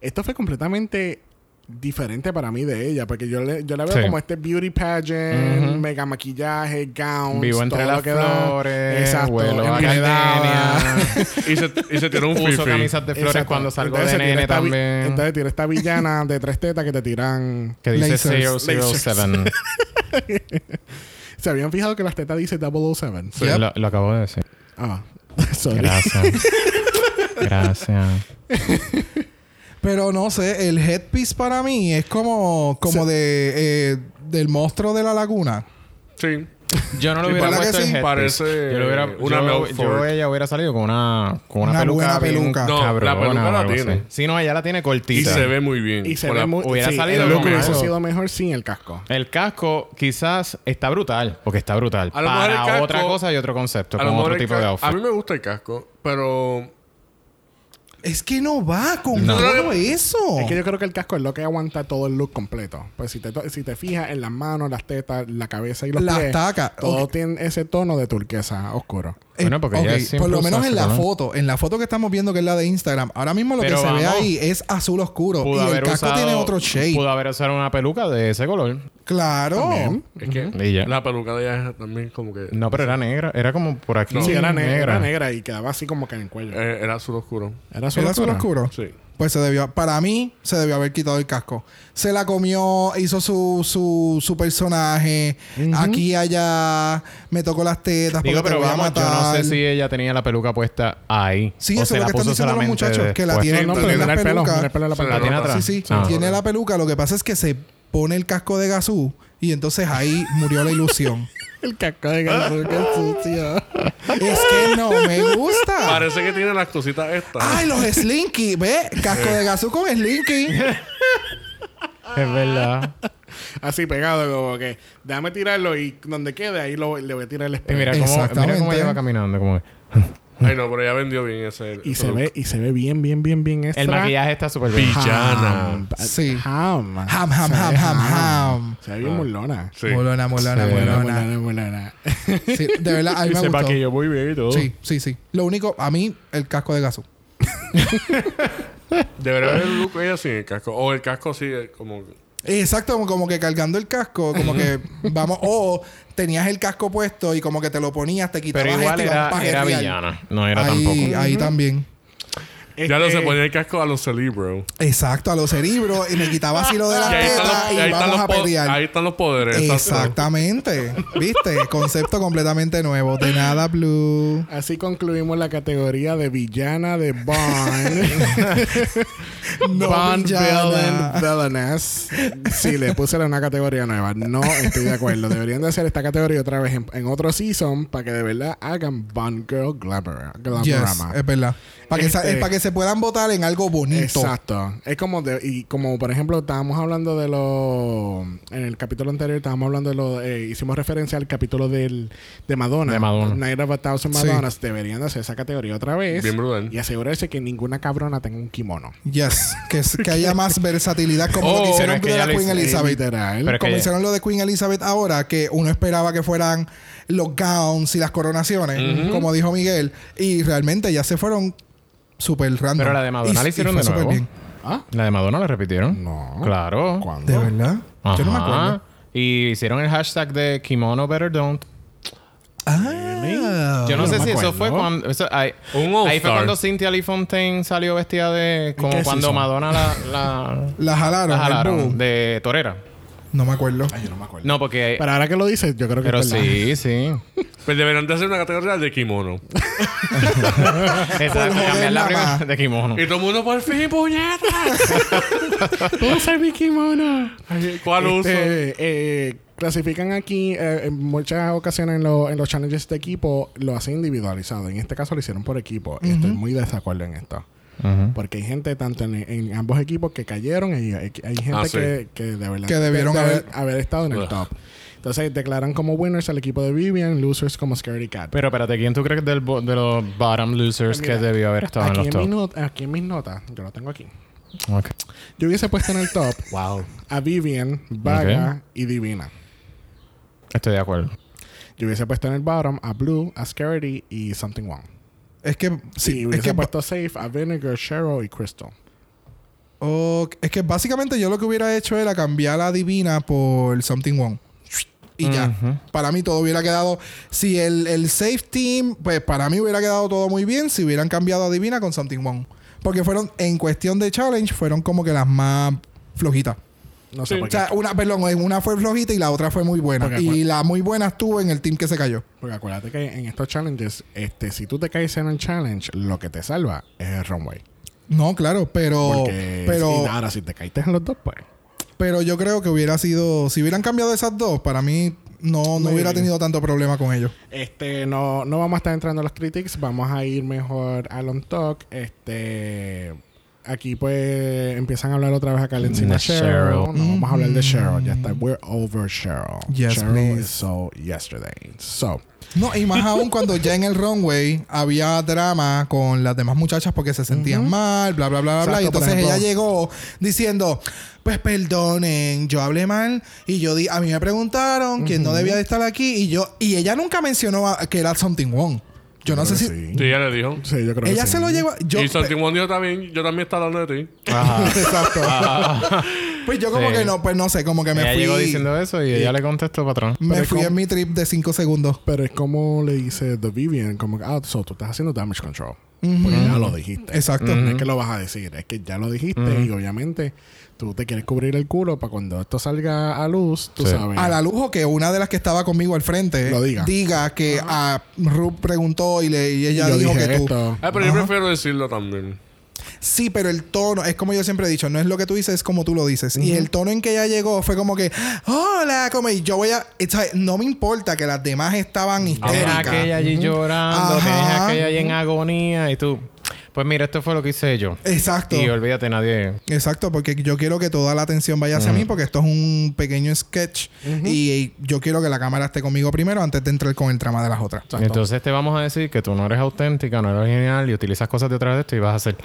S1: Esto fue completamente diferente para mí de ella, porque yo, le- yo la veo
S4: Sí.
S1: como este beauty pageant, mega maquillaje, gowns,
S4: Vivo entre
S1: todo lo
S4: las
S1: que da.
S4: flores,
S1: Exacto,
S4: vuelo a
S1: enredada.
S4: Gardenia.
S3: Y se, y se tiró un
S4: Uso
S3: fifi.
S4: camisas de flores
S1: Exacto.
S4: cuando salgo
S1: Entonces
S4: de
S1: tira
S4: nene
S1: esta vi-
S4: también.
S1: Entonces tira esta villana de tres tetas que te tiran.
S4: Que dice
S2: Lasers.
S4: 007.
S1: ¿Se habían fijado que las tetas dice 007?
S4: Sí,
S2: Yep.
S4: lo, lo acabo de decir.
S1: Ah, sorry.
S4: Gracias. Gracias.
S2: Pero no sé, el headpiece para mí es como, como de eh, del monstruo de la laguna.
S3: Sí.
S4: Yo no lo
S3: Sí,
S2: ¿verdad
S4: hubiera
S2: que
S4: puesto el
S2: sí?
S4: headpiece.
S3: Parece
S4: yo lo hubiera,
S3: una
S4: yo,
S3: Milford.
S4: yo ella hubiera salido con una con una,
S2: Una
S4: peluca,
S2: buena peluca.
S4: bien
S3: No, la
S4: cabrona
S3: peluca la
S4: o algo
S3: tiene.
S4: así. Sí, no, ella la tiene
S3: Y
S4: cortita.
S3: se ve muy bien.
S1: Y se
S3: Con
S1: ve
S3: la-
S1: muy.
S4: hubiera
S1: sí,
S4: salido
S1: el look
S4: con
S1: hubiese
S4: algo.
S1: sido mejor sin el casco.
S4: El casco quizás está brutal, porque está brutal.
S3: A lo mejor
S4: para
S3: el casco-
S4: otra cosa y otro concepto,
S3: a lo
S4: con
S3: mejor
S4: otro
S3: el
S4: tipo de
S3: ca-
S4: outfit.
S3: A mí me gusta el casco, pero...
S2: Es que no va con
S4: No.
S2: todo eso.
S4: Oh.
S1: Es que yo creo que el casco es lo que aguanta todo el look completo. Pues si te, to- si te fijas en las manos, las tetas, la cabeza y los
S2: Las
S1: pies,
S2: tacas.
S1: todo
S2: Ok.
S1: tiene ese tono de turquesa oscuro.
S2: Eh,
S4: Bueno, porque ella
S2: ok,
S4: siempre
S2: por lo
S4: usa
S2: menos en
S4: ese
S2: la
S4: color.
S2: foto, en la foto que estamos viendo que es la de Instagram, ahora mismo lo
S4: Pero
S2: que se ve
S4: vamos.
S2: ahí es azul oscuro
S4: Pudo
S2: y el
S4: haber
S2: casco
S4: usado,
S2: tiene otro shade.
S4: Pudo haber usado una peluca de ese color.
S2: Claro.
S1: También.
S3: Es que
S4: Y ya.
S3: la peluca de ella es también como que...
S4: No, pero era negra. Era como por aquí.
S1: sí, era negra. Era negra y quedaba así como que en el cuello.
S3: eh, era azul oscuro.
S1: Era azul
S2: ¿Era azul
S1: oscuro.
S2: oscuro?
S3: Sí.
S2: Pues se debió, para mí, se debió haber quitado el casco. Se la comió, hizo su, su, su personaje, aquí, allá, me tocó las tetas,
S4: Digo,
S2: porque
S4: pero
S2: te voy a
S4: vamos, yo no
S2: matar.
S4: sé si ella tenía la peluca puesta ahí.
S2: Sí,
S4: o
S2: eso
S4: se
S2: es lo
S4: la
S2: que están diciendo
S4: puso
S2: los
S4: solamente
S2: muchachos, que la
S4: después.
S2: tienen
S1: No,
S2: Tiene
S1: pero mira
S2: las
S1: el pelo,
S2: pelucas.
S1: mira el pelo de la
S3: Se la
S1: peluca.
S4: La tiene
S3: nota.
S4: atrás.
S2: Sí, sí.
S4: Ah.
S2: Tiene la peluca. Lo que pasa es que se pone el casco de gasú y entonces ahí murió la ilusión.
S1: El casco de Gansú, qué sucio.
S2: es que no me gusta.
S3: Parece que tiene las cositas estas.
S2: Ay, los Slinky. Ve, casco de gasú con Slinky.
S4: Es verdad.
S1: Así pegado, como que déjame tirarlo y donde quede, ahí lo, le voy a tirar el
S4: Y
S1: spray.
S4: mira cómo, mira cómo
S2: Exactamente.
S4: ella va caminando. Como...
S3: Ay, no, pero ya vendió bien ese.
S1: Y
S3: ese
S1: se
S3: look.
S1: ve, y se ve bien, bien, bien, bien extra.
S4: El maquillaje está súper bien.
S3: Pi- Villana.
S2: Sí.
S1: Ham.
S2: Ham, ham,
S1: Se ve
S2: ham, ham, ham.
S1: Se ve
S4: Ah.
S1: bien molona.
S3: Sí.
S2: Molona, molona,
S4: Sí.
S1: Molona,
S2: molona.
S1: molona, molona.
S2: Sí, de verdad, a mí me gustó.
S4: muy bien y todo.
S2: Sí, sí, sí. Lo único, a mí, el casco de gaso.
S3: Debería haber el look ella sin el casco. O el casco sí, eh, como.
S2: Exacto, como- como que cargando el casco, como que vamos, o tenías el casco puesto y como que te lo ponías, te quitabas
S4: Pero igual
S2: este y
S4: era,
S2: vas pa'
S4: era
S2: jetear.
S4: villana. No era
S2: ahí,
S4: tampoco.
S2: ahí también.
S3: Ya no
S1: Este,
S3: se ponía el casco a los Celebro.
S2: Exacto, a los cerebros y me quitaba así lo de la
S3: Y ahí, están
S2: teta
S3: los,
S2: Ah, y,
S3: y ahí están
S2: vamos
S3: los
S2: a
S3: po-
S2: pelear.
S3: ahí están los poderes. exacto.
S2: Exactamente, ¿viste? Concepto completamente nuevo, de nada blue.
S1: Así concluimos la categoría de villana de Bond.
S2: No
S1: Bond
S2: villana.
S1: villain villainess. Sí, le puse una categoría nueva. No estoy de acuerdo. Deberían de hacer esta categoría otra vez en, en otro season para que de verdad hagan Bond Girl Glamour.
S2: Yes,
S1: Glamorama.
S2: es verdad. Para que, sa-
S1: Este-
S2: es para que se puedan votar en algo bonito.
S1: Exacto. Es como de, y como por ejemplo estábamos hablando de lo en el capítulo anterior estábamos hablando de lo eh, hicimos referencia al capítulo del de Madonna.
S4: De Madonna.
S1: Night of a Thousand
S2: Sí.
S1: Madonnas deberían de hacer esa categoría otra vez
S3: Bien brutal.
S1: y asegurarse que ninguna cabrona tenga un kimono.
S2: Yes, que, es- que haya más versatilidad como lo
S3: Oh,
S2: que
S4: pero
S2: hicieron
S4: es que
S2: de
S4: ya
S2: la
S4: lo
S2: Queen
S1: Eh,
S4: hice-
S2: Elizabeth.
S1: Literal.
S4: Pero-
S2: Como
S4: que-
S2: hicieron lo de Queen Elizabeth ahora, que uno esperaba que fueran los gowns y las coronaciones, como dijo Miguel, y realmente ya se fueron súper random.
S4: Pero la de Madonna
S2: Y-
S4: la
S2: y
S4: hicieron
S2: fue
S4: de nuevo.
S2: súper bien.
S1: ¿Ah?
S4: La de Madonna la repitieron.
S1: No.
S4: Claro.
S1: ¿Cuándo?
S2: ¿De verdad? Yo no me
S4: Ajá.
S2: acuerdo.
S4: Y hicieron el hashtag de kimono better don't.
S2: Ah,
S4: Yo no,
S1: no
S4: sé
S1: me
S4: si
S1: acuerdo.
S4: eso fue cuando. eso- ahí,
S3: Un All
S4: ahí fue
S3: Star.
S4: cuando Cynthia Lee Fontaine salió vestida de.
S1: qué
S4: Como
S1: es
S4: cuando
S1: eso?
S4: Madonna la, la,
S2: la jalaron.
S4: la
S2: el
S4: jalaron.
S2: boom.
S4: De torera.
S2: No me acuerdo.
S1: Ay, yo no me acuerdo.
S4: No, porque.
S1: Pero ahora que lo dices, yo creo que
S4: Pero
S1: es verdad.
S4: sí, sí.
S3: Pues deberían de hacer una categoría de kimono.
S4: Exacto,
S2: joder,
S4: cambiar la
S2: mamá.
S4: primera de kimono.
S3: Y todo el mundo por fin, puñetas.
S1: ¿Puedo usar mi kimono?
S3: Ay, ¿Cuál uso?
S1: Este, eh, clasifican aquí eh, en muchas ocasiones en, lo- en los challenges de equipo, lo hacen individualizado. En este caso lo hicieron por equipo. Y Estoy muy desacuerdo en esto.
S4: Ujú.
S1: Porque hay gente tanto en, en ambos equipos que cayeron y hay, hay gente
S3: Ah, sí.
S1: que, que de verdad
S2: Que debieron
S1: de- de
S2: haber-
S1: haber estado en el
S3: Ugh.
S1: top. Entonces declaran como winners al equipo de Vivian, losers como Scary Cat.
S4: Pero espérate, ¿quién tú crees del bo- de los bottom losers
S1: Mira,
S4: que debió haber estado en
S1: aquí,
S4: los
S1: en
S4: top?
S1: mis not- aquí en mis notas, yo lo tengo aquí.
S4: Ok.
S1: Yo hubiese puesto en el top
S4: Wow.
S1: a Vivian, Vaga y Divina.
S4: Estoy de acuerdo.
S1: Yo hubiese puesto en el bottom a Blue, a Scaredy y Something Wrong.
S2: Es que,
S1: Sí,
S2: sí,
S1: y
S2: es,
S1: hubiese
S2: que,
S1: puesto safe a Vinegar, Cheryl y Crystal.
S2: oh, es que básicamente yo lo que hubiera hecho era cambiar la divina por Something One. Y ya. Para mí todo hubiera quedado. Si el, el Safe Team, pues para mí hubiera quedado todo muy bien si hubieran cambiado a Divina con Something One. Porque fueron, en cuestión de challenge, fueron como que las más flojitas.
S1: No sé
S3: Sí.
S1: por
S2: O
S1: qué.
S2: sea, una, perdón, una fue flojita y la otra fue muy buena.
S1: Porque
S2: y
S1: acuer-
S2: la muy buena estuvo en el team que se cayó.
S1: Porque acuérdate que en estos challenges, este, si tú te caes en el challenge, lo que te salva es el runway.
S2: No, claro, pero.
S1: Porque
S2: Oh, Pero.
S1: y ahora si te caíste en los dos, pues.
S2: Pero yo creo que hubiera sido. Si hubieran cambiado esas dos, para mí no, no
S1: Maybe.
S2: hubiera tenido tanto problema con ellos.
S1: Este, no, no vamos a estar entrando a los critics, vamos a ir mejor a long talk. Este, aquí pues empiezan a hablar otra vez acá encima
S4: De
S1: de Cheryl. No,
S4: Cheryl.
S1: vamos a hablar de Cheryl, ya está. We're over Cheryl.
S2: Yes,
S1: Cheryl
S2: please.
S1: is so yesterday. So,
S2: No, y más aún cuando ya en el runway había drama con las demás muchachas porque se sentían mal, bla, bla, bla, bla, bla. Y
S1: Exacto, por
S2: entonces ella
S1: ejemplo.
S2: llegó diciendo, pues perdonen, yo hablé mal y yo di, a mí me preguntaron quién no debía de estar aquí y yo, y ella nunca mencionó a- que era Something Wrong. Yo no
S1: creo
S2: sé
S1: que
S2: si...
S1: sí.
S3: Sí, ya le dijo.
S1: Sí, yo creo
S2: Ella
S1: que
S2: se
S1: sí.
S2: lo lleva... Yo,
S3: y Santimón dijo también, yo también estaba hablando de ti.
S2: Exacto. pues yo como
S4: Sí.
S2: que no, pues no sé, como que me
S4: ella
S2: fui...
S4: llegó diciendo eso y ella le contestó, patrón.
S2: me
S1: Pero
S2: fui
S1: ¿cómo?
S2: en mi trip de 5 segundos.
S1: Pero es como le dice The Vivian, como que, ah, so, tú estás haciendo damage control. Porque ya lo dijiste.
S2: Exacto.
S1: No es que lo vas a decir, es que ya lo dijiste y obviamente tú te quieres cubrir el culo para cuando esto salga a luz, tú
S4: Sí.
S1: sabes.
S2: a la lujo que una de las que estaba conmigo al frente
S1: Lo diga.
S2: que a Ruth preguntó y, le, y ella
S1: Yo
S2: dijo
S1: dije
S2: que tú.
S1: esto.
S3: Ay, pero yo prefiero decirlo también.
S2: Sí, pero el tono, es como yo siempre he dicho, no es lo que tú dices, es como tú lo dices. Y el tono en que ella llegó fue como que, hola, como y yo voy a. it's like, no me importa que las demás estaban
S4: Tienes
S2: histéricas.
S4: aquella allí llorando,
S2: Ajá.
S4: tienes aquella allí en agonía y tú. Pues mira, esto fue lo que hice yo.
S2: Exacto.
S4: Y olvídate, nadie.
S2: Exacto, porque yo quiero que toda la atención vaya hacia mí, porque esto es un pequeño sketch y, y yo quiero que la cámara esté conmigo primero antes de entrar con el trama de las otras.
S4: Entonces te vamos a decir que tú no eres auténtica, no eres original y utilizas cosas de atrás de esto y vas a hacer.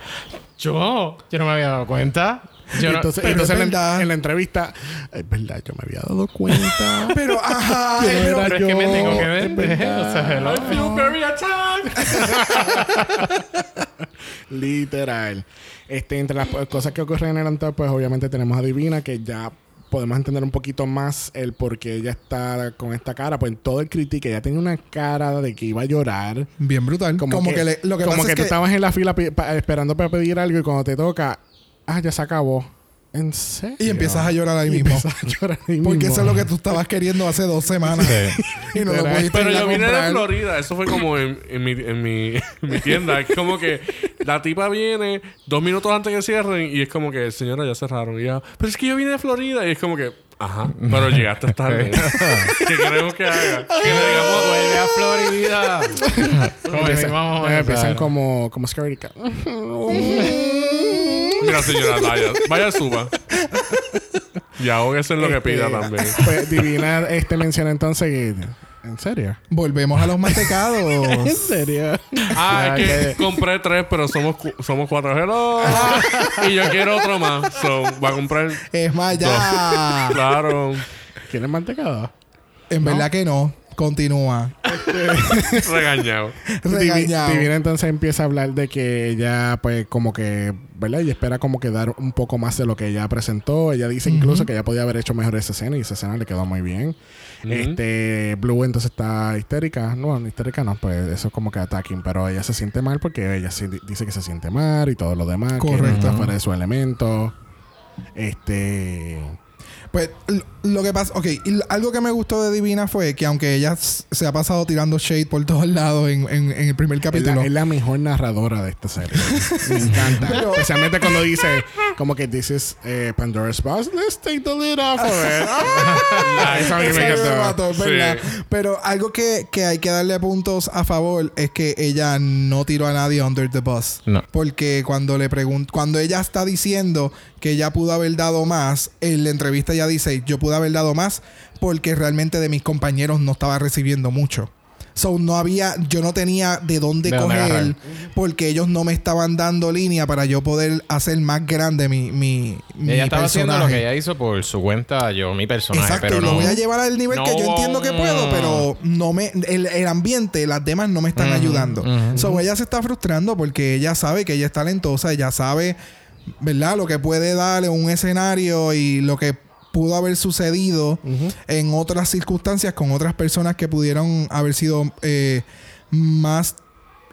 S4: Yo, yo no me había dado cuenta. Yo no-
S1: Entonces,
S2: pero
S1: entonces
S2: es
S1: en, la,
S2: verdad.
S1: en la entrevista, es verdad, yo me había dado cuenta.
S2: Pero, ajá,
S1: Que
S2: pero-
S1: era
S4: pero es que me
S1: yo,
S4: tengo que
S1: es
S4: vender.
S1: verdad.
S4: o sea, hello.
S1: Literal. Este, entre las po- cosas que ocurren en el anterior, pues obviamente tenemos a Divina, que ya podemos entender un poquito más el por qué ella está con esta cara. Pues en todo el critique, ella tenía una cara de que iba a llorar.
S2: bien brutal. Como, que, le- lo que
S1: como
S2: pasa
S1: que
S2: es
S1: tú
S2: que
S1: estabas en la fila pi- pa- esperando para pedir algo y cuando te toca, ah, ya se acabó. ¿En serio?
S2: y empiezas a llorar ahí mismo.
S1: Empiezas a llorar ahí mismo.
S2: Porque eso es lo que tú estabas queriendo hace dos semanas. y no lo
S1: Pero-
S2: pudiste
S3: Pero
S2: ir a
S3: yo vine de
S2: comprar.
S3: Florida, eso fue como en, en mi, en, mi, en mi tienda. Es como que la tipa viene dos minutos antes que cierren y es como que, señora, ya cerraron. Y ya, pero es que yo vine de Florida y es como que, ajá, pero llegaste tarde. ¿Qué queremos que haga? Que le digamos,
S4: Vuelve a Florida. Joder, vamos
S1: Eh, empiezan
S4: a empezar.
S1: como, como Scary Cat.
S3: mira, señora, vaya, vaya, suba. Y ahógese en lo que pida también.
S1: Pues Divina este, menciona entonces que... ¿En serio?
S2: Volvemos a los
S1: ¿En
S2: mantecados.
S1: serio?
S3: Ah,
S4: Ya,
S3: es que compré tres, pero somos, cu- somos cuatro. Hello. y yo quiero otro más. So, va a comprar.
S2: es más, ya.
S3: Claro.
S1: ¿Quieres mantecado?
S2: en verdad que no. Continúa.
S3: Regañado.
S2: Regañado.
S1: Divi- Divina entonces empieza a hablar de que ella, pues, como que, ¿verdad? Y espera como que dar un poco más de lo que ella presentó. Ella dice incluso que ella podía haber hecho mejor esa escena y esa escena le quedó muy bien. Este, Blue entonces está histérica. No, histérica no, pues eso es como que attacking, pero ella se siente mal porque ella sí di- dice que se siente mal y todo lo demás. Que no
S2: Correcto.
S1: está fuera de su elemento. Este.
S2: Pues l- lo que pasa, ok, y l- algo que me gustó de Divina fue que aunque ella s- se ha pasado tirando shade por todos lados en, en- en el primer
S1: Es la,
S2: capítulo,
S1: es la mejor narradora de esta serie. Me encanta. Especialmente cuando dice, como que dices Pandora's Box, let's take the lid off of it. Ah, eso a mí
S2: Eso
S1: me
S2: a mí me
S1: encantó.
S2: mató, es verdad. Pero algo que, que hay que darle puntos a favor es que ella no tiró a nadie under the bus.
S4: No.
S2: Porque cuando le pregun- cuando ella está diciendo que ella pudo haber dado más, en la entrevista ella dice, yo pude haber dado más porque realmente de mis compañeros no estaba recibiendo mucho. So, no había, yo no tenía de dónde
S4: De dónde
S2: coger
S4: agarrar.
S2: porque ellos no me estaban dando línea para yo poder hacer más grande mi, mi, mi
S4: Ella estaba haciendo lo que
S2: personaje.
S4: ella hizo por su cuenta, yo, mi personaje.
S2: Exacto,
S4: pero
S2: y lo
S4: no.
S2: voy a llevar al nivel que yo
S4: No.
S2: entiendo que puedo, pero no me el, el ambiente, las demás no me están ayudando. So, ella se está frustrando porque ella sabe que ella es talentosa, ella sabe, ¿verdad? Lo que puede darle un escenario y lo que pudo haber sucedido en otras circunstancias con otras personas que pudieron haber sido eh, más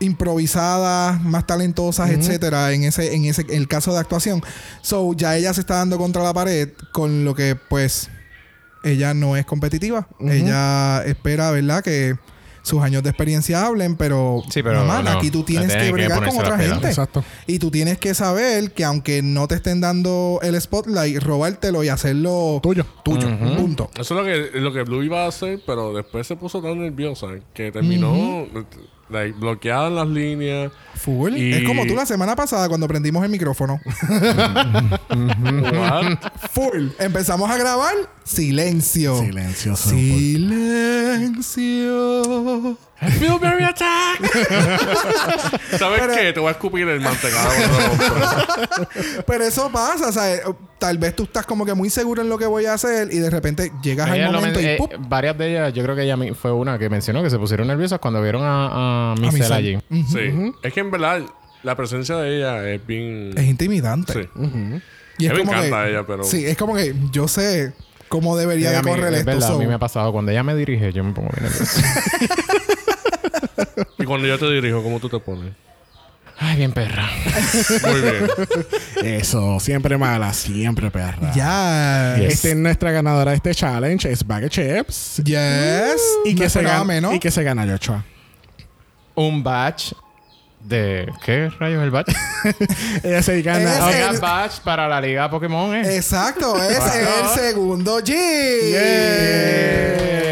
S2: improvisadas, más talentosas, etcétera, en ese, en ese, en el caso de actuación. So, ya ella se está dando contra la pared, con lo que pues ella no es competitiva. Ella espera, ¿verdad? Que sus años de experiencia hablen, pero,
S4: Sí, pero
S2: mamá,
S4: no.
S2: aquí tú
S4: Le
S2: tienes que
S4: tienen que
S2: bregar con
S4: ponerse
S2: otra
S4: las pilas.
S2: gente.
S1: Exacto.
S2: Y tú tienes que saber que aunque no te estén dando el spotlight, robártelo y hacerlo
S1: Tuyo.
S2: tuyo. Punto.
S3: Eso es lo que, lo que Blue iba a hacer, pero después se puso tan nerviosa que terminó like, bloqueada en las líneas.
S2: Full.
S3: Y-
S2: Es como tú la semana pasada cuando prendimos el micrófono.
S3: What?
S2: Full. Empezamos a grabar. Silencio.
S1: Silencio.
S2: Silencio.
S3: I feel very attacked. ¿Sabes qué? Te voy a escupir el mantecado. bro.
S2: Pero eso pasa, o sea, eh, tal vez tú estás como que muy seguro en lo que voy a hacer y de repente llegas
S4: Ella
S2: al
S4: lo
S2: momento
S4: men-
S2: y
S4: eh,
S2: ¡pup!
S4: varias de ellas, yo creo que ella mi- fue una que mencionó que se pusieron nerviosas cuando vieron a, a Michelle
S2: Michelle.
S4: allí.
S3: sí. Es que en verdad, la presencia de ella es bien.
S2: Es intimidante.
S3: Sí.
S2: Y es
S3: A mí me
S2: como
S3: encanta
S2: que,
S3: ella, pero-
S2: Sí, es como que yo sé cómo debería
S4: Ella
S2: de
S4: a mí-
S2: correr
S4: es
S2: esto.
S4: verdad,
S2: so-
S4: a mí me ha pasado. Cuando ella me dirige, yo me pongo bien nervioso.
S3: Y cuando yo te dirijo, ¿cómo tú te pones?
S4: Ay, bien perra.
S3: Muy bien.
S1: Eso. Siempre mala, siempre perra.
S2: Ya.
S4: Yes.
S1: Este, nuestra ganadora de este challenge es Bag of Chips.
S2: Yes.
S1: Y,
S2: No
S1: que se
S2: esperaba
S1: gana,
S2: menos.
S1: y que se gana Joshua.
S4: Un batch de... ¿Qué rayos es el batch?
S1: Ella se
S2: Ese-
S1: gana.
S4: Era batch para la liga Pokémon, ¿eh?
S2: Exacto, ese es el segundo G.
S1: Yeah.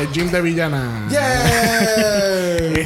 S1: El gym de villana.
S2: Yeah.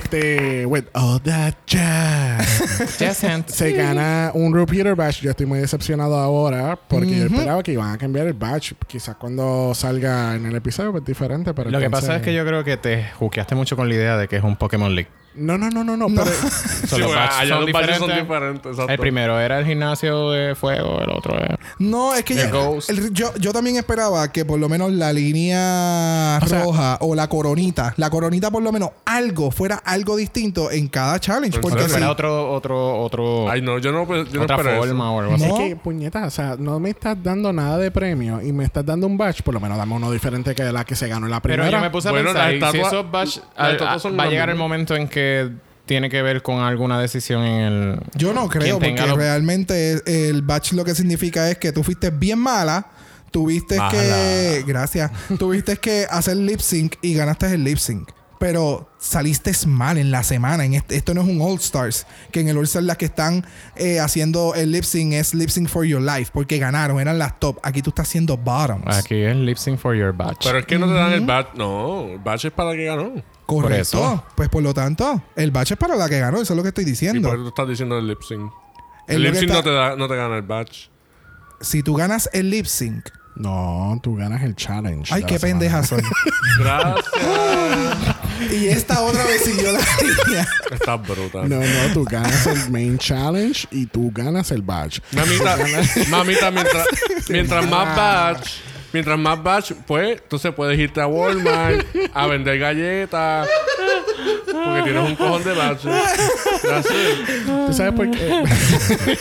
S1: Este, with all that jazz.
S4: Jazz hands.
S1: Se gana un Repeater Batch. Yo estoy muy decepcionado ahora porque yo esperaba que iban a cambiar el batch. Quizás cuando salga en el episodio pues diferente. Pero
S4: Lo que
S1: entonces-
S4: pasa es que yo creo que te juqueaste mucho con la idea de que es un Pokémon League.
S1: No, no, no, no, no. Pero
S4: So,
S3: porque
S4: los batches
S3: pues, allá
S4: son
S3: los batches son
S4: diferentes.
S3: diferentes. exacto.
S4: El primero era el gimnasio de fuego, el otro era...
S2: No, es que
S4: The
S2: yo,
S4: Ghost.
S2: el- yo, yo también esperaba que por lo menos la línea
S1: O sea-
S2: roja o la coronita, la coronita por lo menos algo, fuera algo distinto en cada challenge.
S3: Pero
S2: Porque
S4: Pero
S2: si,
S4: era otro, otro, otro...
S3: Ay, no, yo no, pues, yo no
S4: otra
S3: esperé eso.
S4: forma o algo así.
S2: No.
S1: es que, puñeta, o sea, no me estás dando nada de premio y me estás dando un batch. Por lo menos dame uno diferente que la que se ganó en la
S4: Pero
S1: primera.
S4: yo me puse a
S3: Bueno,
S4: pensar,
S3: las
S4: y si
S3: estatuas-
S4: esos batch-
S3: las
S4: al-
S3: estatuas
S4: a-
S3: son
S4: va a
S3: grandes,
S4: llegar el
S3: ¿no?
S4: momento en que tiene que ver con alguna decisión en el...
S2: yo no creo,
S4: Quien
S2: porque
S4: tenga los-
S2: realmente es- el batch lo que significa es que tú fuiste bien mala, tuviste
S4: Mala.
S2: que. Gracias. tuviste que hacer lip sync y ganaste el lip sync. Pero saliste mal en la semana. En este- esto no es un All Stars. Que en el All Stars las que están eh, haciendo el lip sync es lip sync for your life. Porque ganaron, eran las top. Aquí tú estás haciendo bottoms.
S4: Aquí es lip sync for your batch.
S3: Pero es que no te dan el batch. No, el batch es para el que ganó.
S2: Correcto.
S4: Por eso.
S2: Pues por lo tanto, el batch es para la que ganó. Eso es lo que estoy
S3: Y por
S2: diciendo.
S3: eso tú estás diciendo el lip sync.
S2: Es
S3: El
S2: lo
S3: lip
S2: que
S3: sync
S2: está-
S3: no, te da, no te gana el batch.
S2: Si tú ganas el lip sync.
S1: No, tú ganas el challenge.
S2: Ay,
S1: de la
S2: qué
S1: semana.
S2: pendeja soy.
S3: Gracias.
S2: y esta otra vez siguió la línea.
S3: Estás brutal.
S1: No, no, tú ganas el main challenge y tú ganas el batch.
S3: Mamita, mamita, mientras, mientras más batch, mientras más batch, pues entonces puedes irte a Walmart a vender galletas. Porque tienes un cojón de batch. Gracias.
S1: ¿Tú sabes por qué?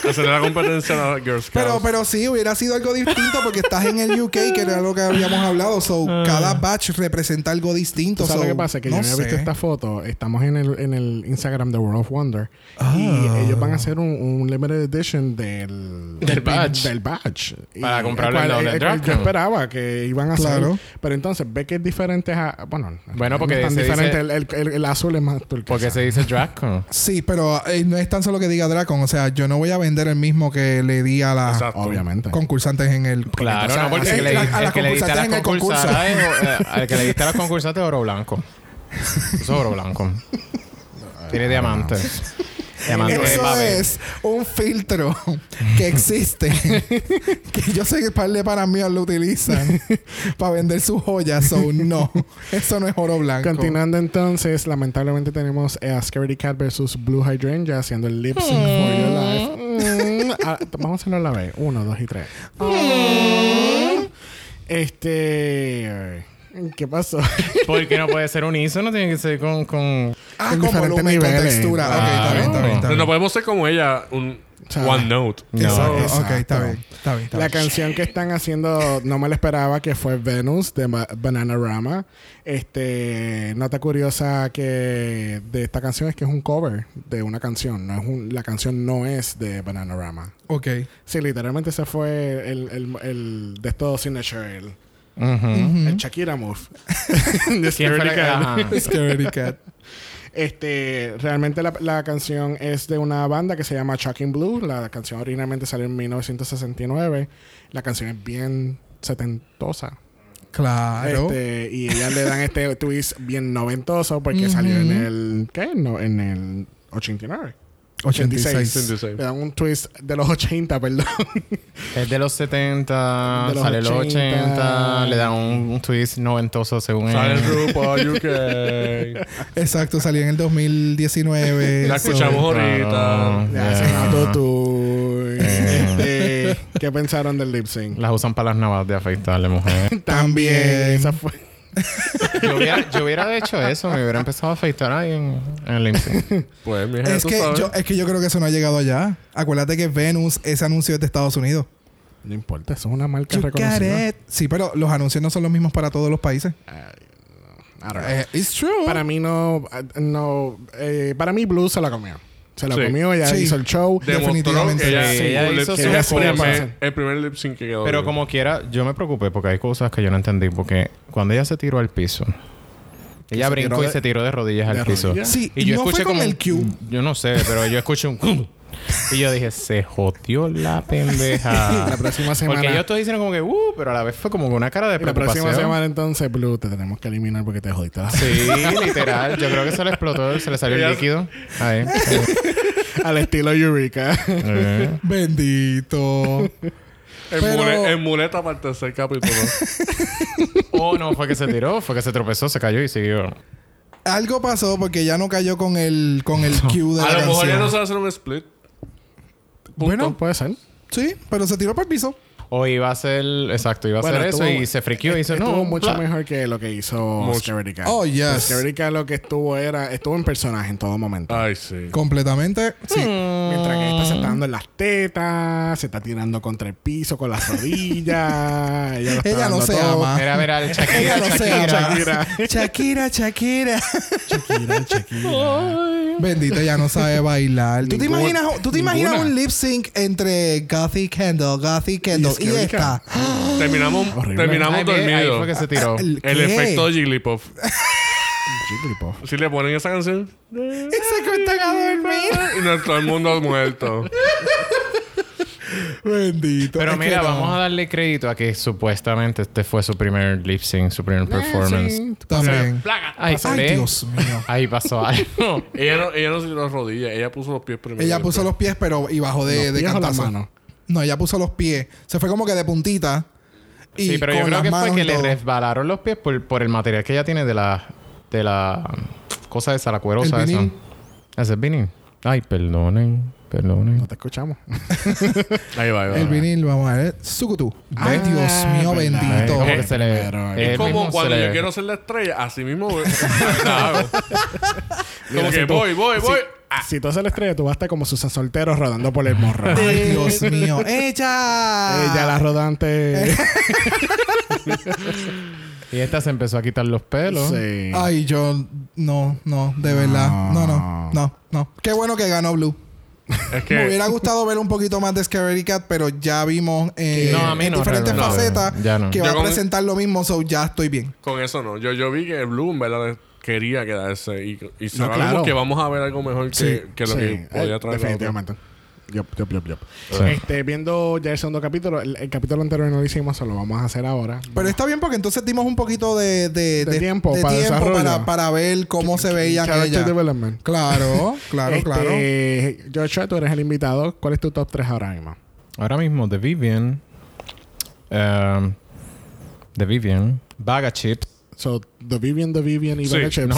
S3: Hacer la competencia a la Girl Scouts.
S2: Pero, pero sí, hubiera sido algo distinto porque estás en el UK, que era lo que habíamos hablado. So, cada batch representa algo distinto.
S1: Ah. ¿Tú sabes
S2: So,
S1: lo que pasa? Que
S2: no
S1: yo no he
S2: sé.
S1: visto esta foto. Estamos en el, en el Instagram de World of Wonder.
S2: Ah.
S1: Y ellos van a hacer un, un limited edition del...
S4: Del badge.
S1: Del badge. Y
S4: Para comprarlo
S1: el
S4: en
S1: cual-
S4: la
S1: el
S4: Dragon.
S1: cual Yo esperaba que iban a
S2: Claro.
S1: hacer... Pero entonces ve que es diferente a... Bueno,
S4: Bueno,
S1: no
S4: porque
S1: es tan
S4: se
S1: diferente.
S4: dice-
S1: El, el- el- el azul es más turquesa.
S4: Porque se dice drag con...
S2: Sí, pero eh, no es tan solo que diga Dracon. O sea, yo no voy a vender el mismo que le di a las
S3: Exacto.
S1: Obviamente.
S2: concursantes en el.
S4: Claro,
S2: o sea,
S4: no, porque
S2: a-
S4: el que le,
S2: a-
S4: el
S2: a las
S4: que le diste a las
S2: concursantes en el concurso.
S4: concursantes, eh, al que le diste a las concursantes oro blanco. Eso es oro blanco. Tiene diamantes. Diamantes de
S2: Eso
S4: papel.
S2: es un filtro que existe. que yo sé que par de para mí lo utilizan para vender sus joyas. O no. Eso no es oro blanco.
S1: Continuando entonces, lamentablemente tenemos a Scaredy Cat versus Blue Hydrangea haciendo el lip sync for your life. Mm. Ah, vamos a hacerlo a la vez. Uno, dos y tres. Este. ¿Qué pasó?
S4: Porque no puede ser unísono, tiene que ser con... con...
S2: Ah,
S1: En
S2: con
S1: diferentes
S2: volumen, con
S1: niveles.
S2: textura.
S4: Claro.
S2: Ok, está bien, está bien, está
S3: No,
S2: bien.
S3: no podemos ser como ella, un
S1: ¿Sabes?
S3: One Note.
S2: Exacto.
S4: No.
S1: Exacto.
S2: Ok, está bien. Está bien, está
S1: La
S2: bien.
S1: canción que están haciendo, no me la esperaba, que fue Venus de Ba- Bananarama. Este, nota curiosa que de esta canción es que es un cover de una canción. No es un, la canción no es de Bananarama.
S2: Ok.
S1: Sí, literalmente ese fue el, el, el de estos signature, el,
S4: Ujú.
S1: el Shakira move. De
S4: ¿Quién fue la
S1: Scaredy
S4: que-
S1: Cat.
S4: ajá.
S2: Scary Cat.
S1: Este, realmente la, la canción es de una banda que se llama Shocking Blue. La canción originalmente salió en 1969. La canción es bien setentosa.
S2: Claro.
S1: Este, y ellas le dan este twist bien noventoso porque salió en el, ¿qué? No, en el 89.
S2: 86.
S3: 86.
S1: Le dan un twist de los 80, perdón.
S4: Es de los 70,
S1: De los
S4: sale los
S1: 80.
S4: 80, le da un, un twist noventoso según
S3: Sale el
S4: él.
S3: grupo UK.
S2: Exacto, salió en el 2019.
S3: La
S2: so-
S3: escuchamos ahorita.
S4: Claro.
S1: Le hacen autotune. Este, ¿Qué pensaron del lip sync?
S4: Las usan para las navas de afeitarle, mujer.
S2: También.
S1: Esa fue.
S4: Yo hubiera, yo hubiera hecho eso, me hubiera empezado a afeitar ahí en, en el IMSI.
S3: Pues, mi gente,
S2: Es
S3: tú
S2: que,
S3: sabes.
S2: yo, es que yo creo que eso no ha llegado allá. Acuérdate que Venus, ese anuncio es de Estados Unidos.
S1: No importa, eso es una marca
S2: You got
S1: reconocida.
S2: it. Sí, pero los anuncios no son los mismos para todos los países.
S1: I don't know.
S2: Eh, it's true.
S1: Para mí no. no eh, para mí, Blue se la comió. Se la
S3: Sí.
S1: comió, ella
S2: Sí.
S1: hizo el show.
S3: Demostró
S2: definitivamente.
S3: que ella,
S4: Sí, ella
S3: el lip
S4: hizo
S3: sync
S1: su
S3: primer-
S1: esfuerzo.
S3: el primer lip sync que quedó.
S4: Pero
S3: bien.
S4: como quiera, yo me preocupé porque hay cosas que yo no entendí. Porque cuando ella se tiró al piso, ella
S2: se
S4: brincó
S2: tiró
S4: y
S2: de-
S4: se tiró de rodillas
S1: de
S4: al piso.
S1: rodillas.
S2: Sí,
S4: Y yo
S2: no fue
S4: escuché
S2: con
S4: como
S2: el Q.
S4: Yo no sé, pero yo escuché un. Y yo dije, se jodió la pendeja.
S1: La próxima semana.
S4: Porque ellos todos hicieron como que, uh, pero a la vez fue como que una cara de
S1: la
S4: preocupación.
S1: próxima semana entonces, Blue, te tenemos que eliminar porque te jodiste.
S4: Sí, literal. Yo creo que se le explotó, se le salió el
S3: Ella-
S4: líquido. Ahí. Sí.
S1: Al estilo Eureka.
S4: Eh.
S2: Bendito.
S3: En,
S2: Pero-
S3: mule- en muleta para el tercer capítulo.
S4: Oh, no, fue que se tiró, fue que se tropezó, se cayó y siguió.
S2: Algo pasó porque ya no cayó con el con el cue de
S3: a
S2: la
S3: lo mejor
S2: canción.
S3: ya no sabe hacer un split.
S1: bueno, puede ser.
S2: Sí, pero se tiró para el piso.
S4: O iba a ser, exacto, iba a
S1: Bueno,
S4: hacer eso
S1: estuvo-
S4: y se friquió y hizo,
S1: estuvo
S4: no, ah,
S1: mucho
S4: bla.
S1: mejor que lo que hizo Scabrica.
S2: Oh, yes.
S1: Scabrica lo que estuvo era... Estuvo en personaje en todo momento.
S3: Ay, sí.
S2: Completamente. Sí.
S1: Mientras que está sentando en las tetas, se está tirando contra el piso con las rodillas. ella lo está
S2: Ella no
S1: dando
S2: se
S1: todo.
S2: ama.
S4: Era ver al Shakira,
S2: Ella no se
S4: Shakira.
S2: ama. Shakira, Shakira.
S1: Shakira, Shakira.
S2: Bendito, ya no sabe bailar. ¿Tú te
S1: Ninguna.
S2: imaginas, ¿tú te imaginas
S1: Ninguna.
S2: un lip sync entre Kathy Kendall, Kathy Kendall
S1: es
S2: y,
S1: que ahorita-
S2: esta?
S3: Terminamos,
S1: Horrible.
S3: terminamos
S4: Ay, ve, ahí
S3: dormidos.
S4: fue que se tiró.
S2: El-
S3: El
S2: ¿Qué?
S3: efecto Jigglypuff.
S1: Jigglypuff.
S3: Si le ponen esa canción, y
S2: Se cuentan a dormir.
S3: no, todo el mundo muerto.
S2: Bendito.
S4: Pero
S2: Es que
S4: mira,
S2: no.
S4: vamos a darle crédito a que supuestamente este fue su primer lip sync, su primer performance.
S1: Sí.
S2: También.
S4: Ay,
S2: Ah, Ay,
S4: ve,
S2: Dios mío.
S4: Ahí pasó algo.
S3: Ella no, ella no se tiró las rodillas, ella puso los pies primero.
S2: Ella puso los pies, pero y bajó de,
S1: Los
S2: de
S1: pies o las
S2: cantazo.
S1: manos.
S2: No, ella puso los pies. Se fue como que de puntita. Y
S4: Sí, pero yo
S2: con
S4: creo
S2: las
S4: que fue
S2: manos
S4: que
S2: y
S4: le
S2: todo.
S4: resbalaron los pies por, por el material que ella tiene de la... De la... Cosa de salacuerosa
S2: El
S4: esa.
S2: vinil.
S4: Ese es vinil. Ay, perdonen. Perdonen.
S1: No te escuchamos.
S3: Ahí va, ahí va.
S2: El vinil, vamos a ver. Sukutu.
S4: Ah,
S2: Ay, Dios mío,
S1: Ah, verdad.
S4: Ay,
S2: bendito.
S4: como que se le...
S1: Pero- eh,
S4: él
S3: Es como
S4: mismo
S3: cuando
S4: se
S3: yo
S4: le-
S3: quiero ser la estrella, así mismo. voy. como que
S1: si tú-
S3: voy, voy,
S1: si-
S3: voy.
S1: Si tú haces la estrella, tú vas a estar como Susan Soltero rodando por el morro.
S2: Ay, Dios mío. ¡Ella!
S1: Ella, la rodante.
S4: Y esta se empezó a quitar los pelos.
S1: Sí.
S2: Ay, yo no, no, de verdad. No, no, no, no. Qué bueno que ganó Blue.
S3: Es
S2: Me
S3: que
S2: hubiera gustado ver un poquito más de Scary Cat, pero ya vimos eh,
S4: No, a mí
S2: en
S4: no,
S2: diferentes
S4: realmente.
S2: facetas
S4: No, ya no.
S2: que
S4: Yo
S2: va a
S3: con-
S2: presentar lo mismo, so ya estoy bien.
S3: con eso no. Yo, yo vi que Bloom, ¿verdad? Quería quedarse y, y sabemos
S1: claro.
S3: que vamos a ver algo mejor que,
S2: Sí,
S3: que lo que
S1: Sí,
S3: podía
S1: eh,
S3: traer. la
S1: Definitivamente. Yup, yup, yup, yup.
S4: Sí.
S1: Este, viendo ya el segundo capítulo, el, el capítulo anterior no lo hicimos, solo lo vamos a hacer ahora.
S2: Pero este está bien porque entonces dimos un poquito de, de,
S1: De
S2: de-
S1: tiempo para
S2: tiempo
S1: desarrollo.
S2: para, para ver cómo se veían
S1: Character
S2: ellas.
S1: development.
S2: Claro, claro,
S1: Este,
S2: claro.
S1: Joshua, tú eres el invitado. ¿Cuál es tu top 3 ahora mismo?
S4: Ahora mismo, The Vivian. em, The Vivian. Baga Chips.
S1: So, The Vivian, The Vivian y
S3: Sí,
S1: Bag of Chips.
S4: No.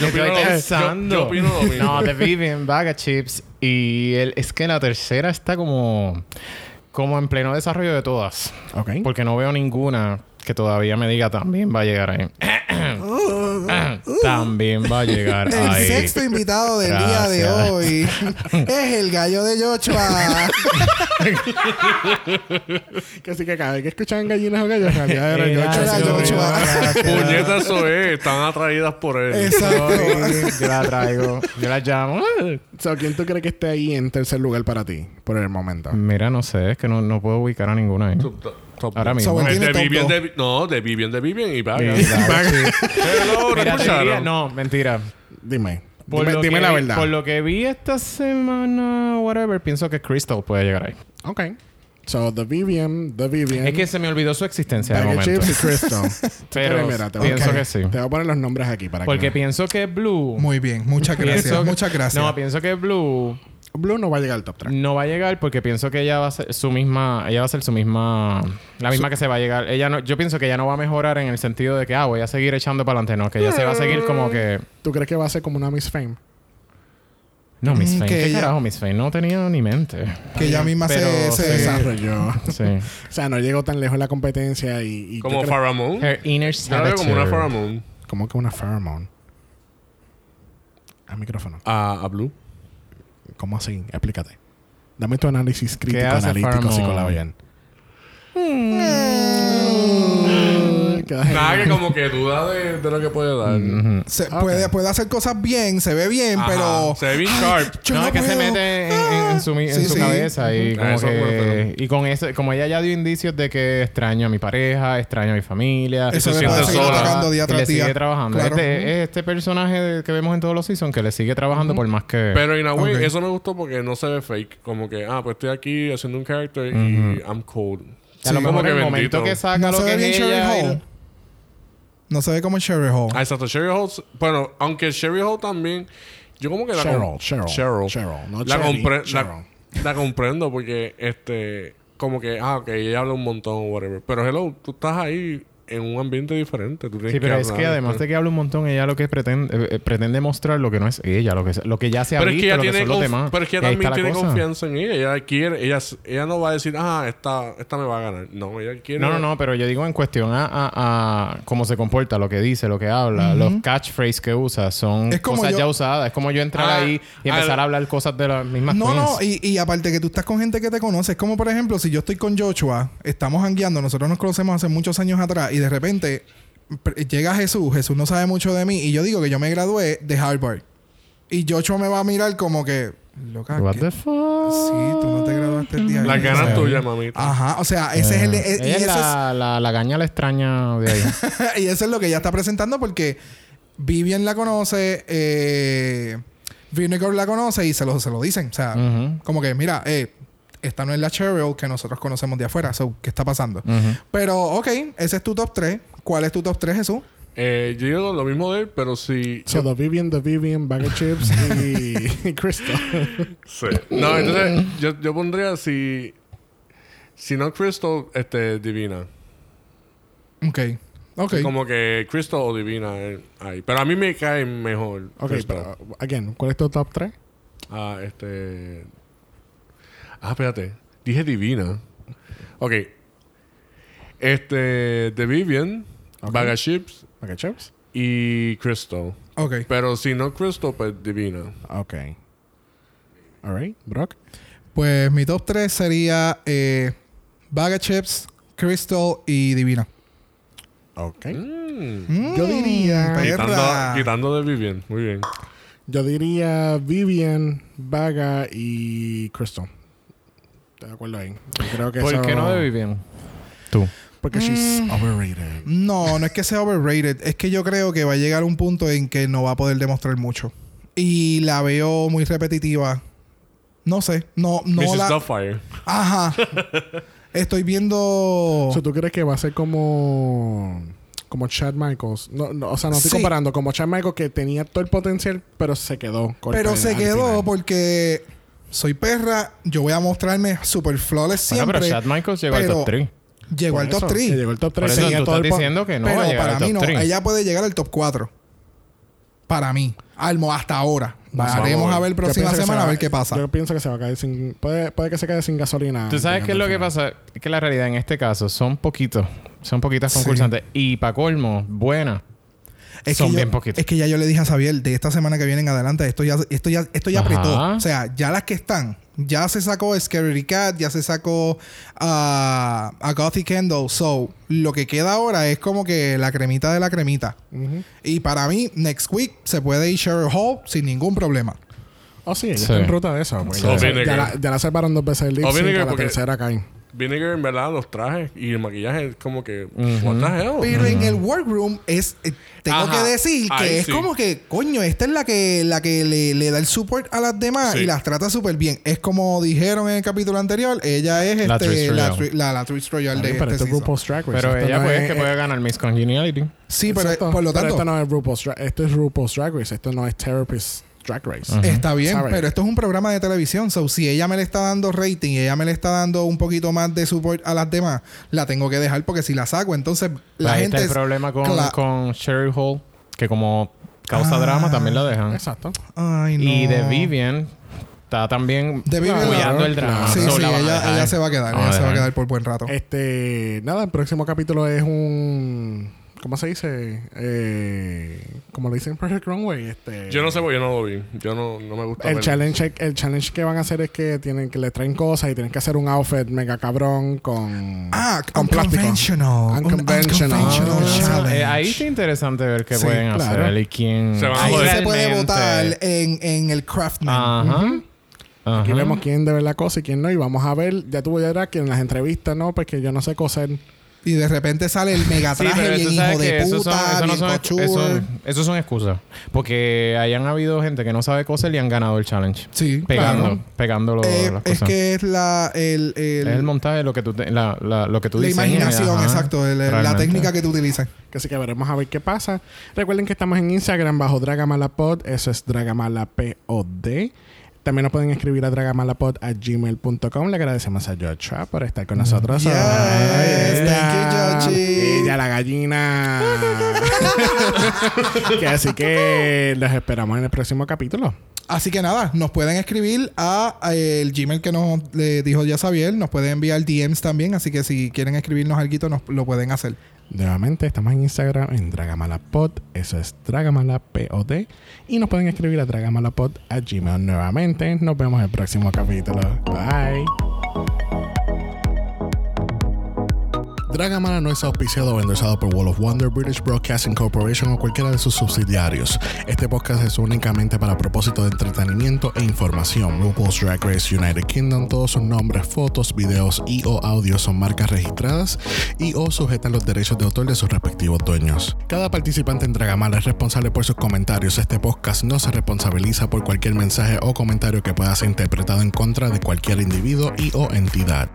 S3: Yo opino lo- yo- yo opino lo mismo.
S4: No, The Vivian, Baga Chips. Y el- es que la tercera está como. Como en pleno desarrollo de todas.
S1: Ok.
S4: Porque no veo ninguna que todavía me diga también va a llegar ahí. también va a llegar
S2: el
S4: ahí.
S2: sexto invitado del día de
S4: Gracias.
S2: hoy es el gallo de Yochoa.
S1: Que así que cada vez que escuchaban gallinas o gallos, en realidad era
S4: Era
S1: Joshua.
S2: yo, Joshua.
S3: Puñeta, eso es. Están atraídas por él.
S2: Exacto.
S4: Sorry, Yo la traigo. Yo la llamo.
S1: So, ¿quién tú crees que esté ahí en tercer lugar para ti por el momento?
S2: Mm,
S4: Mira, no sé, es que no, no puedo ubicar a ninguna ahí.
S3: Top- top-
S4: Ahora mismo.
S2: Sobre-
S3: El
S2: Tiene
S3: de
S2: top
S3: Vivian,
S2: dos.
S3: de, no, de Vivian, de Vivian y Vaga.
S4: Sí, claro.
S3: Hello, ¿no
S4: Mira, te diría-
S3: escucharon?
S4: no, mentira.
S1: Dime.
S4: Por
S1: Dime,
S4: lo
S1: dime
S4: que
S1: la
S4: vi-
S1: verdad.
S4: Por lo que vi esta semana, whatever, pienso que Crystal puede llegar ahí.
S1: Ok. So, The Vivian, The Vivian.
S4: Es que se me olvidó su existencia de
S1: Bag of
S4: momento.
S1: Chips y Crystal.
S4: Pero
S1: Mira, te voy a-
S4: pienso
S1: ok.
S4: que sí.
S1: Te voy a poner los nombres aquí para
S4: Porque
S1: que...
S4: pienso que Blue.
S2: Muy bien, muchas
S4: pienso
S2: gracias,
S4: que-
S2: muchas gracias.
S4: No, pienso que Blue
S1: Blue no va a llegar al top 3.
S4: no va a llegar porque pienso que ella va a ser su misma. Ella va a ser su misma. La misma que se va a llegar. Ella no, yo pienso que ella no va a mejorar en el sentido de que, ah, voy a seguir echando para adelante. No, que ella se va a seguir como que.
S1: ¿Tú crees que va a ser como una Miss Fame?
S4: No, Miss
S2: Mm,
S4: Fame.
S2: que
S4: ¿Qué
S2: ella-
S4: carajo, Miss Fame? No tenía ni mente.
S2: que ella misma se,
S4: Pero
S2: se-
S4: sí.
S1: Desarrolló.
S4: Sí.
S1: o sea, no llegó tan lejos en la competencia y... y yo
S3: Como
S1: creo-
S3: Farrah Moon.
S4: Her inner
S3: Yo la veo como una
S4: saboteur.
S3: Farrah Moon.
S1: ¿Cómo que una pheromone? Al micrófono.
S3: A, a Blue.
S1: ¿Cómo así? Explícate. Dame tu análisis crítico,
S4: hace Mm.
S1: analítico,
S4: pheromone?
S1: psicolabian. Quedas en-
S3: Nada que como que duda de, de lo que puede dar.
S2: Se-
S1: Ah,
S2: puede, puede hacer cosas bien, se ve bien,
S3: Ajá.
S2: pero.
S3: Se ve bien sharp.
S2: yo
S4: no,
S2: no
S4: es que se
S2: puedo. Ah.
S4: mete en, en- en su, mi- en
S2: Sí,
S4: su
S2: sí.
S4: cabeza y
S3: Ah,
S4: como
S3: eso
S4: que...
S3: acuérdate,
S4: Y con eso, como ella ya dio indicios de que extraño a mi pareja, extraño a mi familia...
S2: Eso
S4: y
S3: me pasa, sigue
S2: trabajando día
S4: y
S2: tras
S4: le sigue
S2: día.
S4: trabajando.
S2: Claro.
S4: Este, es este personaje de- que vemos en todos los seasons que le sigue trabajando por más que...
S3: Pero in a way,
S2: Ok.
S3: eso me gustó porque no se ve fake. Como que, ah, pues estoy aquí haciendo un character y I'm cold.
S4: a lo
S3: Sí.
S4: mejor
S3: Como
S4: el
S3: bendito.
S4: momento que saca
S2: No
S4: lo
S2: se
S4: que
S2: ve bien
S4: es
S2: Sherry
S4: ella... y-
S2: Hall. No se ve como Sherry Hall.
S3: Ah, exacto. Sherry Hall. Bueno, aunque Sherry Hall también. Yo como que la.
S1: Cheryl,
S3: com-
S1: Cheryl,
S3: Cheryl.
S1: Cheryl, no
S3: la,
S1: Cherry,
S3: compre-
S1: Cheryl.
S3: la, la comprendo porque, este. Como que, ah, ok, ella habla un montón o whatever. Pero hello, tú estás ahí en un ambiente diferente. Tú tienes
S4: Sí, pero
S3: que
S4: es
S3: hablar, pues.
S4: que además de que habla un montón, ella lo que pretende, eh, eh, pretende mostrar lo que no es ella, lo que, lo que ya se ha
S3: Pero es que
S4: visto,
S3: ella
S4: lo que
S3: tiene
S4: son los
S3: conf-
S4: demás.
S3: pero es que
S4: Y
S3: ella
S4: ahí
S3: también
S4: está la
S3: tiene
S4: cosa.
S3: confianza en ella. Ella quiere, ella, s- ella no va a decir, ah, esta, esta me va a ganar. No, ella quiere.
S4: No, no, no, pero yo digo en cuestión a, a- a cómo se comporta, lo que dice, lo que habla, los catchphrases que usa, son
S2: Es como
S4: cosas
S2: yo-
S4: ya usadas. Es como yo entrar
S3: Ah,
S4: ahí y empezar
S3: al-
S4: a hablar cosas de las mismas
S2: No,
S4: queens.
S2: no, y, y aparte que tú estás con gente que te conoce, es como por ejemplo, si yo estoy con Joshua, estamos hangueando, nosotros nos conocemos hace muchos años atrás y de repente pr- llega Jesús, Jesús no sabe mucho de mí y yo digo que yo me gradué de Harvard. Y Joshua me va a mirar como que, loca,
S4: What
S2: Ah, ¿qué-
S4: the
S2: sí,
S4: fuck?
S2: tú no te graduaste el día.
S3: Las
S2: que-
S3: ganas
S4: Sí.
S3: tuyas, mamita.
S1: Ah.
S2: Ajá, o sea, ese es el...
S4: Ajá.
S2: e- y,
S4: Eh, Ella es
S2: eso
S4: la, la, la gaña la extraña de ahí.
S2: es, y eso es lo que ella está presentando porque Vivian la conoce, eh, Vinegar la conoce y se lo, se lo dicen, o sea...
S4: Ujú,
S2: Como que, mira, eh, esta no es la Cheryl que nosotros conocemos de afuera. So, ¿qué está pasando?
S4: ujú.
S2: Pero, ok, ese es tu top 3. ¿Cuál es tu top 3, Jesús?
S3: Eh, yo digo lo mismo de él, pero si.
S1: So, The Vivian, The Vivian, Bag of Chips y, y Crystal.
S3: No, entonces yo, yo pondría si. Si no Crystal, este, Divina.
S2: Ok. Ok.
S3: Como que Crystal o Divina eh, ahí. Pero a mí me cae mejor.
S1: Ok,
S3: Crystal.
S1: pero, again, ¿cuál es tu top 3?
S3: Ah, este. Ah, espérate. Dije Divina. Ok. Este. The Vivian,
S1: Ok.
S3: Baga Chips
S1: Bag of Chips.
S3: y Crystal.
S2: Ok.
S3: Pero si no Crystal, pues Divina.
S1: Ok. All right, Brock.
S2: Pues mi top 3 sería eh, Bag of Chips, Crystal y Divina.
S1: Ok.
S3: Mm.
S1: Yo diría-
S2: Mm,
S3: Quitando,
S2: perra.
S3: quitando de Vivian. Muy bien.
S1: Yo diría Vivian, Vaga y Crystal. Te acuerdo ahí. Yo creo que
S4: ¿Por
S1: eso-
S4: qué no de bien? Tú.
S1: Porque she's overrated.
S2: No, no es que sea overrated. Es que yo creo que va a llegar un punto en que no va a poder demostrar mucho. Y la veo muy repetitiva. No sé. No, no
S3: Mrs.
S2: la...
S3: Doubtfire.
S2: Ajá. Estoy viendo...
S1: So, ¿Tú crees que va a ser como como Chad Michaels? No, no, o sea, no estoy
S2: Sí.
S1: comparando. Como Chad Michaels que tenía todo el potencial, pero se quedó. corta
S2: Pero
S1: en-
S2: se
S1: al
S2: quedó
S1: final.
S2: porque soy perra, yo voy a mostrarme super flawless
S4: Bueno,
S2: siempre.
S4: pero Chad Michaels llegó al
S2: pero
S4: top 3.
S2: Llegó
S1: Por
S2: al top
S1: eso, que
S2: 3.
S1: Llegó al top
S4: Por
S1: 3.
S4: eso tú estás diciendo que no va a
S2: pero
S4: llegar
S2: para
S4: al
S2: mí
S4: top
S2: no.
S4: 3.
S2: Ella puede llegar al top 4. Para mí. Almo, hasta ahora.
S3: Vamos
S2: Haremos
S3: a ver.
S2: a ver próxima semana a ver qué pasa.
S1: Yo pienso que se va a caer sin. Puede, puede que se quede sin gasolina.
S4: Tú sabes qué es lo que pasa, Es que la realidad en este caso son poquitos, son poquitas
S2: Sí.
S4: concursantes y para colmo, buenas.
S2: Es
S4: Son
S2: que yo-
S4: bien poquitos.
S2: Es que ya yo le dije a Xavier, de esta semana que viene en adelante, esto ya, esto ya, esto ya
S4: Ajá.
S2: apretó. O sea, ya las que están. Ya se sacó Scary Cat, ya se sacó ah, a Gothic Kendall. So, lo que queda ahora es como que la cremita de la cremita. Y para mí, next week se puede ir Sheryl Hall sin ningún problema.
S1: Oh, sí, ella
S4: Sí.
S1: está en ruta de eso. pues.
S4: Sí.
S1: Ya,
S3: Vinegar.
S1: ya la, ya la salvaron dos veces el lip
S3: O
S1: sync,
S3: Vinegar
S1: a la
S3: porque-
S1: tercera caen.
S3: Vinegar, en verdad, los trajes y el maquillaje es como que. What the hell?
S2: Pero en el workroom es eh, tengo
S3: Ajá.
S2: que decir que
S3: Ahí
S2: es
S3: sí.
S2: como que, coño, esta es la que la que le, le da el support a las demás
S3: Sí.
S2: y las trata súper bien. Es como dijeron en el capítulo anterior, ella es
S4: La
S2: este,
S4: Trish
S2: la,
S4: Royale.
S2: tri- la, la Trish Royale de
S1: Ay, Pero
S2: este
S1: esto es
S2: season.
S1: RuPaul's Drag Race.
S4: Pero
S1: Esto
S4: ella
S1: no
S4: pues
S1: es-
S4: es que puede ganar Miss Congeniality.
S2: Sí, pero
S1: Exacto.
S2: por lo
S1: Pero
S2: tanto,
S1: esto no es RuPaul's Drag Esto es RuPaul's Drag Race. Esto no es Therapist Drag Race.
S2: está bien,
S1: ¿sabes?
S2: pero esto es un programa de televisión. So, si ella me le está dando rating y ella me le está dando un poquito más de support a las demás, la tengo que dejar porque si la saco, entonces la
S4: Ahí
S2: gente.
S4: está el
S2: es-
S4: problema con,
S2: cla-
S4: con Sherry Hall, que como causa
S2: Ah.
S4: drama también la dejan.
S1: Exacto.
S2: Ay, no.
S4: Y de Vivian está también
S2: De Vivian la-
S4: apoyando el
S1: Ah,
S4: drama.
S2: Sí,
S4: So,
S2: sí,
S4: la van a
S2: ella,
S4: dejar.
S2: ella se va a quedar,
S4: Vamos
S2: ella
S4: a
S2: se va a
S4: dejar.
S2: quedar por buen rato.
S1: Este, nada, el próximo capítulo es un. ¿Cómo se dice? Eh, como lo dicen Project Runway. Este,
S3: Yo no sé porque yo no lo vi. Yo no, no me gusta.
S1: El
S3: ver-
S1: challenge, el challenge que van a hacer es que tienen que le traen cosas y tienen que hacer un outfit mega cabrón con,
S2: Ah,
S1: con plástico.
S2: unconventional. Un
S1: Unconventional.
S2: unconventional
S1: Ah,
S4: eh, ahí está interesante ver qué
S2: Sí,
S4: pueden
S1: claro.
S4: hacer y quién.
S3: Se van a
S2: Ahí
S3: joder.
S2: se puede
S4: realmente-
S2: votar en, en el Craftman.
S4: Ajá.
S1: Aquí
S4: Ajá.
S1: vemos quién debe la cosa y quién no. Y vamos a ver, ya tú verás que en las entrevistas, no, pues que yo no sé coser.
S2: Y de repente sale el
S4: Sí,
S2: megatraje
S4: pero
S2: bien
S4: tú
S2: hijo
S4: sabes que
S2: de
S4: eso son,
S2: puta,
S4: eso no
S2: bien
S4: son,
S2: cochur.
S4: eso- eso son excusas. Porque hayan habido gente que no sabe coser y han ganado el challenge.
S2: Sí,
S4: Pegando,
S2: claro.
S4: pegando lo-
S2: Eh,
S4: las
S2: es
S4: cosas.
S2: que es la, el, el-
S4: es el montaje, lo que tú, te- la, la- lo que tú
S2: la
S4: diseñas,
S2: imaginación,
S4: ajá,
S2: exacto, el- el- la
S4: realmente.
S2: técnica que tú utilizas.
S1: Así que veremos a ver qué pasa. Recuerden que estamos en Instagram bajo Dragamalapod. Eso es Dragamalapod. También nos pueden escribir a dragamalapod a gmail.com. Le agradecemos a Joshua por estar con nosotros.
S2: Yes,
S1: Ahí está.
S2: thank you, Jochi.
S1: Ella, la gallina. que así que los esperamos en el próximo capítulo.
S2: Así que nada, nos pueden escribir a, a el Gmail que nos le dijo ya Xavier, nos pueden enviar DMs también, así que si quieren escribirnos algo, nos lo pueden hacer.
S1: Nuevamente estamos en Instagram en Dragamalapod, eso es Dragamalapod. Y nos pueden escribir a Dragamalapod a Gmail nuevamente. Nos vemos en el próximo capítulo. Bye. Dragamala no es auspiciado o endorsado por Wall of Wonder, British Broadcasting Corporation o cualquiera de sus subsidiarios. Este podcast es únicamente para propósito de entretenimiento e información. RuPaul's Drag Race United Kingdom, todos sus nombres, fotos, videos y o audios son marcas registradas y o sujetan los derechos de autor de sus respectivos dueños. Cada participante en Dragamala es responsable por sus comentarios. Este podcast no se responsabiliza por cualquier mensaje o comentario que pueda ser interpretado en contra de cualquier individuo y o entidad.